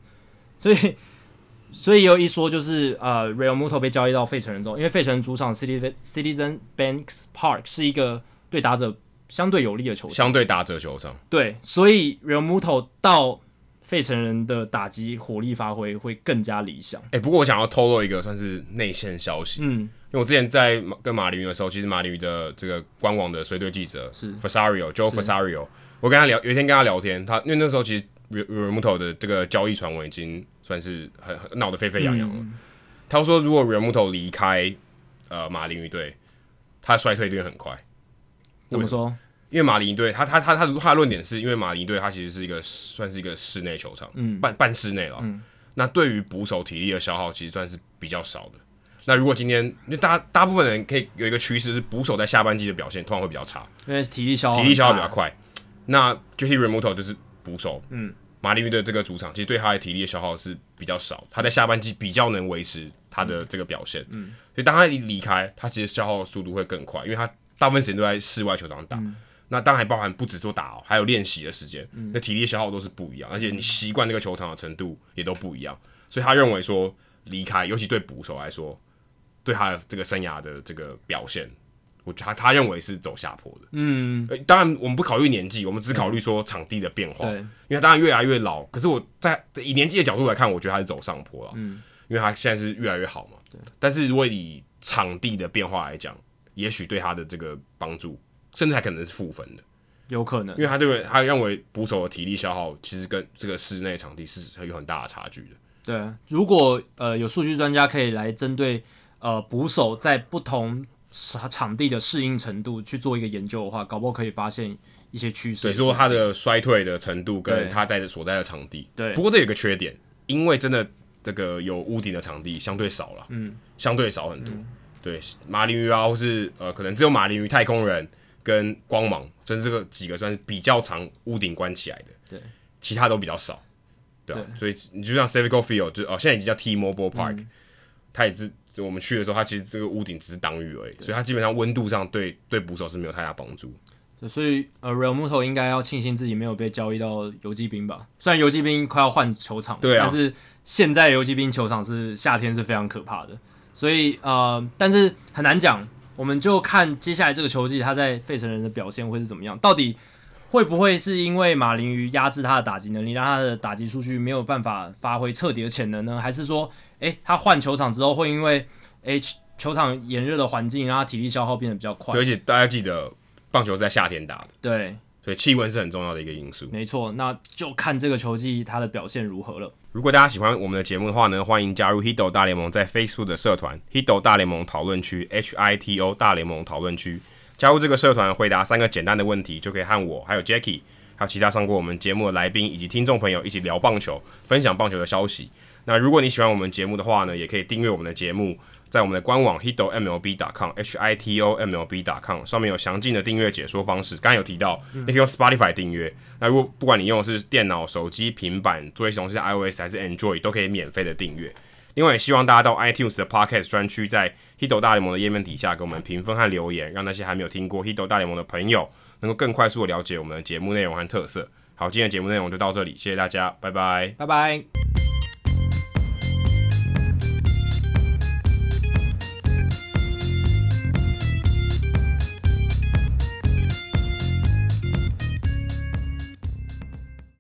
S1: 所以， (laughs) 所以也有一说就是，呃，Real Muto 被交易到费城人中，因为费城主场 Citizen Citizen Banks Park 是一个对打者相对有利的球场。
S2: 相对打者球上，
S1: 对，所以 Real Muto 到费城人的打击火力发挥会更加理想。
S2: 哎、不过我想要透露一个算是内线消息，
S1: 嗯，
S2: 因为我之前在马跟马林鱼的时候，其实马林鱼的这个官网的随队记者
S1: 是
S2: Fasario Joe Fasario，我跟他聊，有一天跟他聊天，他因为那时候其实 Remuto 的这个交易传闻已经算是很很闹得沸沸扬
S1: 嗯
S2: 扬了。他说，如果 Remuto 离开呃马林鱼队，他衰退率很快，
S1: 怎么说？
S2: 因为马林鱼队他他他他他的论点是因为马林鱼队他其实是一个算是一个室内球场，嗯，半半室内了。那对于捕手体力的消耗，其实算是比较少的。那如果今天，因为大大部分人可以有一个趋势是捕手在下半季的表现通常会比较差，
S1: 因为体力消耗
S2: 体力消耗比
S1: 很大
S2: 较快。那 JT Remoto 就是捕手，哦嗯，马林鱼的这个主场其实对他的体力的消耗是比较少，他在下半季比较能维持他的这个表现，嗯，所以当他一离开，他其实消耗的速度会更快，因为他大部分时间都在室外球场打。那当然还包含不止做打哦，嗯还有练习的时间，那体力消耗都是不一样，而且你习惯那个球场的程度也都不一样。所以他认为说离开，尤其对捕手来说，对他的这个生涯的这个表现，我他他认为是走下坡的。
S1: 嗯，
S2: 呃当然我们不考虑年纪，我们只考虑说场地的变化，
S1: 对
S2: 因为他当然越来越老。可是我在以年纪的角度来看，我觉得他是走上坡了，嗯，因为他现在是越来越好嘛。但是如果以场地的变化来讲，也许对他的这个帮助，甚至还可能是负分的，
S1: 有可能
S2: 因。为他认为他认为捕手的体力消耗其实跟这个室内场地是有很大的差距的。
S1: 对，如果呃有数据专家可以来针对呃捕手在不同场场地的适应程度去做一个研究的话，搞不好可以发现一些趋势。
S2: 所以说他的衰退的程度跟
S1: 对
S2: 他在所在的场地，
S1: 对
S2: 不过这有个缺点，因为真的这个有屋顶的场地相对少了，嗯，相对少很多。
S1: 嗯
S2: 对，马林鱼啊，或是呃，可能只有马林鱼、太空人跟光芒，甚至这个几个算是比较长屋顶关起来的，
S1: 对，
S2: 其他都比较少，对啊。所以你就像 Civico Field，就哦，现在已经叫 T-Mobile Park，、它
S1: 嗯
S2: 也是我们去的时候，它其实这个屋顶只是挡雨而已，所以它基本上温度上对对捕手是没有太大帮助。
S1: 对所以呃 Real Muto 应该要庆幸自己没有被交易到游击兵吧？虽然游击兵快要换球场了，
S2: 对啊
S1: 但是现在游击兵球场是夏天是非常可怕的，所以呃，但是很难讲，我们就看接下来这个球季他在费城人的表现会是怎么样，到底。会不会是因为马林鱼压制他的打击能力，让他的打击数据没有办法发挥彻底的潜能呢？还是说，诶，他换球场之后会因为，诶，球球场炎热的环境让他体力消耗变得比较快
S2: 对，？而且大家记得，棒球是在夏天打的，
S1: 对，
S2: 所以气温是很重要的一个因素。
S1: 没错，那就看这个球季他的表现如何了。
S2: 如果大家喜欢我们的节目的话呢，欢迎加入 Hito 大联盟在 Facebook 的社团 Hito 大联盟讨论区 H I T O 大联盟讨论区。加入这个社团，回答三个简单的问题，就可以和我、还有 Jackie、还有其他上过我们节目的来宾以及听众朋友一起聊棒球，分享棒球的消息。那如果你喜欢我们节目的话呢，也可以订阅我们的节目，在我们的官网 hito mlb.com h i t o mlb.com 上面有详尽的订阅解说方式。刚刚有提到，你可以用 Spotify 订阅。那如果不管你用的是电脑、手机、平板，作业系统是 iOS 还是 Android，都可以免费的订阅。另外，也希望大家到 iTunes 的 Podcast 专区，在 Hito 大联盟的页面底下给我们评分和留言，让那些还没有听过 Hito 大联盟的朋友能够更快速的了解我们的节目内容和特色。好，今天的节目内容就到这里，谢谢大家，拜拜。
S1: 拜拜。